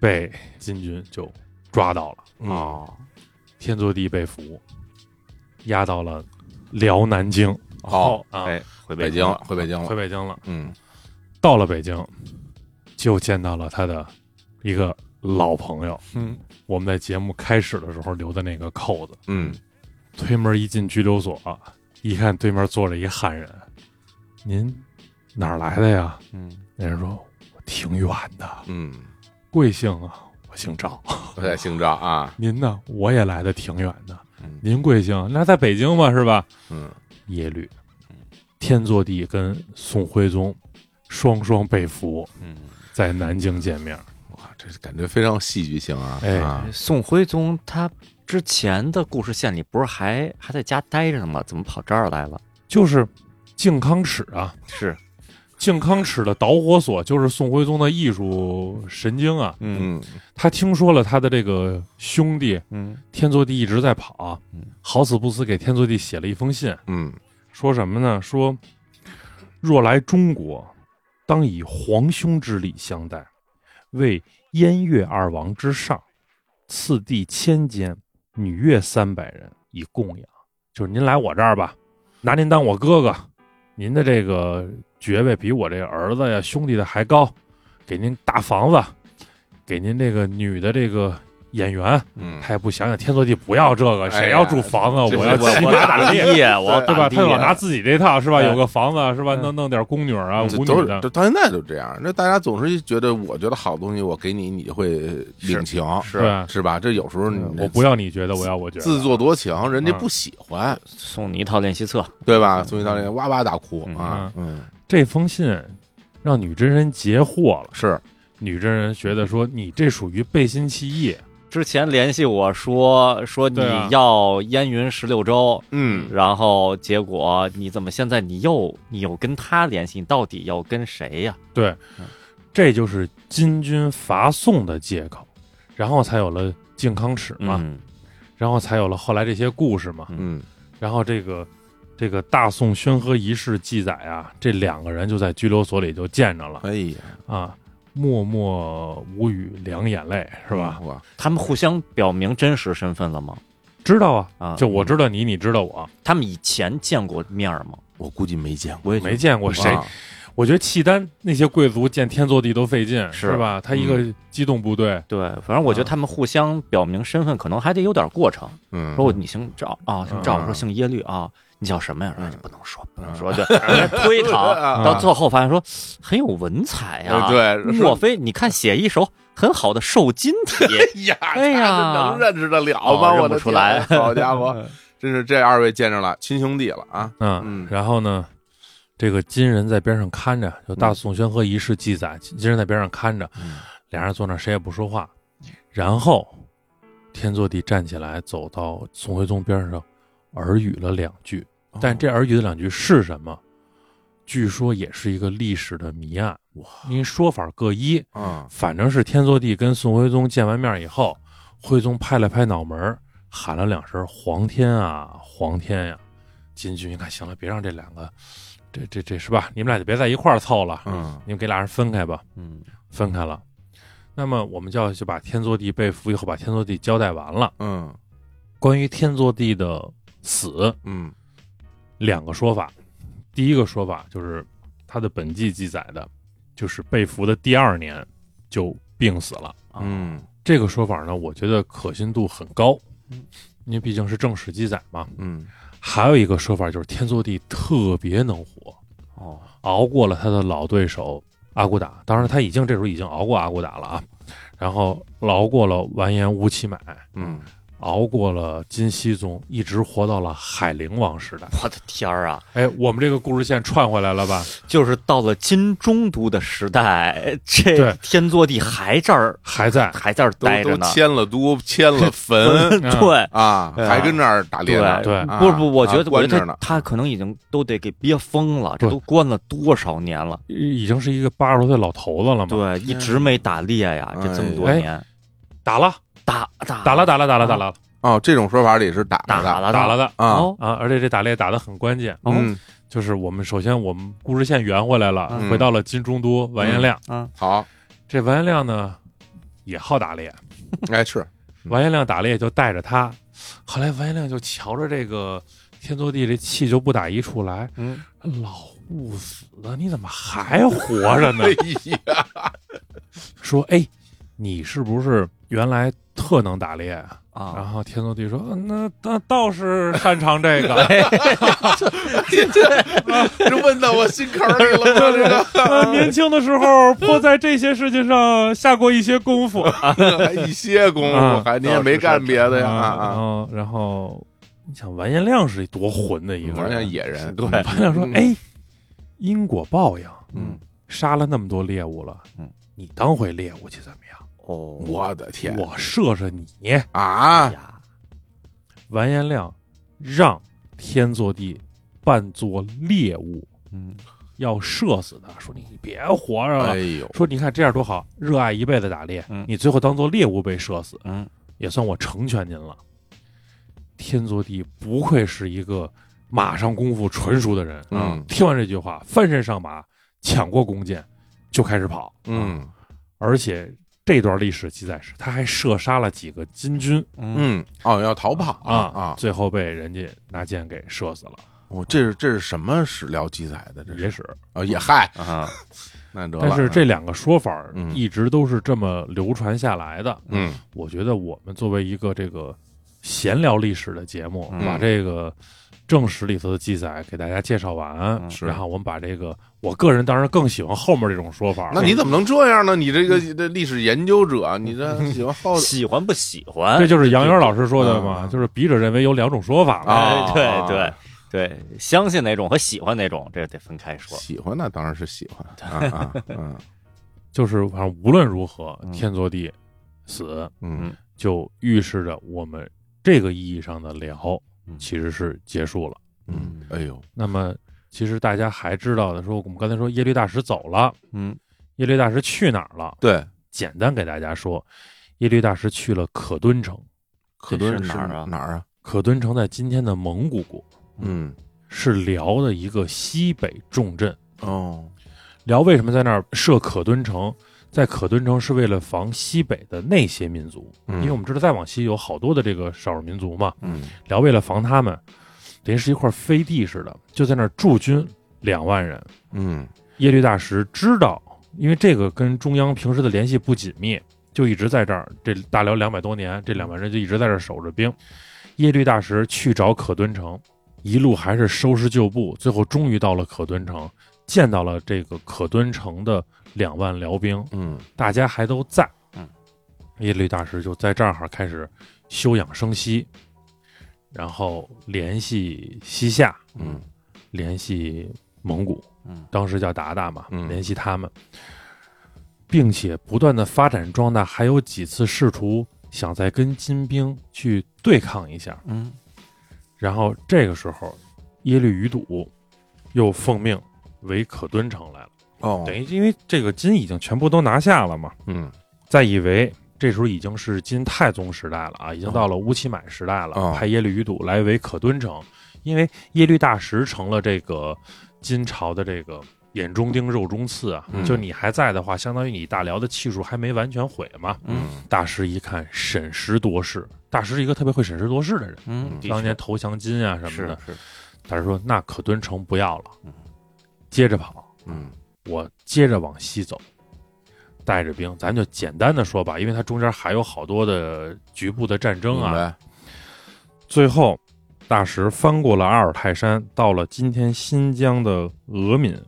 Speaker 3: 被金军就抓到了，
Speaker 1: 嗯
Speaker 3: 啊
Speaker 2: 哦，
Speaker 3: 天祚帝被俘，押到了辽南京，
Speaker 1: 哦
Speaker 3: 啊，
Speaker 2: 哎，回
Speaker 1: 北京
Speaker 2: 京
Speaker 1: 了，
Speaker 2: 了，
Speaker 1: 回北京
Speaker 3: 回
Speaker 1: 了，
Speaker 3: 北京了。
Speaker 1: 嗯
Speaker 3: 到了北京，就见到了他的一个老朋友，
Speaker 1: 嗯
Speaker 3: 我们在节目开始的时候留的那个扣子。
Speaker 1: 嗯，
Speaker 3: 推门一进拘留所，一看对面坐着一汉人，您哪儿来的呀？
Speaker 2: 嗯，
Speaker 3: 那人说我挺远的，
Speaker 1: 嗯，
Speaker 3: 贵姓啊？我姓赵。
Speaker 1: 我在姓赵啊，
Speaker 3: 您呢？我也来的挺远的
Speaker 1: 嗯。
Speaker 3: 您贵姓？那在北京嘛，是吧？
Speaker 1: 嗯，
Speaker 3: 耶律，天祚帝跟宋徽宗双双被俘，
Speaker 2: 嗯，
Speaker 3: 在南京见面。
Speaker 1: 哇，这感觉非常有戏剧性啊，
Speaker 3: 哎
Speaker 1: 啊，
Speaker 2: 宋徽宗他之前的故事线里不是还还在家待着呢吗？怎么跑这儿来了？
Speaker 3: 就是靖康耻啊，
Speaker 2: 是，
Speaker 3: 靖康耻的导火索就是宋徽宗的艺术神经啊。
Speaker 1: 嗯
Speaker 3: 他听说了他的这个兄弟
Speaker 2: 嗯
Speaker 3: 天祚帝一直在跑
Speaker 2: 嗯，
Speaker 3: 好死不死给天祚帝写了一封信，
Speaker 1: 嗯
Speaker 3: 说什么呢？说若来中国，当以皇兄之礼相待，为燕越二王之上，次第千间，女乐三百人以供养。就是您来我这儿吧，拿您当我哥哥，您的这个爵位比我这儿子呀、兄弟的还高，给您大房子，给您这个女的这个演员。
Speaker 1: 嗯，
Speaker 3: 他也不想想，天作地不要这个，
Speaker 1: 哎
Speaker 3: 谁
Speaker 1: 呀
Speaker 3: 要住房啊？
Speaker 1: 这
Speaker 3: 我要
Speaker 1: 我
Speaker 3: 骑
Speaker 1: 我
Speaker 3: 马打猎，
Speaker 2: 猎，我要
Speaker 1: 对
Speaker 3: 对
Speaker 2: 打
Speaker 3: 吧？他老
Speaker 2: 猎，
Speaker 3: 拿自己这套是吧？
Speaker 2: 哎
Speaker 3: 有个房子是吧？
Speaker 2: 嗯
Speaker 3: 弄弄点宫女啊、
Speaker 1: 这
Speaker 3: 舞
Speaker 1: 都
Speaker 3: 女
Speaker 1: 是
Speaker 3: 的
Speaker 1: 这，到现在都这样。那大家总是觉得，我觉得好东西我给你，你就会领情，
Speaker 3: 对吧？
Speaker 1: 是吧？这有时候你
Speaker 3: 我不要你觉得，我要我觉得。
Speaker 1: 自作多情，人家不喜欢，
Speaker 2: 送你一套练习册，
Speaker 1: 对吧？所以当年哇哇大哭啊，嗯，
Speaker 3: 这封信让女真人截获了，
Speaker 1: 是，
Speaker 3: 女真人觉得说你这属于背信弃义，
Speaker 2: 之前联系我说说你
Speaker 3: 对啊
Speaker 2: 要燕云十六州，
Speaker 1: 嗯，
Speaker 2: 然后结果你怎么现在你又你又跟他联系，你到底要跟谁呀、
Speaker 3: 对
Speaker 2: 嗯，
Speaker 3: 这就是金军伐宋的借口，然后才有了靖康耻嘛，
Speaker 2: 嗯
Speaker 3: 然后才有了后来这些故事嘛，
Speaker 1: 嗯
Speaker 3: 然后这个。这个大宋宣和仪式记载啊，这两个人就在拘留所里就见着了
Speaker 1: 哎呀，
Speaker 2: 嗯
Speaker 3: 啊，默默无语，两眼泪是吧？
Speaker 1: 哇，
Speaker 2: 他们互相表明真实身份了吗？
Speaker 3: 知道啊，
Speaker 2: 啊，
Speaker 3: 就我知道你，你知道我，
Speaker 2: 他们以前见过面儿吗？
Speaker 1: 我估计没见过
Speaker 2: 我也觉得
Speaker 3: 没见过谁。
Speaker 1: 啊
Speaker 3: 我觉得契丹那些贵族见天祚帝都费劲，
Speaker 2: 是嗯
Speaker 3: 是吧？他一个机动部队，
Speaker 2: 对，反正我觉得
Speaker 3: 啊
Speaker 2: 他们互相表明身份，可能还得有点过程。
Speaker 1: 嗯，
Speaker 2: 说你姓赵啊，姓赵，
Speaker 1: 嗯
Speaker 2: 说姓耶律啊，你叫什么呀？
Speaker 1: 嗯
Speaker 2: 说不能说，不能说，对，推搪。
Speaker 1: 啊
Speaker 2: 到最后发现说很有文采呀，
Speaker 1: 嗯
Speaker 2: 嗯
Speaker 1: 对，
Speaker 2: 莫非你看写一首很好的瘦金体？
Speaker 1: 哎 呀，
Speaker 2: 哎呀
Speaker 1: 他这能认识得了吗？
Speaker 2: 哦认
Speaker 1: 我
Speaker 2: 不
Speaker 1: 的
Speaker 2: 出
Speaker 1: 天啊
Speaker 2: 来
Speaker 1: 好家伙， 真是这二位见着了亲兄弟了啊！
Speaker 3: 嗯
Speaker 1: 嗯，
Speaker 3: 然后呢，这个金人在边上看着，就《大
Speaker 1: 嗯
Speaker 3: 宋宣和仪式》记载，金人在边上看着，俩人坐那儿谁也不说话。然后天祚帝站起来，走到宋徽宗边上，耳语了两句，
Speaker 1: 哦
Speaker 3: 但这耳语的两句是什么？据说也是一个历史的谜案，
Speaker 1: 哇
Speaker 3: 因为说法各一。
Speaker 1: 啊，
Speaker 3: 反正是天祚帝跟宋徽宗见完面以后，徽宗拍了拍脑门儿，喊了两声“皇天啊，皇天呀、金军一看，行了，别让这两个，这这这是吧？你们俩就别在一块儿凑了，
Speaker 1: 嗯
Speaker 3: 你们给俩人分开吧。
Speaker 2: 嗯，
Speaker 3: 分开了，那么我们就要去把天祚帝被俘以后，把天祚帝交代完了。
Speaker 1: 嗯
Speaker 3: 关于天祚帝的死，
Speaker 1: 嗯
Speaker 3: 两个说法。第一个说法就是他的本纪记载的，就是被俘的第二年就病死了。
Speaker 2: 啊，
Speaker 1: 嗯
Speaker 3: 这个说法呢，我觉得可信度很高
Speaker 2: 嗯，
Speaker 3: 因为毕竟是正史记载嘛。
Speaker 1: 嗯，
Speaker 3: 还有一个说法就是天祚帝特别能活，
Speaker 2: 哦，
Speaker 3: 熬过了他的老对手阿骨打，当然他已经这时候已经熬过阿骨打了啊，然后熬过了完颜乌齐买，
Speaker 1: 嗯，
Speaker 3: 熬过了金熙宗，一直活到了海陵王时代。
Speaker 2: 我的天儿啊！
Speaker 3: 哎，我们这个故事线串回来了吧？
Speaker 2: 就是到了金中都的时代，这
Speaker 3: 对
Speaker 2: 天祚帝还这儿
Speaker 3: 还在，
Speaker 2: 还在这儿
Speaker 1: 都
Speaker 2: 待着
Speaker 1: 都
Speaker 2: 呢。
Speaker 1: 迁了都，迁了 坟
Speaker 3: 嗯
Speaker 2: 对，
Speaker 1: 啊，
Speaker 2: 对啊
Speaker 1: 还跟这儿打猎呢，
Speaker 2: 对
Speaker 3: 对
Speaker 1: 啊
Speaker 2: 不是不，我觉
Speaker 1: 啊
Speaker 2: 得我
Speaker 1: 关
Speaker 2: 觉
Speaker 1: 着
Speaker 2: 得他
Speaker 1: 呢，
Speaker 2: 他可能已经都得给憋疯了，这
Speaker 3: 对
Speaker 2: 都关了多少年了？
Speaker 3: 已经是一个八十多岁老头子了嘛。
Speaker 2: 对，一直没打猎呀，这这么多
Speaker 3: 哎
Speaker 2: 年，
Speaker 3: 打了，
Speaker 2: 打打
Speaker 3: 打了，打了，打了，打了，
Speaker 1: 哦，这种说法里是打
Speaker 2: 打
Speaker 1: 着的
Speaker 2: 了
Speaker 3: 打了的
Speaker 1: 啊，
Speaker 2: 哦
Speaker 3: 啊！而且这打猎打得很关键，
Speaker 2: 哦
Speaker 1: 嗯，
Speaker 3: 就是我们首先我们故事线圆回来了，
Speaker 1: 嗯
Speaker 3: 回到了金中都完颜亮。
Speaker 2: 啊，
Speaker 1: 好，
Speaker 3: 这完颜亮呢也好打猎，
Speaker 1: 哎是， 嗯
Speaker 3: 完颜亮打猎就带着他。后来完颜亮就瞧着这个天祚帝这气就不打一处来，
Speaker 1: 嗯，
Speaker 3: 老不死了，你怎么还活着 呢
Speaker 1: 哎？呀，
Speaker 3: 说哎，你是不是原来特能打猎啊？然
Speaker 2: 啊，
Speaker 3: 后天祚帝说：“呃那那道士擅长这 个，
Speaker 1: 哎 这问到我心坎儿里了吗？这个
Speaker 3: 呃年轻的时候颇在这些事情上下过一些 功夫。
Speaker 1: 还一些功夫，
Speaker 3: 啊
Speaker 1: 还你也没干别的呀
Speaker 3: 然
Speaker 1: 啊
Speaker 3: 后然后你想完颜亮是多混的一
Speaker 1: 啊！
Speaker 3: 个
Speaker 1: 我像
Speaker 3: 人，
Speaker 1: 野人，
Speaker 2: 对
Speaker 3: 完颜亮说
Speaker 1: 嗯：“
Speaker 3: 哎，因果报应，
Speaker 1: 嗯，
Speaker 3: 杀了那么多猎物了，
Speaker 2: 嗯，
Speaker 3: 你当回猎物去怎么样？
Speaker 2: 哦，
Speaker 1: 我的天
Speaker 3: 我射射你。
Speaker 1: 啊！
Speaker 2: 呀，”
Speaker 3: 完颜亮让天祚帝扮作猎物，
Speaker 2: 嗯，
Speaker 3: 要射死他，说你别活着了
Speaker 1: 哎。呦，
Speaker 3: 说你看这样多好，热爱一辈子打猎，
Speaker 2: 嗯
Speaker 3: 你最后当做猎物被射死，
Speaker 2: 嗯，
Speaker 3: 也算我成全您了。天祚帝不愧是一个马上功夫纯熟的人，啊
Speaker 1: 嗯
Speaker 3: 听完这句话，翻身上马，抢过弓箭，就开始跑，啊
Speaker 1: 嗯
Speaker 3: 而且这段历史记载是，他还射杀了几个金军
Speaker 2: 嗯，
Speaker 1: 嗯，哦，要逃跑
Speaker 3: 啊
Speaker 1: 啊！
Speaker 3: 最后被人家拿箭给射死了，
Speaker 1: 我这是这是什么史料记载的？这是
Speaker 3: 野史。
Speaker 1: 啊，也嗨，
Speaker 2: 啊，
Speaker 1: 那得了。啊
Speaker 3: 但是这两个说法儿
Speaker 1: 嗯
Speaker 3: 一直都是这么流传下来的，
Speaker 1: 嗯
Speaker 3: 我觉得我们作为一个这个闲聊历史的节目，
Speaker 2: 嗯
Speaker 3: 把这个正史里头的记载给大家介绍完，
Speaker 2: 嗯
Speaker 1: 是
Speaker 3: 然后我们把这个，我个人当然更喜欢后面这种说法了。
Speaker 1: 那你怎么能这样呢？你这个这历史研究者，你这嗯喜欢好
Speaker 2: 喜欢不喜欢？
Speaker 3: 嗯这就是杨元老师说的
Speaker 1: 嗯
Speaker 3: 嘛，
Speaker 1: 嗯
Speaker 3: 就是笔者认为有两种说法嘛。
Speaker 1: 啊
Speaker 2: 哎，
Speaker 1: 啊
Speaker 2: 对对对，相信哪种和喜欢哪种，这得分开说。
Speaker 1: 喜欢那当然是喜欢 啊啊嗯
Speaker 3: 就是反正无论如何，
Speaker 2: 嗯
Speaker 3: 天作地死
Speaker 1: 嗯
Speaker 3: 就预示着我们这个意义上的聊
Speaker 2: 嗯
Speaker 3: 其实是结束了。
Speaker 1: 嗯，哎呦，
Speaker 3: 那么，其实大家还知道的说，我们刚才说耶律大石走了，
Speaker 2: 嗯
Speaker 3: 耶律大石去哪儿了？
Speaker 1: 对，
Speaker 3: 简单给大家说，耶律大师去了可敦城。
Speaker 1: 可敦
Speaker 2: 这是哪儿啊
Speaker 1: 是哪儿啊？
Speaker 3: 可敦城在今天的蒙古国，
Speaker 1: 嗯
Speaker 3: 是辽的一个西北重镇。
Speaker 1: 哦，
Speaker 3: 辽为什么在那儿设可敦城？在可敦城是为了防西北的那些民族，
Speaker 1: 嗯
Speaker 3: 因为我们知道再往西有好多的这个少数民族嘛。
Speaker 1: 嗯
Speaker 3: 辽为了防他们，等于是一块飞地似的，就在那儿驻军两万人。
Speaker 1: 嗯
Speaker 3: 耶律大石知道，因为这个跟中央平时的联系不紧密，就一直在这儿。这大辽两百多年，这两万人就一直在这儿守着兵。耶律大石去找可敦城，一路还是收拾旧部，最后终于到了可敦城，见到了这个可敦城的两万辽兵，
Speaker 1: 嗯
Speaker 3: 大家还都在。
Speaker 2: 嗯，
Speaker 3: 耶律大石就在这儿开始休养生息，然后联系西夏，
Speaker 1: 嗯
Speaker 3: 联系蒙古，
Speaker 2: 嗯
Speaker 3: 当时叫鞑靼嘛
Speaker 1: 嗯，
Speaker 3: 联系他们，并且不断的发展壮大，还有几次试图想再跟金兵去对抗一下。
Speaker 2: 嗯
Speaker 3: 然后这个时候，耶律余睹又奉命围可敦城来了，
Speaker 1: 哦
Speaker 3: 等于因为这个金已经全部都拿下了嘛，
Speaker 1: 嗯
Speaker 3: 再以为。这时候已经是金太宗时代了啊，已经到了乌齐买时代了，
Speaker 1: 哦
Speaker 3: 派耶律余睹来围可敦城，因为耶律大石成了这个金朝的这个眼中钉、肉中刺啊。
Speaker 1: 嗯
Speaker 3: 就你还在的话，相当于你大辽的气数还没完全毁嘛。
Speaker 1: 嗯
Speaker 3: 大石一看审时度势，大石是一个特别会审时度势的人，
Speaker 2: 嗯，
Speaker 3: 当年投降金啊什么
Speaker 2: 是
Speaker 3: 的，
Speaker 2: 是，
Speaker 3: 大石说那可敦城不要了
Speaker 2: 嗯，
Speaker 3: 接着跑。
Speaker 1: 嗯
Speaker 3: 我接着往西走，带着兵，咱就简单的说吧，因为它中间还有好多的局部的战争
Speaker 1: 明
Speaker 3: 啊。
Speaker 1: 白
Speaker 3: 最后，大石翻过了阿尔泰山，到了今天新疆的俄敏，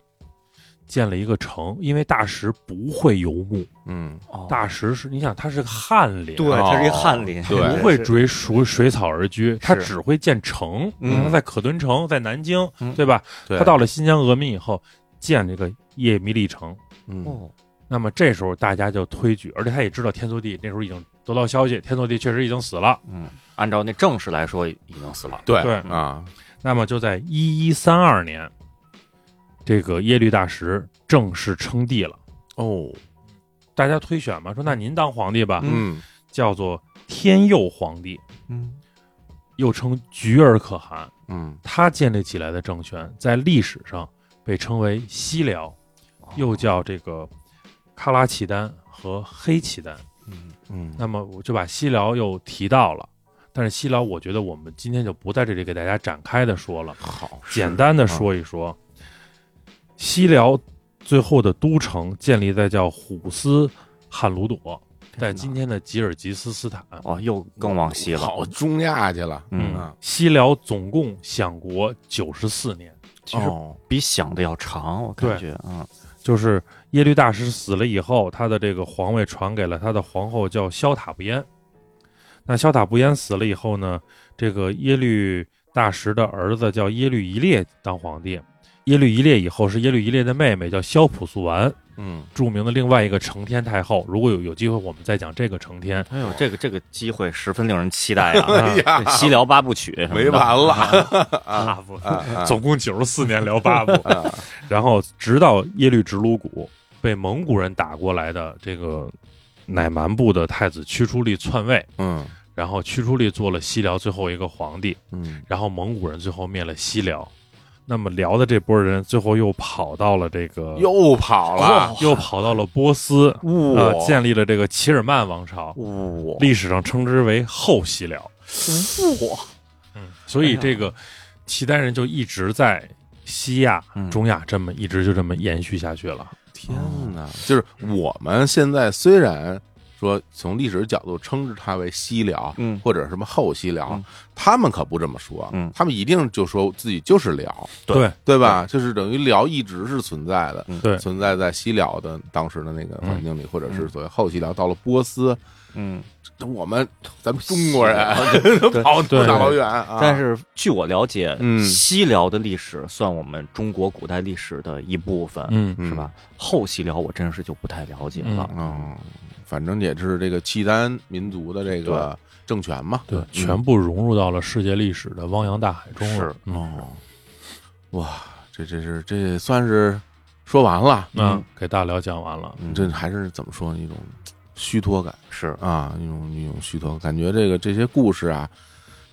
Speaker 3: 建了一个城。因为大石不会游牧，
Speaker 1: 嗯
Speaker 2: 哦
Speaker 3: 大石是你想，他是个汉林，啊
Speaker 2: 对，
Speaker 1: 哦
Speaker 2: 他是一汉林，
Speaker 1: 对
Speaker 3: 不会追逐水草而居，他
Speaker 2: 是
Speaker 3: 只会建城。
Speaker 2: 嗯
Speaker 3: 他在可敦城，在南京，
Speaker 2: 嗯
Speaker 3: 对吧？
Speaker 1: 对
Speaker 3: 他到了新疆俄敏以后，建这个叶密利城。
Speaker 1: 嗯
Speaker 2: 哦，
Speaker 3: 那么这时候大家就推举，而且他也知道天祚帝那时候已经得到消息，天祚帝确实已经死了。
Speaker 2: 嗯，按照那正史来说，已经死了。
Speaker 1: 对
Speaker 3: 对
Speaker 1: 啊
Speaker 3: 那么就在一一三二年，这个耶律大石正式称帝了。
Speaker 1: 哦
Speaker 3: 大家推选嘛，说那您当皇帝吧，
Speaker 1: 嗯
Speaker 3: 叫做天佑皇帝，
Speaker 2: 嗯
Speaker 3: 又称菊儿可汗。
Speaker 1: 嗯
Speaker 3: 他建立起来的政权在历史上被称为西辽，
Speaker 2: 哦
Speaker 3: 又叫这个喀拉契丹和黑契丹。
Speaker 2: 嗯
Speaker 1: 嗯
Speaker 3: 那么我就把西辽又提到了，但是西辽我觉得我们今天就不在这里给大家展开的说了，
Speaker 1: 好
Speaker 3: 简单的说一说，西辽最后的都城建立在叫虎斯汗鲁朵，在今天的吉尔吉斯斯坦。
Speaker 2: 哦，又更往西了。
Speaker 1: 跑中亚去了，
Speaker 2: 嗯
Speaker 1: 啊，
Speaker 3: 西辽总共享国九十四年，
Speaker 2: 其实
Speaker 1: 哦
Speaker 2: 比想的要长，我感
Speaker 3: 对
Speaker 2: 觉啊，
Speaker 3: 就是耶律大石死了以后，他的这个皇位传给了他的皇后叫萧塔不烟。那萧塔不烟死了以后呢，这个耶律大石的儿子叫耶律夷烈当皇帝。耶律夷烈以后是耶律夷烈的妹妹叫萧普素完，
Speaker 1: 嗯，
Speaker 3: 著名的另外一个承天太后。如果有有机会，我们再讲这个承天。
Speaker 2: 哎呦，这个这个机会十分令人期待 啊！
Speaker 1: 哎呀
Speaker 2: 这，西辽八部曲什么的
Speaker 1: 没完了，
Speaker 3: 八部
Speaker 1: 啊啊
Speaker 3: 总共九十四年聊八部，
Speaker 1: 啊
Speaker 3: 然后直到耶律直鲁古被蒙古人打过来的这个乃蛮部的太子屈出力篡位，
Speaker 1: 嗯
Speaker 3: 然后屈出力做了西辽最后一个皇帝，
Speaker 1: 嗯
Speaker 3: 然后蒙古人最后灭了西辽。那么辽的这波人最后又跑到了这
Speaker 1: 嗯
Speaker 3: 个，哦
Speaker 1: 又跑了，
Speaker 3: 又跑到了波斯，
Speaker 1: 哇
Speaker 3: 呃，建立了这个齐尔曼王朝，
Speaker 1: 哇
Speaker 3: 历史上称之为后西辽。
Speaker 1: 哇，
Speaker 3: 所以这个契丹人就一直在西亚、
Speaker 2: 嗯
Speaker 3: 中亚这么一直就这么延续下去了。
Speaker 1: 天哪！就是我们现在虽然说从历史角度称之它为西辽，
Speaker 2: 嗯
Speaker 1: 或者什么后西辽
Speaker 2: 嗯，
Speaker 1: 他们可不这么说，
Speaker 2: 嗯
Speaker 1: 他们一定就说自己就是辽，
Speaker 2: 对
Speaker 1: 对吧？就是等于辽一直是存在的
Speaker 2: 嗯，
Speaker 3: 对
Speaker 1: 存在在西辽的当时的那个环境里，或者是所谓后西辽到了波斯，
Speaker 2: 嗯，
Speaker 1: 这我们咱们中国人
Speaker 2: 对
Speaker 1: 跑多
Speaker 3: 对
Speaker 1: 大老远啊！
Speaker 2: 但是据我了解，
Speaker 1: 嗯
Speaker 2: 西辽的历史算我们中国古代历史的一部分，
Speaker 3: 嗯
Speaker 1: 嗯
Speaker 2: 是吧？后西辽我真是就不太了解了。
Speaker 1: 哦，反正也是这个契丹民族的这个政权嘛，
Speaker 3: 对
Speaker 1: 嗯，
Speaker 3: 全部融入到了世界历史的汪洋大海中了。
Speaker 2: 是
Speaker 3: 嗯，
Speaker 1: 哦，哇，这这是这算是说完了，
Speaker 3: 那、给大辽讲完了。
Speaker 2: 嗯
Speaker 1: 这还是怎么说一种虚脱感
Speaker 2: 是
Speaker 1: 啊，一种一种虚脱，感觉这个这些故事啊，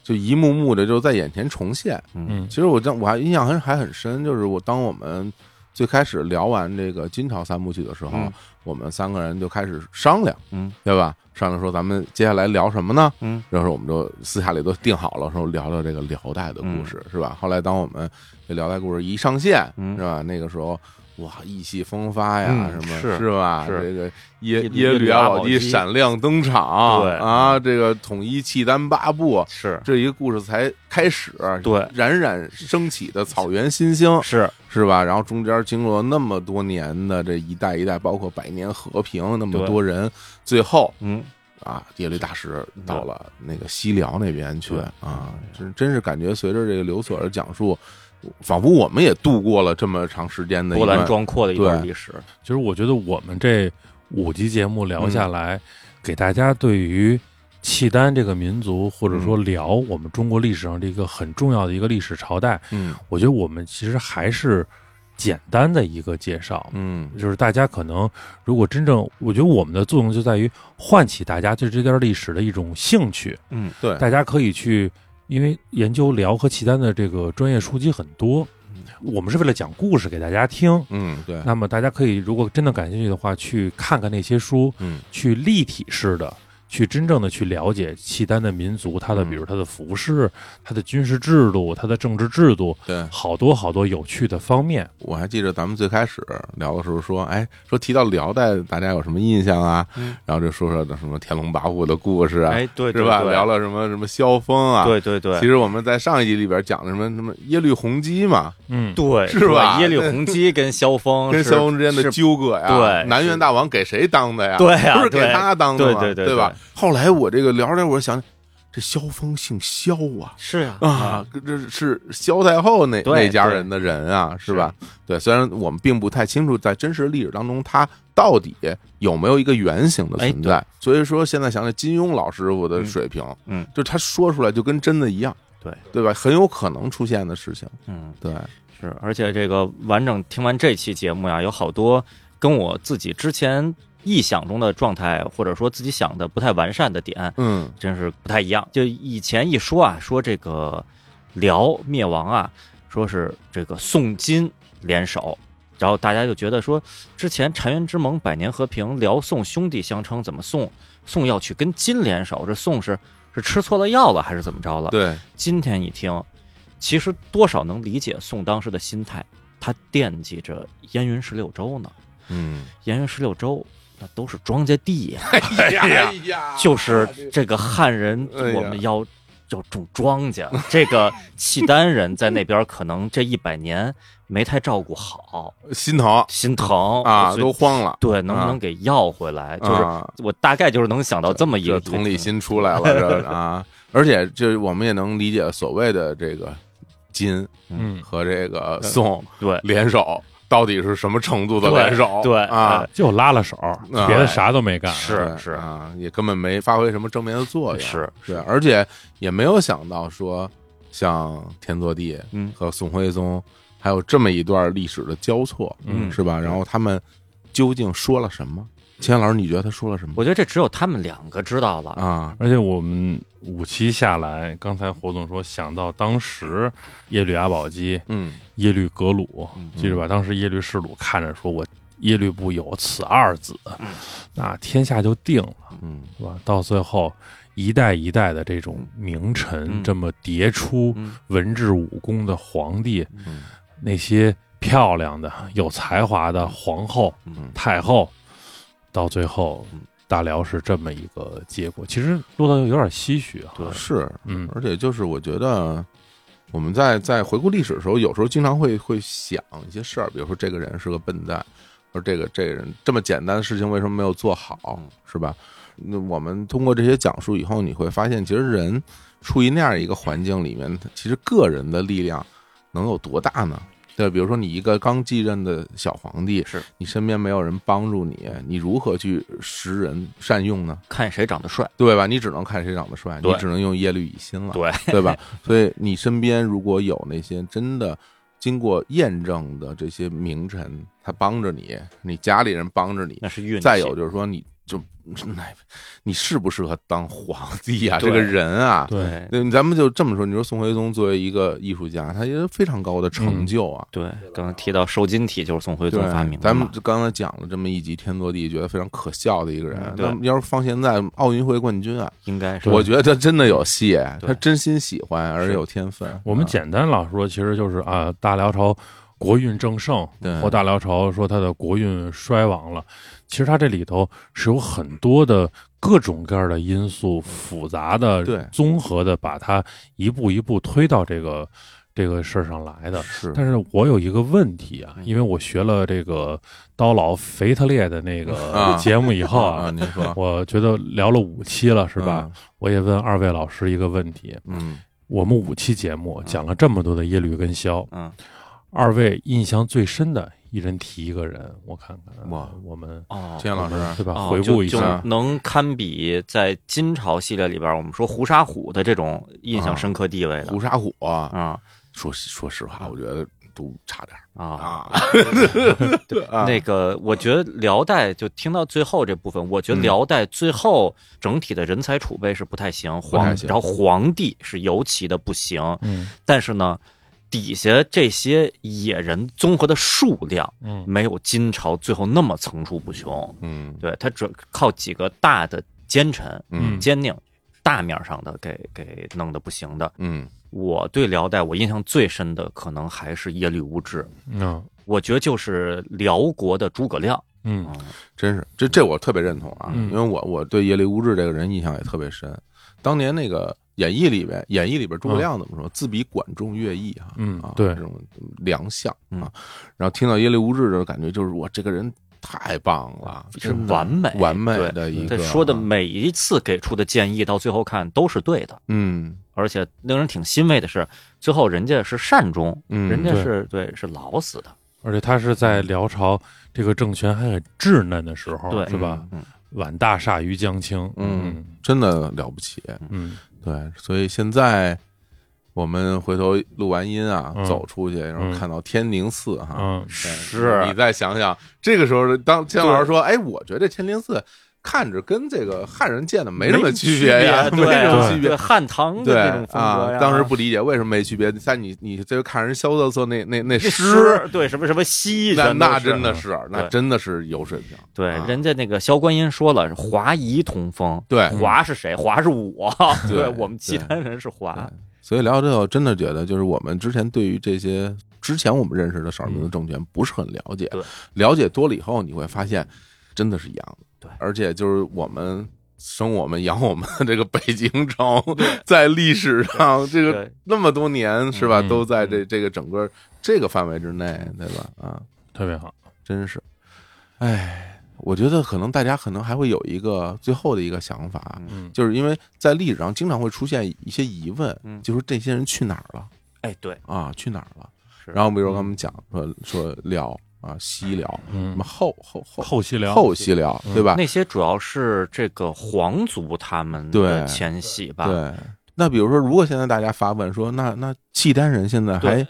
Speaker 1: 就一幕幕的就在眼前重现。
Speaker 2: 嗯
Speaker 3: 嗯
Speaker 1: 其实我当我还印象很还很深，就是我当我们最开始聊完这个金朝三部曲的时候，
Speaker 2: 嗯
Speaker 1: 我们三个人就开始商量，
Speaker 2: 嗯
Speaker 1: 对吧？商量说咱们接下来聊什么呢？
Speaker 2: 嗯
Speaker 1: 然后我们就私下里都定好了，说聊聊这个辽代的故事，是吧？后来当我们这辽代故事一上线，
Speaker 2: 嗯
Speaker 1: 是吧？那个时候。哇，意气风发呀，
Speaker 2: 嗯
Speaker 1: 什么
Speaker 2: 是
Speaker 1: 吧？
Speaker 2: 是
Speaker 1: 这个耶
Speaker 2: 耶律
Speaker 1: 耶律
Speaker 2: 律
Speaker 1: 阿
Speaker 2: 阿
Speaker 1: 保
Speaker 2: 保
Speaker 1: 机
Speaker 2: 机
Speaker 1: 闪亮登场，
Speaker 2: 对
Speaker 1: 啊，这个统一契丹八部，
Speaker 2: 是
Speaker 1: 这一个故事才开始，
Speaker 2: 对
Speaker 1: 冉冉升起的草原新星，
Speaker 2: 是
Speaker 1: 是吧？然后中间经过那么多年的这一代一代，包括百年和平，那么
Speaker 2: 对
Speaker 1: 多人，最后
Speaker 2: 嗯
Speaker 1: 啊，耶律大石到了那个西辽那边去
Speaker 2: 对
Speaker 1: 啊，真真是感觉随着这个刘所的讲述，仿佛我们也度过了这么长时间的一
Speaker 2: 波澜
Speaker 1: 段，
Speaker 2: 壮阔的一段
Speaker 1: 对
Speaker 2: 历史。
Speaker 3: 其实我觉得我们这五集节目聊下来，给大家对于契丹这个民族，或者说辽我们中国历史上这个很重要的一个历史朝代，
Speaker 1: 嗯
Speaker 3: 我觉得我们其实还是简单的一个介绍。
Speaker 1: 嗯
Speaker 3: 就是大家可能如果真正，我觉得我们的作用就在于唤起大家对这段历史的一种兴趣。
Speaker 2: 嗯，
Speaker 1: 对，
Speaker 3: 大家可以去，因为研究辽和契丹的这个专业书籍很多，我们是为了讲故事给大家听。
Speaker 1: 嗯对，
Speaker 3: 那么大家可以，如果真的感兴趣的话，去看看那些书，
Speaker 1: 嗯
Speaker 3: 去立体式的。去真正的去了解契丹的民族，它的
Speaker 1: 嗯
Speaker 3: 比如它的服饰、它的军事制度、它的政治制度，
Speaker 1: 对，
Speaker 3: 好多好多有趣的方面。
Speaker 1: 我还记得咱们最开始聊的时候说，哎，说提到辽代，大家有什么印象啊？
Speaker 2: 嗯
Speaker 1: 然后就说说什么天龙八部的故事啊，
Speaker 2: 哎，对，
Speaker 1: 是吧？
Speaker 2: 对对
Speaker 1: 聊了什么什么萧峰啊？
Speaker 2: 对对对
Speaker 1: 其，实我们在上一集里边讲的什么什么耶律洪基嘛，
Speaker 3: 嗯，
Speaker 2: 对
Speaker 1: 是吧
Speaker 2: 耶律洪基跟萧峰
Speaker 1: 跟
Speaker 2: 是
Speaker 1: 萧峰之间的
Speaker 2: 是
Speaker 1: 纠葛呀，
Speaker 2: 对
Speaker 1: 南
Speaker 2: 是
Speaker 1: 院大王给谁当的呀？
Speaker 2: 对啊
Speaker 1: 不是给
Speaker 2: 对
Speaker 1: 他当的嘛，
Speaker 2: 对对对
Speaker 1: 吧
Speaker 2: 对？
Speaker 1: 后来我这个聊着，我想这萧峰姓萧啊。
Speaker 2: 是呀
Speaker 1: 啊，这是萧太后那
Speaker 2: 对
Speaker 1: 那家人的人啊，是吧？对，虽然我们并不太清楚在真实历史当中他到底有没有一个原型的
Speaker 2: 哎
Speaker 1: 存在，所以说现在想想金庸老师傅的
Speaker 2: 嗯
Speaker 1: 水平，
Speaker 2: 嗯
Speaker 1: 就他说出来就跟真的一样，
Speaker 2: 对
Speaker 1: 对吧？很有可能出现的事情，
Speaker 2: 嗯。
Speaker 1: 对，
Speaker 2: 是，而且这个完整听完这期节目呀，有好多跟我自己之前臆想中的状态，或者说自己想的不太完善的点，
Speaker 1: 嗯
Speaker 2: 真是不太一样。就以前一说啊，说这个辽灭亡啊，说是这个宋金联手。然后大家就觉得说，之前澶渊之盟、百年和平，辽宋兄弟相称，怎么宋宋要去跟金联手？这宋是是吃错了药了，还是怎么着了？
Speaker 1: 对，
Speaker 2: 今天一听，其实多少能理解宋当时的心态，他惦记着燕云十六州呢。
Speaker 1: 嗯
Speaker 2: 燕云十六州那都是庄稼地呀，
Speaker 1: 哎呀，呀
Speaker 2: 就是这个汉人，
Speaker 1: 啊哎呀
Speaker 2: 我们要要种庄稼。 这个契丹人在那边可能这一百年没太照顾好，
Speaker 1: 心疼
Speaker 2: 心疼
Speaker 1: 啊，
Speaker 2: 所以
Speaker 1: 都慌了。
Speaker 2: 对，能不
Speaker 1: 啊
Speaker 2: 能给要回来？就是
Speaker 1: 啊
Speaker 2: 我大概就是能想到这么一
Speaker 1: 这
Speaker 2: 个
Speaker 1: 同理，心出来了，这啊，而且这我们也能理解所谓的这个金
Speaker 3: 嗯，
Speaker 1: 和这个宋
Speaker 2: 对
Speaker 1: 联手到底是什么程度的联手？
Speaker 2: 对对哎
Speaker 1: 啊，
Speaker 3: 就拉了手，别的啥都没干。
Speaker 2: 是是
Speaker 1: 啊，也根本没发挥什么正面的作用。
Speaker 2: 是
Speaker 1: 对，而且也没有想到说，像天祚帝
Speaker 2: 嗯
Speaker 1: 和宋徽宗还有这么一段历史的交错，
Speaker 3: 嗯
Speaker 1: 是吧？然后他们究竟说了什么？秦岩老师，你觉得他说了什么
Speaker 2: 我觉得这只有他们两个知道了。
Speaker 1: 啊？
Speaker 3: 而且我们五期下来，刚才胡总说想到当时耶律阿保机、
Speaker 1: 嗯，
Speaker 3: 耶律格鲁，
Speaker 2: 嗯
Speaker 3: 记着吧？当时耶律世鲁看着说：“我耶律部有此二子，
Speaker 2: 嗯
Speaker 3: 那天下就定了，
Speaker 1: 嗯
Speaker 3: 是吧？”到最后，一代一代的这种名
Speaker 2: 嗯
Speaker 3: 臣这么迭出
Speaker 2: 嗯
Speaker 3: 文治武功的皇帝，
Speaker 1: 嗯
Speaker 3: 那些漂亮的、有才华的皇后、
Speaker 1: 嗯
Speaker 3: 太后，到最后
Speaker 2: 嗯
Speaker 3: 大辽是这么一个结果。其实落到有点唏嘘啊。
Speaker 2: 对
Speaker 1: 是，
Speaker 3: 嗯
Speaker 1: 而且就是我觉得我们在在回顾历史的时候，有时候经常会会想一些事儿，比如说这个人是个笨蛋，或者这个这个人这么简单的事情为什么没有做好
Speaker 2: 嗯，
Speaker 1: 是吧？那我们通过这些讲述以后，你会发现，其实人处于那样一个环境里面，其实个人的力量能有多大呢？对，比如说你一个刚继任的小皇帝，
Speaker 2: 是
Speaker 1: 你身边没有人帮助你，你如何去识人善用呢？
Speaker 2: 看谁长得帅，
Speaker 1: 对吧？你只能看谁长得帅，你
Speaker 2: 对
Speaker 1: 只能用耶律乙辛了，
Speaker 2: 对
Speaker 1: 对吧？ 所以你身边如果有那些真的经过验证的这些名臣，他帮着你，你家里人帮着你，
Speaker 2: 那是运气。
Speaker 1: 再有就是说你就哎你适不适合当皇帝啊？
Speaker 2: 对
Speaker 1: 这个人啊，
Speaker 3: 对，
Speaker 2: 对
Speaker 1: 对，咱们就这么说。你说宋徽宗作为一个艺术家，他也有非常高的成就啊。
Speaker 2: 对，刚刚提到瘦金体就是宋徽宗
Speaker 1: 对，
Speaker 2: 发明的嘛，
Speaker 1: 咱们刚才讲了这么一集天祚帝，觉得非常可笑的一个人
Speaker 2: 嗯。对
Speaker 1: 那么要是放现在奥运会冠军啊，
Speaker 2: 应该是
Speaker 1: 我觉得他真的有戏，
Speaker 2: 对
Speaker 1: 他真心喜欢，而且
Speaker 2: 是
Speaker 1: 有天分。
Speaker 3: 我们
Speaker 1: 讲
Speaker 3: 简单老说，其实就是啊，大辽朝国运正盛
Speaker 1: 啊对，
Speaker 3: 或大辽朝说它的国运衰亡了。其实它这里头是有很多的各种各样的因素复杂的、
Speaker 1: 对
Speaker 3: 综合的，把它一步一步推到这个这个事儿上来的。
Speaker 1: 是啊
Speaker 3: 但是我有一个问题啊
Speaker 2: 嗯，
Speaker 3: 因为我学了这个刀老腓特烈的那
Speaker 1: 啊
Speaker 3: 个节目以后
Speaker 1: 啊，，嗯您说
Speaker 3: 我觉得聊了五期了， 是吧？？我也问二位老师一个问题，
Speaker 1: 嗯，
Speaker 3: 我们五期节目讲了这么多的耶律跟萧，
Speaker 2: 嗯，
Speaker 3: 二位印象最深的，一人提一个人，我看看。啊
Speaker 1: 哇
Speaker 3: 我们
Speaker 2: 哦
Speaker 1: 嗯，金老师
Speaker 3: 对吧？
Speaker 2: 哦
Speaker 3: 回
Speaker 2: 就
Speaker 3: 顾一下
Speaker 1: 啊
Speaker 2: 就，能堪比在金朝系列里边，我们说胡沙虎的这种印象深刻地位的
Speaker 1: 啊胡沙虎，
Speaker 2: 啊
Speaker 1: 说说实
Speaker 3: 啊
Speaker 1: 话，我觉得都差点儿
Speaker 2: 啊，
Speaker 1: 啊。
Speaker 2: 那个我觉得辽代就听到最后这部分，我觉
Speaker 1: 嗯
Speaker 2: 得辽代最后整体的人才储备是不太行，
Speaker 1: 太
Speaker 2: 皇
Speaker 1: 行
Speaker 2: 然后皇帝是尤其的不行，
Speaker 3: 嗯
Speaker 2: 但是呢，底下这些野人综合的数量
Speaker 3: 嗯
Speaker 2: 没有金朝最后那么层出不穷，
Speaker 1: 嗯
Speaker 2: 对他只靠几个大的奸臣，
Speaker 1: 嗯
Speaker 2: 奸佞，大面上的给给弄得不行的。
Speaker 1: 嗯
Speaker 2: 我对辽代我印象最深的可能还是耶律无知，
Speaker 3: 嗯
Speaker 2: 我觉得就是辽国的诸葛亮。
Speaker 3: 嗯
Speaker 1: 真是这这我特别认同啊，
Speaker 3: 嗯
Speaker 1: 因为我我对耶律无志这个人印象也特别深。当年那个演义里边，演义里边诸葛亮怎么说？自比管仲、乐毅哈，
Speaker 3: 嗯
Speaker 1: 啊，
Speaker 3: 对
Speaker 1: 这种良相
Speaker 2: 嗯
Speaker 1: 啊。然后听到耶律无志的感觉，就是我这个人太棒了，
Speaker 2: 是
Speaker 1: 真的
Speaker 2: 完美
Speaker 1: 完美
Speaker 2: 对
Speaker 1: 的一
Speaker 2: 他
Speaker 1: 个
Speaker 2: 说的
Speaker 1: 啊
Speaker 2: 每一次给出的建议，到最后看都是对的，
Speaker 1: 嗯
Speaker 2: 而且令人挺欣慰的是，最后人家是善终，
Speaker 1: 嗯，
Speaker 2: 人家
Speaker 3: 对
Speaker 2: 是对是老死的，
Speaker 3: 而且他是在辽朝这个政权还很稚嫩的时候，
Speaker 2: 对
Speaker 3: 是吧？
Speaker 2: 嗯
Speaker 3: 晚大厦于江青，
Speaker 1: 嗯真的了不起。
Speaker 3: 嗯
Speaker 1: 对，所以现在我们回头录完音啊，
Speaker 3: 嗯
Speaker 1: 走出去，然后
Speaker 3: 嗯
Speaker 1: 看到天宁寺哈。
Speaker 3: 嗯
Speaker 1: 对
Speaker 2: 是
Speaker 1: 你再想想，这个时候当千老师说：“哎，我觉得这天宁寺看着跟这个汉人建的没什么区别呀， 没
Speaker 2: 对
Speaker 1: 什么区
Speaker 2: 对
Speaker 1: 别。”
Speaker 2: 汉唐的
Speaker 1: 对
Speaker 2: 那种风格
Speaker 1: 啊
Speaker 2: 呀，，
Speaker 1: 当时不理解为什么没区别，但你你这看人萧瑟瑟那那那
Speaker 2: 这
Speaker 1: 诗，
Speaker 2: 对什么什么西，
Speaker 1: 那
Speaker 2: 全都
Speaker 1: 那
Speaker 2: 是嗯
Speaker 1: 真的是那
Speaker 2: 对
Speaker 1: 真的是有水平。
Speaker 2: 对，
Speaker 1: 啊
Speaker 2: 人家那个萧观音说了，是华夷同风。
Speaker 1: 对
Speaker 2: 华是谁？华是我，
Speaker 1: 嗯对
Speaker 2: 对我们
Speaker 1: 对
Speaker 2: 契丹人是华
Speaker 1: 对。所以聊到这个，我真的觉得就是我们之前对于这些之前我们认识的少数民族政权不是很了解，
Speaker 2: 嗯对
Speaker 1: 了解多了以后，你会发现真的是一样的。
Speaker 2: 对
Speaker 1: 而且就是我们生我们养我们这个北京城， 在历史上这个
Speaker 2: 对
Speaker 1: 那么多年是吧，
Speaker 3: 嗯
Speaker 1: 都在这这个整个这个范围之内，对吧？啊，
Speaker 3: 特别好。
Speaker 1: 真是，哎，我觉得可能大家可能还会有一个最后的一个想法，
Speaker 3: 嗯，
Speaker 1: 就是因为在历史上经常会出现一些疑问，
Speaker 2: 嗯
Speaker 1: 就是这些人去哪儿了？
Speaker 2: 哎，对，
Speaker 1: 啊，去哪儿了？
Speaker 2: 是
Speaker 1: 然后比如说跟我们讲说说辽啊，西辽，
Speaker 3: 嗯
Speaker 1: 什么后后后
Speaker 3: 后西辽，
Speaker 1: 后西辽，
Speaker 3: 嗯
Speaker 1: 对吧？
Speaker 2: 那些主要是这个皇族他们的
Speaker 1: 对
Speaker 2: 迁徙吧，
Speaker 1: 对。那比如说，如果现在大家发问说，那那契丹人现在还
Speaker 2: 对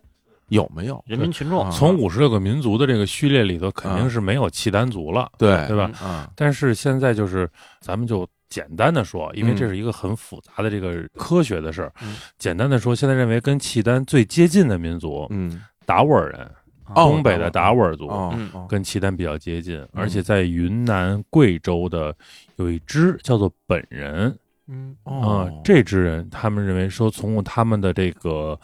Speaker 1: 有没有？
Speaker 2: 人民群众
Speaker 1: 啊
Speaker 3: 从五十六个民族的这个序列里头，肯定是没有契丹族了，
Speaker 1: 对
Speaker 3: 对吧
Speaker 2: 嗯？
Speaker 1: 啊，
Speaker 3: 但是现在就是，咱们就简单的说，因为这是一个很复杂的这个科学的事儿。
Speaker 2: 嗯
Speaker 3: 简单的说，现在认为跟契丹最接近的民族，
Speaker 1: 嗯，
Speaker 3: 达斡尔人，
Speaker 1: 哦
Speaker 3: 东北的达斡尔族，
Speaker 1: 哦
Speaker 2: 嗯
Speaker 1: 哦
Speaker 3: 跟契丹比较接近，而且在云南、贵州的有一支叫做本人
Speaker 2: 嗯
Speaker 3: 啊、
Speaker 1: 哦，
Speaker 3: 这支人他们认为说，从他们的这个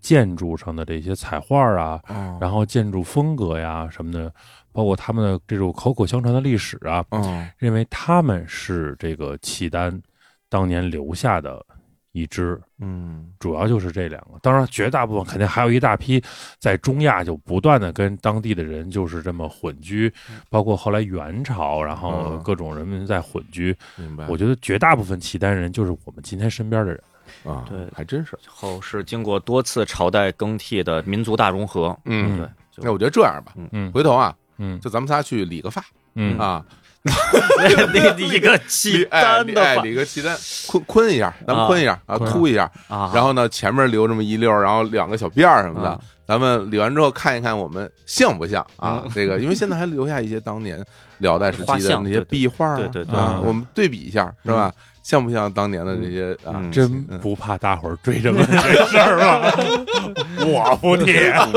Speaker 3: 建筑上的这些彩画啊，
Speaker 1: 哦，
Speaker 3: 然后建筑风格呀什么的，包括他们的这种口口相传的历史啊，
Speaker 1: 哦
Speaker 3: 认为他们是这个契丹当年留下的一支，
Speaker 1: 嗯
Speaker 3: 主要就是这两个。当然，绝大部分肯定还有一大批在中亚就不断的跟当地的人就是这么混居，包括后来元朝，然后
Speaker 1: 嗯
Speaker 3: 各种人民在混居。
Speaker 1: 明白，
Speaker 3: 我觉得绝大部分契丹人就是我们今天身边的人。
Speaker 1: 得啊，
Speaker 2: 对
Speaker 1: 还真是。
Speaker 2: 后是经过多次朝代更替的民族大融合，
Speaker 1: 嗯
Speaker 2: 对，就
Speaker 1: 那我觉得这样吧，
Speaker 3: 嗯
Speaker 1: 回头啊，
Speaker 3: 嗯
Speaker 1: 就咱们仨去理个发
Speaker 3: 嗯
Speaker 1: 啊，
Speaker 2: 那那一个
Speaker 1: 理
Speaker 2: 契
Speaker 1: 哎
Speaker 2: 丹
Speaker 1: 理
Speaker 2: 的
Speaker 1: 哎
Speaker 2: 吧
Speaker 1: 理个契丹，坤坤一下，咱们
Speaker 2: 啊
Speaker 1: 坤一下啊，
Speaker 3: 坤啊
Speaker 1: 秃一下，
Speaker 2: 啊，
Speaker 1: 然后呢，前面留这么一溜儿，然后两个小辫儿什么的，
Speaker 2: 啊
Speaker 1: 咱们理完之后看一看我们像不像啊？这个，因为现在还留下一些当年辽代时
Speaker 2: 画
Speaker 1: 期的
Speaker 2: 像
Speaker 1: 那些
Speaker 2: 对对
Speaker 1: 壁画啊，
Speaker 2: 对对对
Speaker 1: 啊，
Speaker 3: 嗯
Speaker 1: 我们对比一下，是吧？像不像当年的这些啊？
Speaker 2: 嗯
Speaker 3: 真
Speaker 1: 嗯
Speaker 3: 不怕大伙儿追着问这事 儿吗？我不提，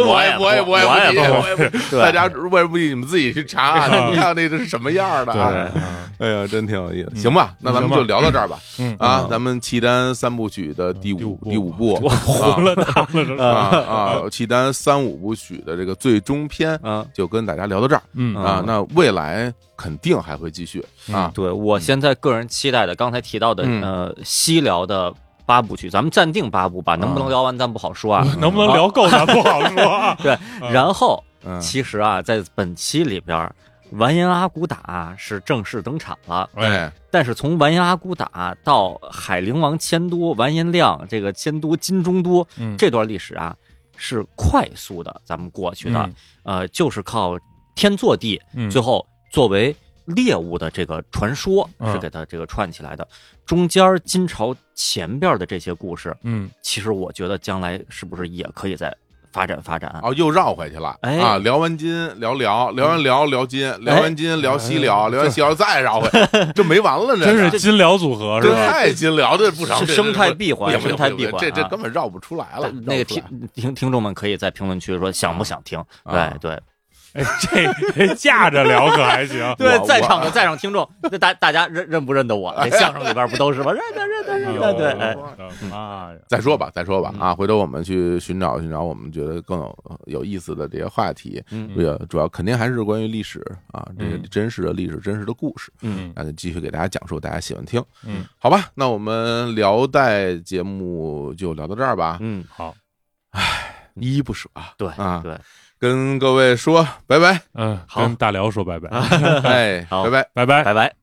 Speaker 1: 我
Speaker 2: 也
Speaker 1: 我也
Speaker 2: 我
Speaker 1: 也不
Speaker 2: 也
Speaker 1: 提
Speaker 2: 不
Speaker 1: 我也不提，
Speaker 2: 对
Speaker 1: 大家如果不提你们自己去查啊，
Speaker 3: 嗯
Speaker 1: 你看那这是什么样儿的啊？
Speaker 3: 对，嗯
Speaker 1: 哎呀，真挺有意思。行吧，那咱们就聊到这儿吧。
Speaker 3: 嗯
Speaker 1: 啊，咱们契丹三部曲的第
Speaker 3: 第
Speaker 1: 五
Speaker 3: 五部
Speaker 1: 第五部
Speaker 3: 我混了他们了。
Speaker 1: 啊啊，契丹三五部曲的这个最终篇
Speaker 2: 嗯。
Speaker 1: 就跟大家聊到这儿
Speaker 3: 嗯
Speaker 2: 嗯
Speaker 1: 啊。那未来肯定还会继续啊。
Speaker 2: 对我现在个人期待的，刚才提到的
Speaker 1: 嗯
Speaker 2: 呃西辽的八部曲，咱们暂定八部吧，能不能聊完咱不好说 啊。。
Speaker 3: 能不能聊够咱不好说啊
Speaker 2: 对，然后
Speaker 1: 嗯，
Speaker 2: 其实啊，在本期里边儿，完颜阿骨打啊是正式登场了。
Speaker 1: 哎，
Speaker 2: 但是从完颜阿骨打到海陵王迁都完颜亮这个迁都金中都
Speaker 3: 嗯
Speaker 2: 这段历史啊，是快速的咱们过去的
Speaker 3: 嗯，
Speaker 2: 呃，就是靠天祚帝
Speaker 3: 嗯
Speaker 2: 最后作为猎物的这个传说
Speaker 3: 嗯
Speaker 2: 是给它这个串起来的。中间儿金朝前边儿的这些故事，
Speaker 3: 嗯，
Speaker 2: 其实我觉得将来是不是也可以再发展啊发展？
Speaker 1: 哦，又绕回去了
Speaker 2: 哎
Speaker 1: 啊！聊完金，聊辽，聊完辽，聊金，聊完金，聊西辽，聊完西辽再绕回， 这没完了，这
Speaker 3: 真是金辽组合是
Speaker 1: 这
Speaker 3: 吧？
Speaker 1: 太金辽，这不成，
Speaker 2: 是
Speaker 1: 这
Speaker 2: 生态闭环
Speaker 1: 不行不行
Speaker 2: 生态
Speaker 1: 不行
Speaker 2: 闭环
Speaker 1: 这这
Speaker 2: 啊
Speaker 1: 根本绕不出来了。绕不
Speaker 2: 那个
Speaker 1: 出
Speaker 2: 听
Speaker 1: 来
Speaker 2: 听听众们可以在评论区说想不想听？
Speaker 1: 啊。
Speaker 2: 对对，
Speaker 3: 哎，这这架着聊可还行
Speaker 2: 对，
Speaker 1: 我
Speaker 2: 在
Speaker 1: 我
Speaker 2: 场的在场听众， 那大大家认认不认得 我？这相声里边不都是吗？认得认得认
Speaker 1: 哦
Speaker 2: 得，对，哎
Speaker 3: 对，妈呀，
Speaker 1: 再说吧，再说吧
Speaker 2: 嗯
Speaker 1: 啊！回头我们去寻找寻找我们觉得更有有意思的这些话题，
Speaker 2: 嗯
Speaker 1: 也主要肯定还是关于历史啊，这个
Speaker 3: 嗯
Speaker 1: 真实的历史、真实的故事，
Speaker 3: 嗯
Speaker 1: 那就继续给大家讲述，大家喜欢听，
Speaker 3: 嗯，
Speaker 1: 好吧？那我们辽代节目就聊到这儿吧，
Speaker 2: 嗯，
Speaker 3: 好，
Speaker 1: 依依不舍啊，
Speaker 2: 对
Speaker 1: 啊，
Speaker 2: 对，
Speaker 1: 跟各位说拜拜，
Speaker 3: 嗯，
Speaker 2: 好
Speaker 3: 跟大辽说拜拜，
Speaker 1: 哎，
Speaker 2: 好
Speaker 1: 拜拜。
Speaker 3: 拜拜。
Speaker 2: 拜拜。